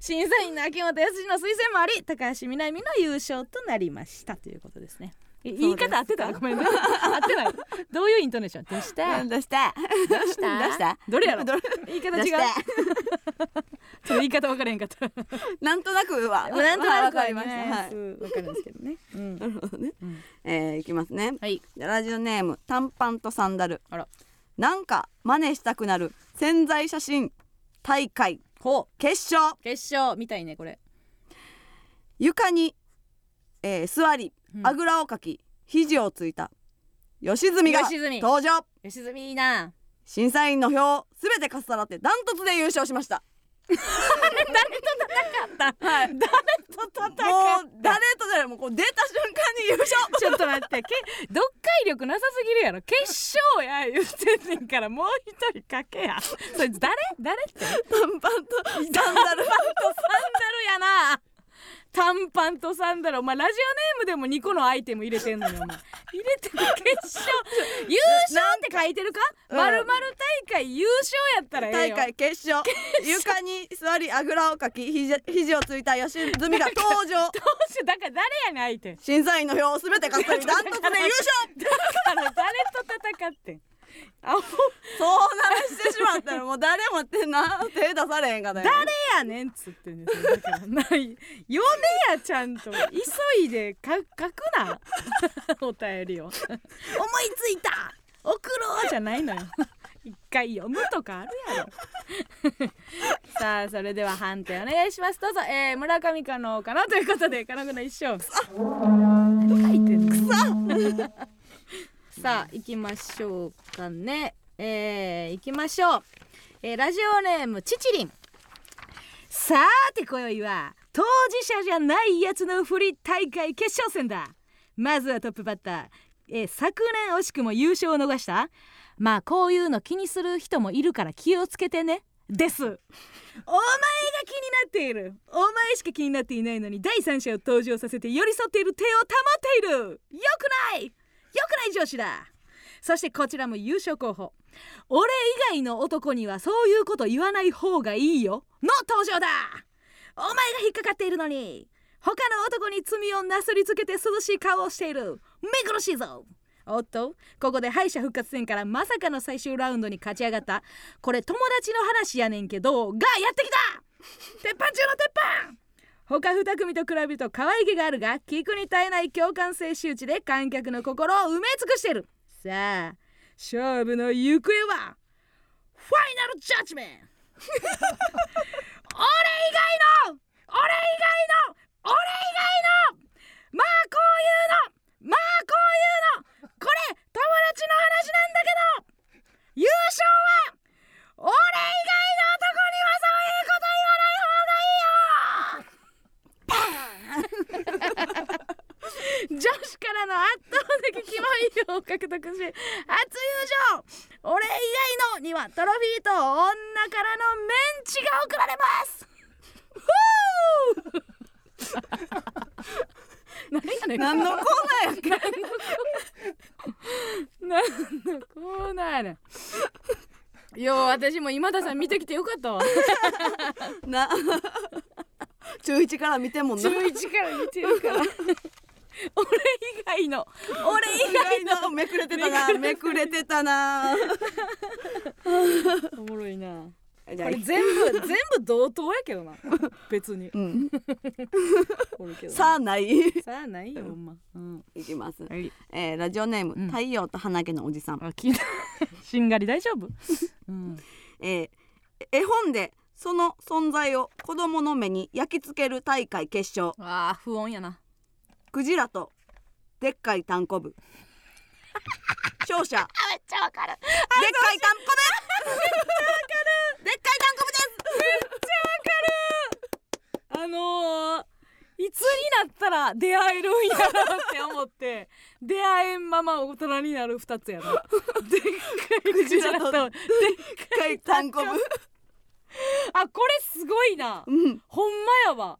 Speaker 1: 審査員の秋元康の推薦もあり高橋みなみの優勝となりましたということですね。い言い
Speaker 2: そうです
Speaker 1: 方合ってたごめんね合ってないどういうイントネーションどうした
Speaker 2: どうした
Speaker 1: どうした
Speaker 2: (laughs) どうした
Speaker 1: どれやろ
Speaker 2: どれ
Speaker 1: 言い
Speaker 2: ど
Speaker 1: 方 (laughs)
Speaker 2: う
Speaker 1: 違うち
Speaker 2: し
Speaker 4: (laughs)
Speaker 1: ょったと言い方分からへんか (laughs) った
Speaker 2: なんとなくは
Speaker 1: なんとなくわかりまし
Speaker 2: わか
Speaker 1: た。
Speaker 2: りましたはい
Speaker 1: わかるんですけどね。うん
Speaker 2: なるほどね
Speaker 1: うん
Speaker 2: えーいきますね
Speaker 1: はい。
Speaker 2: ラジオネーム短パンとサンダル
Speaker 1: あら。
Speaker 2: なんか真似したくなる潜在写真大会
Speaker 8: ほ
Speaker 2: 決勝
Speaker 8: う決勝みたいねこれ
Speaker 2: 床に、えー座り
Speaker 8: うん
Speaker 2: あぐらをかき肘をついた吉住が
Speaker 8: 良純
Speaker 2: 登場
Speaker 8: 良純いいな
Speaker 2: 審査員の票をすべてかっさらってダントツで優勝しました
Speaker 8: はい誰と戦っ
Speaker 2: もう誰とじゃないもうこう出た瞬間に優勝
Speaker 1: ちょっと待ってけ読解力なさすぎるやろ決勝や言ってんねんからもう一人かけやそいつ誰誰って
Speaker 2: パンパンとサンダル
Speaker 1: サンダルやな短パンとサンダルお前ラジオネームでも2個のアイテム入れてんのにお前入れてる決勝優勝って書いてるか
Speaker 2: うん
Speaker 1: まるまる大会優勝やったらええ
Speaker 2: 大
Speaker 1: よ
Speaker 2: 会決勝床に座りあぐらをかき肘肘をついた吉住が登場
Speaker 1: どうしようだから誰やねん相手
Speaker 2: 審査員の票をすべてかっさらってダントツで優勝
Speaker 1: あの誰と戦ってんあほん
Speaker 2: そうならしてしまったらもう誰もってな手出されへんかったよ
Speaker 1: 誰やねんっつってんねんそれだからない読めやちゃん (laughs) と急いでか書く (laughs) なお便りを思いついた送ろうじゃないのよ一回読むとかあるや (laughs) ろさあそれでは判定お願いしますどうぞ、えー、村上かのかなということでかのくの一勝書いてんの (laughs) さあ行きましょうかねえー、行きましょう、えー、ラジオネームちちりんさーて今宵は当事者じゃないやつの振り大会決勝戦だまずはトップバッター、えー昨年惜しくも優勝を逃したまあこういうの気にする人もいるから気をつけてねですお前が気になっているお前しか気になっていないのに第三者を登場させて寄り添っている手を保っているよくないよくない上司だそしてこちらも優勝候補俺以外の男にはそういうこと言わない方がいいよの登場だお前が引っかかっているのに他の男に罪をなすりつけて涼しい顔をしている目苦しいぞおっとここで敗者復活戦からまさかの最終ラウンドに勝ち上がったこれ友達の話やねんけどがやってきた鉄板中の鉄板他2組と比べると可愛げがあるが聞くに耐えない共感性周知で観客の心を埋め尽くしているさあ勝負の行方はファイナルジャッジメント (laughs) 俺以外の俺以外の俺以外のまあこういうのまあこういうのこれ友達の話なんだけど優勝は俺以外の男にはそういうこと言わない方がいいよ女子からの圧倒的キモい票を獲得し初優勝俺以外のにはトロフィーと女からのメンチが贈られますふぅ何やねん
Speaker 2: 何のコーナーやっけ
Speaker 1: なんだこうなるよう私も今田さん見てきてよかったわ
Speaker 2: な (laughs) 中一から見てんもん
Speaker 1: (laughs)
Speaker 2: な
Speaker 1: 中一から見てるから (laughs) 俺以外の俺以
Speaker 2: 意外とめくれてたなめくれてたな
Speaker 1: 外おもろいな
Speaker 2: じ
Speaker 1: こ
Speaker 2: ゃあ
Speaker 1: れ全部 (laughs) 全部同等やけどな別に
Speaker 2: うん、
Speaker 1: おるけど
Speaker 2: さあない
Speaker 1: さあないよほんま、うん、
Speaker 2: いきます、
Speaker 1: はい
Speaker 2: えーラジオネーム、
Speaker 1: うん
Speaker 2: 太陽と花毛のおじさん、
Speaker 1: あ聞いた (laughs) しんがり大丈夫、うん、
Speaker 2: (laughs) えー絵本でその存在を子供の目に焼き付ける大会決勝
Speaker 1: あー不穏やな
Speaker 2: クジラとでっかいタン (laughs) コブ勝者めっちゃわかるでっかいタンコブでっかいタンコブです
Speaker 1: あのー、いつになったら出会えるんやろって思って出会えんまま大人になる二つや
Speaker 2: (laughs)
Speaker 1: なでっかいクジラとで
Speaker 2: でっかいタンコブ
Speaker 1: あこれすごいな
Speaker 2: うん
Speaker 1: ほんまやわ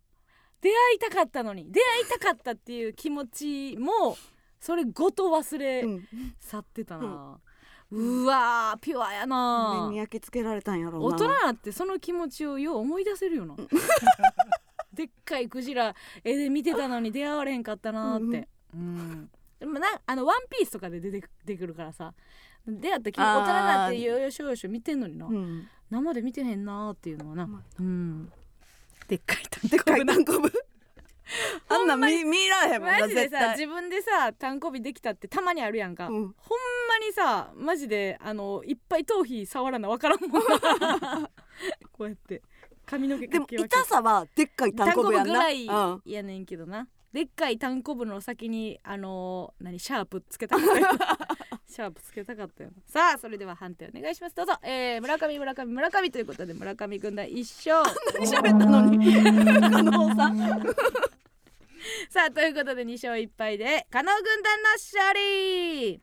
Speaker 1: 出会いたかったのに出会いたかったっていう気持ちもそれごと忘れ
Speaker 2: うん
Speaker 1: 去ってたな、うわーピュアやな
Speaker 2: 目に焼き付けられたんやろう
Speaker 1: 大
Speaker 2: な
Speaker 1: 人になってその気持ちをよう思い出せるよな (laughs) でっかいクジラ絵で見てたのに出会われへんかったなーって、うん、でもなあの「ワンピースとかで出てく出てくるからさ出会ったき
Speaker 2: あー
Speaker 1: 大人になってよよしよし見てんのにな、
Speaker 2: うん
Speaker 1: 生で見てへんなーっていうのはな、
Speaker 2: ま
Speaker 1: うん、でっかいタン
Speaker 2: でっ
Speaker 1: コ
Speaker 2: か
Speaker 1: ブ
Speaker 2: い
Speaker 1: な
Speaker 2: タンコブ (laughs) あんなん見見られへんもんな
Speaker 1: マジで
Speaker 2: 絶
Speaker 1: さ
Speaker 2: 対
Speaker 1: 自分でさ単こびできたってたまにあるやんか、
Speaker 2: う
Speaker 1: ほん
Speaker 2: ん
Speaker 1: まにさマジであのいっぱい頭皮触らなわから
Speaker 2: (laughs)
Speaker 1: んもんこうやって髪の毛
Speaker 2: で
Speaker 1: か
Speaker 2: も
Speaker 1: き分け
Speaker 2: 痛さはでっかい単
Speaker 1: 単行
Speaker 2: 行部
Speaker 1: 部
Speaker 2: やん
Speaker 1: ぐ
Speaker 2: な
Speaker 1: らい
Speaker 2: うん
Speaker 1: やねんけどな、でっかい単行部の先にあのー何シャープつけたか
Speaker 2: (laughs)
Speaker 1: ったよシャープつけたかったよなさあそれでは判定お願いしますどうぞ、えー、村上村上村上ということで村上軍団一勝
Speaker 2: 喋ったのに加納さん
Speaker 1: さあということで2勝1敗で加納軍団の勝利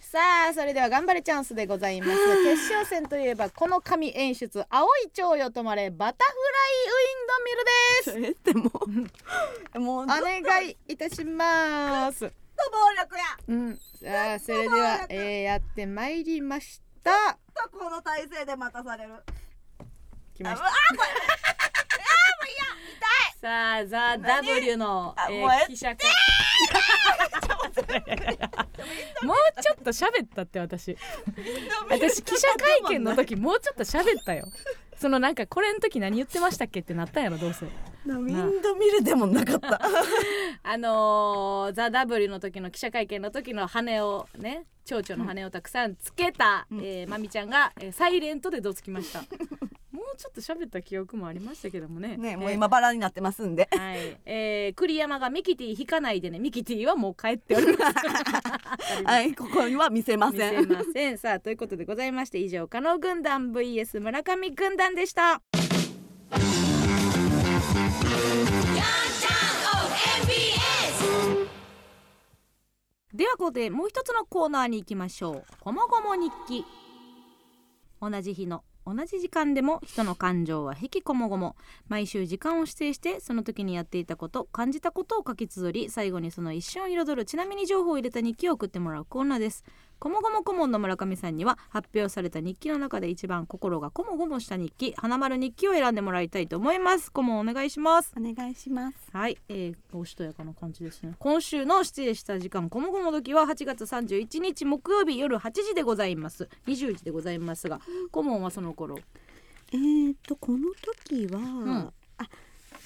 Speaker 1: さあそれでは頑張れチャンスでございます決勝戦といえばこの神演出青い蝶よ止まれバタフライウィンドミルです
Speaker 2: えってもうもう
Speaker 1: お
Speaker 2: ずっと
Speaker 1: 願いいたします
Speaker 2: 暴力や
Speaker 1: うん、さあそれでは、えー、やってまいりました
Speaker 2: ずっとこの体勢で待たされる
Speaker 1: 来 (laughs) ましたさあザ・ W の、
Speaker 2: あ
Speaker 1: え
Speaker 2: もうえ
Speaker 1: ー、記者会もうちょっと喋ったって私私記者会見の時もうちょっと喋ったよそのなんかこれの時何言ってましたっけってなったんやろどうせ
Speaker 2: ウィンドミルでもなかった
Speaker 1: あのー、ザ・ W の時の記者会見の時の羽をね蝶々の羽をたくさんつけた、えーまみちゃんが、えーサイレントでどつきましたもうちょっと喋った記憶もありましたけどもね
Speaker 2: ねも
Speaker 1: え
Speaker 2: う
Speaker 1: ー
Speaker 2: 今バラになってますんで
Speaker 1: はい、えー、栗山がミキティ引かないでねミキティはもう帰っております
Speaker 2: はいここには見せま
Speaker 1: 見
Speaker 2: せ
Speaker 1: せ
Speaker 2: ん
Speaker 1: ませんさあということでございまして以上加納軍団 VS 村上軍団でしたではここでもう一つのコーナーに行きましょうごもごも日記同じ日の同じ時間でも人の感情は引きこもごも毎週時間を指定してその時にやっていたこと感じたことを書き綴り最後にその一瞬を彩るちなみに情報を入れた日記を送ってもらうコーナーですこもごも顧問の村上さんには発表された日記の中で一番心がこもごもした日記花丸日記を選んでもらいたいと思います顧問お願いします
Speaker 2: お願いします
Speaker 1: はい、えー、おしとやかな感じですね今週の指定した時間こもごも時は8月31日木曜日夜8時でございます20時でございますが顧問はその頃
Speaker 9: えー、とこの時は、
Speaker 1: ん
Speaker 9: あ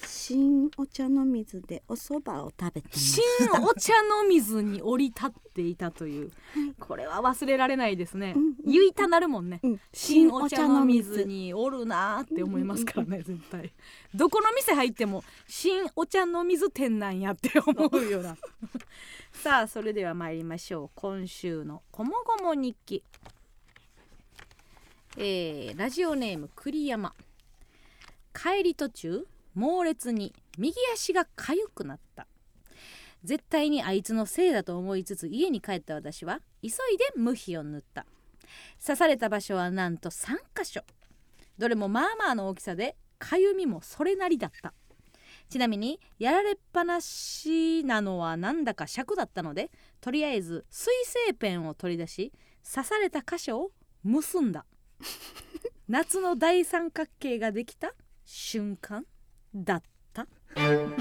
Speaker 9: 新お茶の水でお蕎麦を食べてます
Speaker 1: 新お茶の水に降り立っていたというこれは忘れられないですね、
Speaker 9: うんうん
Speaker 1: 言いたなるもんね、
Speaker 9: うん
Speaker 1: 新お茶の水におるなーって思いますからね絶対どこの店入っても新お茶の水店なんやって思うような (laughs) さあそれでは参りましょう今週の「こもごも日記」えーラジオネーム栗山帰り途中猛烈に右足が痒くなった絶対にあいつのせいだと思いつつ家に帰った私は急いで無比を塗った刺された場所はなんと3箇所どれもまあまあの大きさでかゆみもそれなりだったちなみにやられっぱなしなのはなんだか尺だったのでとりあえず水性ペンを取り出し刺された箇所を結んだ夏の大三角形ができた瞬間だった (laughs)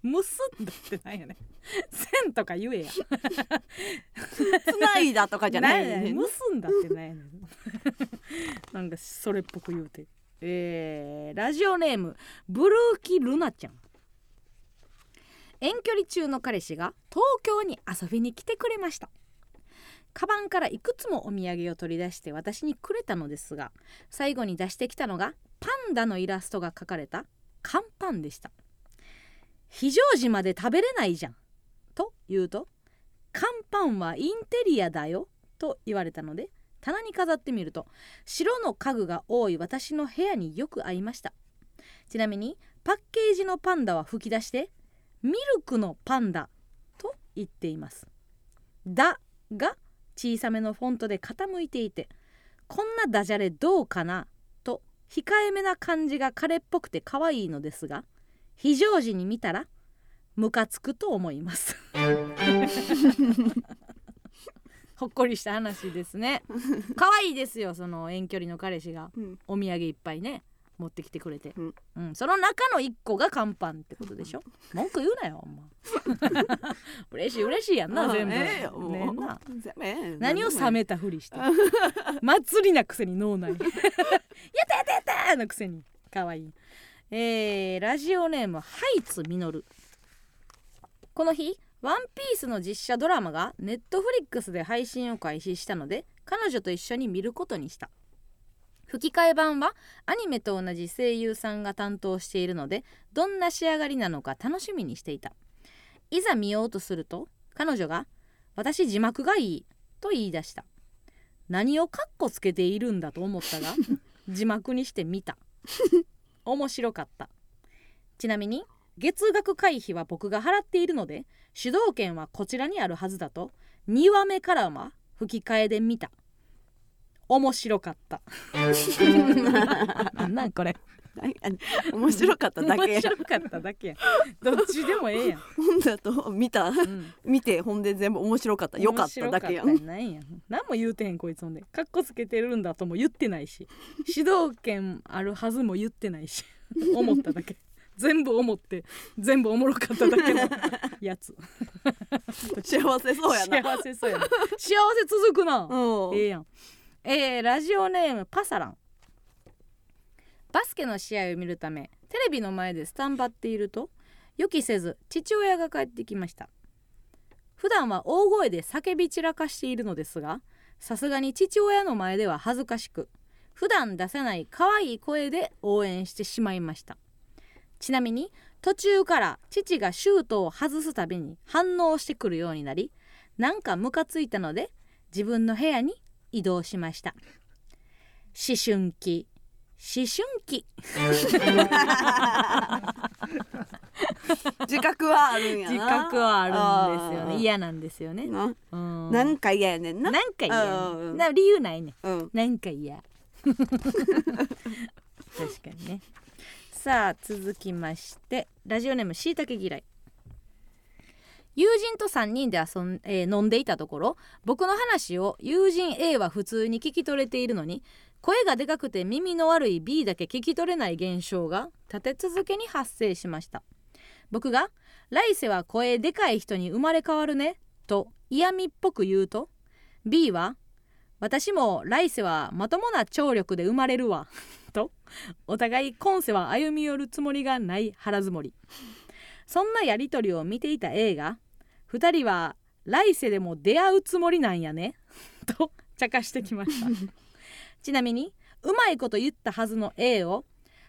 Speaker 1: 結んだってなんやね線とか言えや
Speaker 2: つないだとかじゃない
Speaker 1: んやねん
Speaker 2: ね
Speaker 1: 結んだってなんや (laughs) ねんなんかそれっぽく言うてえー、ラジオネームブルーキルナちゃん遠距離中の彼氏が東京に遊びに来てくれましたカバンからいくつもお土産を取り出して私にくれたのですが最後に出してきたのがパンダのイラストが描かれた乾パンでした非常時まで食べれないじゃんと言うと乾パンはインテリアだよと言われたので棚に飾ってみると白の家具が多い私の部屋によく合いましたちなみにパッケージのパンダは吹き出してミルクのパンダと言っていますだが小さめのフォントで傾いていてこんなダジャレどうかなと控えめな感じが彼っぽくて可愛いのですが非常時に見たらムカつくと思います (laughs) ほっこりした話ですね可愛いですよその遠距離の彼氏が
Speaker 9: うん
Speaker 1: お土産いっぱいね持ってきてくれて、う
Speaker 9: うんん
Speaker 1: その中の一個が乾パンってことでしょ文句言うなよお前
Speaker 2: (laughs)
Speaker 1: 嬉しい嬉しいやんな全部、
Speaker 2: ええよもう
Speaker 1: ねえな
Speaker 2: 全部ええよ
Speaker 1: 何を冷めたふりして (laughs) 祭りなくせに脳内やったやったやったのくせに可愛いえーラジオネームハイツミノルこの日「ワンピースの実写ドラマがネットフリックスで配信を開始したので彼女と一緒に見ることにした吹き替え版はアニメと同じ声優さんが担当しているのでどんな仕上がりなのか楽しみにしていたいざ見ようとすると彼女が「私字幕がいい」と言い出した何をカッコつけているんだと思った (laughs) が字幕にして見た面白かったちなみに月額会費は僕が払っているので主導権はこちらにあるはずだと2話目からは吹き替えで見た面白かった (laughs) なんこれ
Speaker 2: はいあ面白かっただ
Speaker 1: 面
Speaker 2: け
Speaker 1: 白かっただけやどっちでもええやん、
Speaker 2: 本だと見た
Speaker 1: うん
Speaker 2: 見てほんで全部面白かったよかっただけやん
Speaker 1: 面白かったなんや何も言うてへんこいつほんでかっこつけてるんだとも言ってないし指導権あるはずも言ってないし (laughs) 思っただけ全部思って全部おもろかっただけのやつ
Speaker 2: 幸せ (laughs) そうやな
Speaker 1: 幸せそうやな幸せ続くな、
Speaker 2: うん
Speaker 1: ええやんえーラジオネームパサランバスケの試合を見るためテレビの前でスタンバっていると予期せず父親が帰ってきました普段は大声で叫び散らかしているのですがさすがに父親の前では恥ずかしく普段出せない可愛い声で応援してしまいましたちなみに途中から父がシュートを外すたびに反応してくるようになりなんかムカついたので自分の部屋に移動しました思春期思春期
Speaker 2: (laughs) 自覚はあるんや
Speaker 1: (laughs)
Speaker 2: な
Speaker 1: 自覚はあるんですよね
Speaker 2: あー
Speaker 1: 嫌なんですよね
Speaker 2: な
Speaker 1: うん
Speaker 2: なんか嫌やねんな
Speaker 1: なんか嫌や
Speaker 2: う
Speaker 1: ね
Speaker 2: ん
Speaker 1: な理由ないね
Speaker 2: うん
Speaker 1: なんか嫌 (laughs) 確かにねさあ続きましてラジオネームしいたけ嫌い友人と3人で遊ん、えー飲んでいたところ僕の話を友人 A は普通に聞き取れているのに声がでかくて耳の悪い B だけ聞き取れない現象が立て続けに発生しました僕が「来世は声でかい人に生まれ変わるね」と嫌味っぽく言うと B は「私も来世はまともな聴力で生まれるわとお互い今世は歩み寄るつもりがない腹積もりそんなやり取りを見ていた映画「2人は来世でも出会うつもりなんやね」 (laughs) と茶化してきましたちなみにうまいこと言ったはずの A を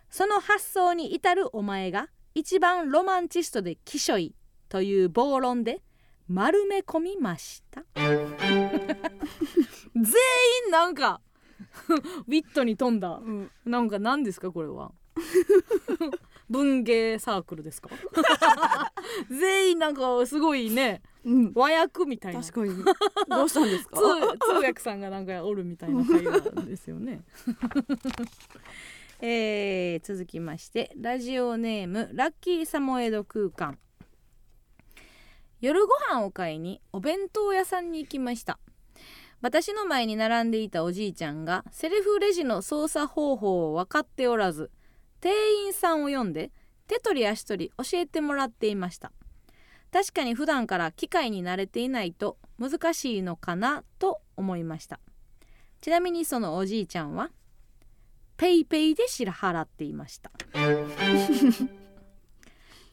Speaker 1: その発想に至るお前が一番ロマンチストできしょいという暴論で丸め込みました全員なんか (laughs) ウィットに富んだ
Speaker 2: うん
Speaker 1: なんか何ですかこれは (laughs) 文芸サークルですか (laughs) 全員なんかすごいね
Speaker 2: うん
Speaker 1: 和訳みたいな
Speaker 2: 確かにどうしたんですか
Speaker 1: 通通訳さんがなんかおるみたいな会話ですよ
Speaker 2: (laughs)
Speaker 1: ね。えー続きましてラジオネームラッキーサモエド空間夜ご飯を買いにお弁当屋さんに行きました私の前に並んでいたおじいちゃんがセルフレジの操作方法を分かっておらず店員さんを呼んで手取り足取り教えてもらっていました確かに普段から機械に慣れていないと難しいのかなと思いましたちなみにそのおじいちゃんはペイペイで支払っていました (laughs) い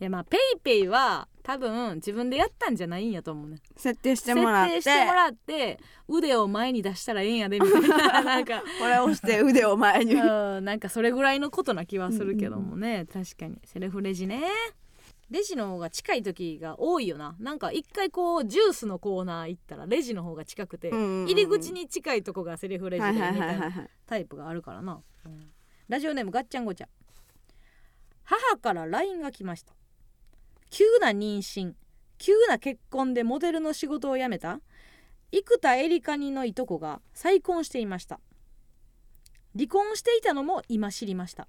Speaker 1: やまあペイペイは多分自分でやったんじゃないんやと思うね
Speaker 2: 設定してもらって
Speaker 1: 設定してもらって腕を前に出したらええんやでみたいななんか
Speaker 2: これをして腕を前に
Speaker 1: うんなんかそれぐらいのことな気はするけどもね、確かにセルフレジねレジの方が近い時が多いよななんか一回こうジュースのコーナー行ったらレジの方が近くて、
Speaker 2: うんうんうん
Speaker 1: 入り口に近いとこがセルフレジ
Speaker 2: は
Speaker 1: でみ
Speaker 2: いは
Speaker 1: た
Speaker 2: い
Speaker 1: い
Speaker 2: はい
Speaker 1: な
Speaker 2: は
Speaker 1: い
Speaker 2: はい
Speaker 1: タイプがあるからな、うんラジオネームガッチャンゴチャ母から LINE が来ました急な妊娠急な結婚でモデルの仕事を辞めた生田絵梨花にのいとこが再婚していました離婚していたのも今知りました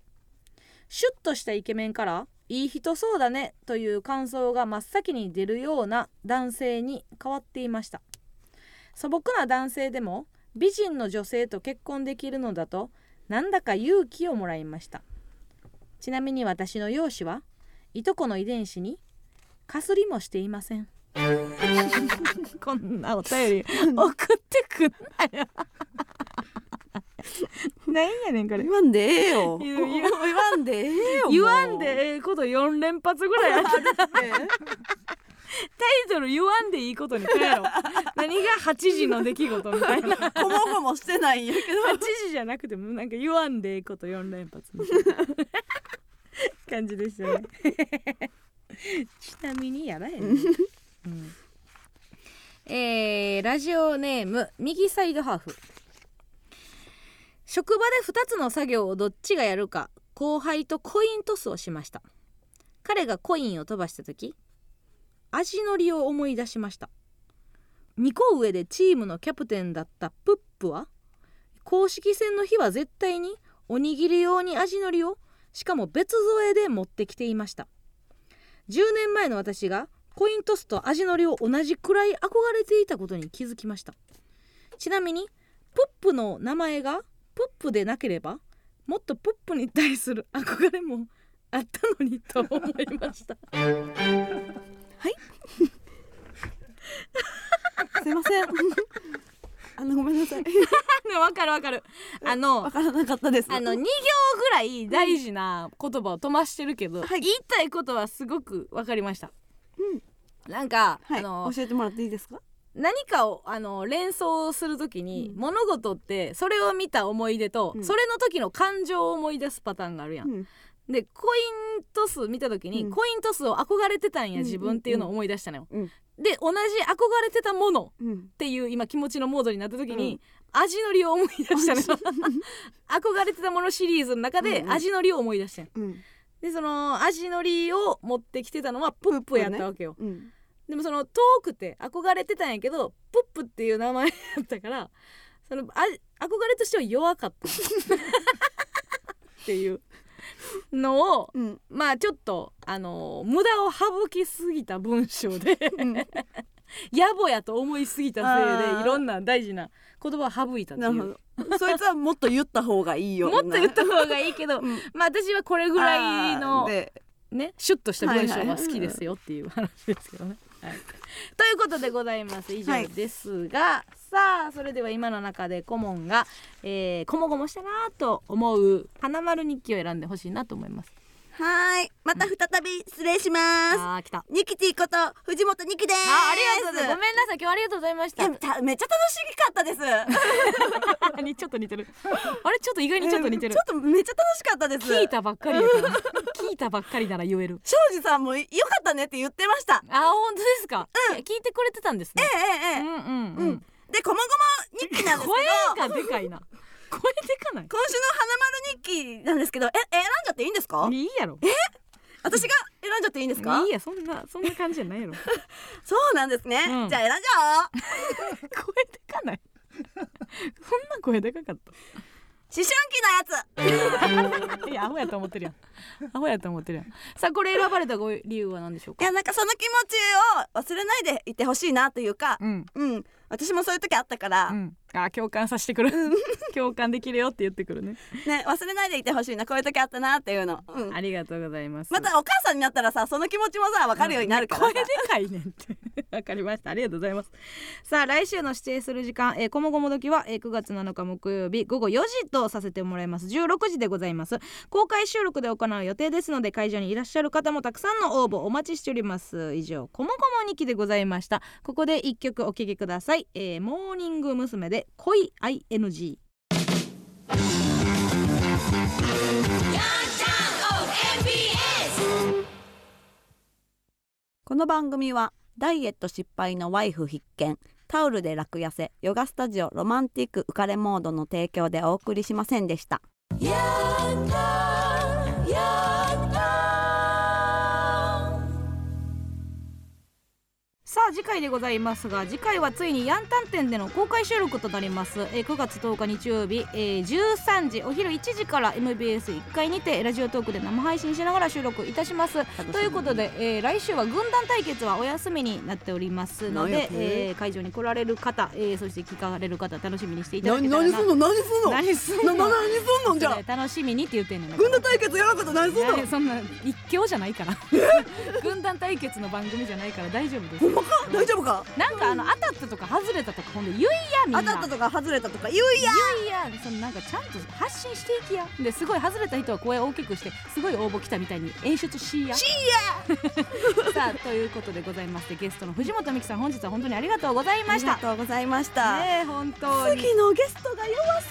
Speaker 1: シュッとしたイケメンから「いい人そうだね」という感想が真っ先に出るような男性に変わっていました素朴な男性でも美人の女性と結婚できるのだとなんだか勇気をもらいましたちなみに私の容姿はいとこの遺伝子にかすりもしていませ (laughs) ん (laughs) こんなお便り送ってくんなよなんやねんこれ
Speaker 2: 言わんでええよ
Speaker 1: 言う言う
Speaker 2: 言わんでええよ
Speaker 1: 言わんでええこと4連発ぐらいあるタイトル言わんでいいことに変えろ何が8時の出来事みたいな8
Speaker 2: こもごもしてないんやけ (laughs) ど
Speaker 1: 時じゃなくてもなんか言わんでいいこと4連発みたいな感じでしたねちなみにやらへん、うん
Speaker 4: えー、ラジオネーム右サイドハーフ職場で2つの作業をどっちがやるか後輩とコイントスをしました彼がコインを飛ばした時味のりを思い出しました2個上でチームのキャプテンだったプップは公式戦の日は絶対におにぎり用に味のりをしかも別添えで持ってきていました10年前の私がコイントスと味のりを同じくらい憧れていたことに気づきましたちなみにプップの名前がプップでなければもっとプップに対する憧れもあったのにと思い
Speaker 1: (laughs)
Speaker 4: ました
Speaker 2: すいま (laughs) せんあのごめんな (laughs) さい
Speaker 1: わかるわかるあの
Speaker 4: (laughs)
Speaker 2: わからなかったです
Speaker 1: あの2行ぐらい大事な言葉を飛ばしてるけど、
Speaker 2: はい
Speaker 1: 言いたいことはすごくわかりました、なんか、
Speaker 2: は
Speaker 1: あの
Speaker 2: い教えてもらっていいですか
Speaker 1: 何かをあの連想するときに、
Speaker 2: うん
Speaker 1: 物事ってそれを見た思い出と、
Speaker 2: うん
Speaker 1: それの時の感情を思い出すパターンがあるやん、
Speaker 2: うん
Speaker 1: でコイントス見た時に、
Speaker 2: うん
Speaker 1: コイントスを憧れてたんや自分っていうのを思い出したのよ、
Speaker 2: うん
Speaker 1: で同じ憧れてたもの
Speaker 2: うん
Speaker 1: っていう今気持ちのモードになった時に、味のりを思い出したのよ憧れてたものシリーズの中で
Speaker 2: うんうん
Speaker 1: 味のりを思い出してん
Speaker 2: うん
Speaker 1: でその味のりを持ってきてたのはプップやったわけよ、
Speaker 2: うん
Speaker 1: でもその遠くて憧れてたんやけどプップっていう名前だったからそのあ憧れとしては弱かったっていうのを
Speaker 2: うん
Speaker 1: まあちょっとあの無駄を省きすぎた文章
Speaker 2: (laughs)
Speaker 1: で
Speaker 2: うん
Speaker 1: 野暮やと思いすぎたせい
Speaker 2: あー
Speaker 1: でいろんな大事な言葉を省いたってい
Speaker 2: な
Speaker 1: う
Speaker 2: るほどそいつはもっと言った方がいいよ
Speaker 1: もっと言った方がいいけど、
Speaker 2: うん
Speaker 1: まあ私はこれぐらい
Speaker 2: あー
Speaker 1: の
Speaker 2: で
Speaker 1: ねシュッとした文章が好きですよっていう話ですけどね。はい、ということでございます以上ですが、さあそれでは今の中で顧問が、えー、こもごもしたなと思う花丸日記を選んでほしいなと思います。
Speaker 2: はーいまた再び失礼します
Speaker 1: あー来た。あ
Speaker 2: ニキティこと藤本ニキです
Speaker 1: ありがとうございます。ごめんなさい今日はありがとうございまし (laughs)
Speaker 2: いや
Speaker 1: た。
Speaker 2: ためっちゃ楽しかったです
Speaker 1: にちょっと似てる。あれちょっと意外にちょっと似てる
Speaker 2: ちょ。っとめっちゃ楽しかったです
Speaker 1: 聞いたばっかりやから。聞いたばっかりなら言える。
Speaker 2: 庄司さんもよかったねって言ってました
Speaker 1: あー本当ですか。いや聞いてくれてたんですね。
Speaker 2: ええええ
Speaker 1: うんうんう
Speaker 2: うんん。でこもごも日記なんですけど
Speaker 1: 声がでかいな。声でかない。
Speaker 2: 今週の花丸日記なんですけどえ選んじゃっていいんですか
Speaker 1: いいやろ。
Speaker 2: 私が選んじゃっていいんですか
Speaker 1: いいやそんなそんな感じじゃないやろ。 (laughs) 声
Speaker 2: そうなんですね、
Speaker 1: うん
Speaker 2: じゃあ選んじゃおう
Speaker 1: でかない。 (laughs) そんな声でかかっ
Speaker 2: 思春期のやつ
Speaker 1: た。いやアホやと思ってるやん。アホやと思ってるやん。さあこれ選ばれたご理由は何でしょう
Speaker 2: い
Speaker 1: か。
Speaker 2: やなんかその気持ちを忘れないでいてほしいなというか
Speaker 1: うん。
Speaker 2: うん私もそういう時あったから、
Speaker 1: うん、あ共感させてくる (laughs) 共感できるよって言ってくるね
Speaker 2: ね忘れないでいてほしいなこういう時あったなっていうの、うん、
Speaker 1: ありがとうございます
Speaker 2: またお母さんになったらさその気持ちもさ分かるようになるから
Speaker 1: 声
Speaker 2: さ、
Speaker 1: でかいねんって (laughs) わかりましたありがとうございますさあ来週の指定する時間えーこもごも時はえー9月7日木曜日午後4時とさせてもらいます16時でございます公開収録で行う予定ですので会場にいらっしゃる方もたくさんの応募お待ちしております以上こもごも2期でございましたここで一曲お聴きください、えーモーニング娘。で恋 ING
Speaker 2: この番組はダイエット失敗のワイフ必見タオルで楽痩せヨガスタジオロマンティック浮かれモードの提供でお送りしませんでした
Speaker 1: さあ次回でございますが次回はついにヤンタン店での公開収録となります、えー9月10日日曜日、えー13時お昼1時から MBS1 階にてラジオトークで生配信しながら収録いたします
Speaker 2: しみ
Speaker 1: ということで、えー来週は軍団対決はお休みになっておりますの
Speaker 2: なんや
Speaker 1: で
Speaker 2: て、
Speaker 1: えー会場に来られる方、えーそして聞かれる方楽しみにしていただけたらな
Speaker 2: の何すん
Speaker 1: 何すんの
Speaker 2: すんの
Speaker 1: それ楽しみにって言ってんねんな
Speaker 2: 団対決やらんこと何
Speaker 1: いやそんな一強じゃないから (laughs) 軍団対決の番組じゃないから大丈夫です
Speaker 2: 夫か
Speaker 1: なんかあの当たったとか外れたとかほんで言いやみんな
Speaker 2: 当たったとか外れたとか言うや
Speaker 1: いやいやそのなんかちゃんと発信していきやですごい外れた人は声大きくしてすごい応募来たみたいに演出しいやしいや (laughs) さあということでございましてゲストの藤本美貴さん本日は本当にありがとうござい
Speaker 2: あ
Speaker 1: ま
Speaker 2: り
Speaker 1: し
Speaker 2: が
Speaker 1: た
Speaker 2: とうございました、
Speaker 1: ねえ本当に
Speaker 2: 次のゲストが弱そ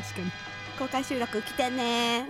Speaker 1: 確かに
Speaker 2: う公開収録来てね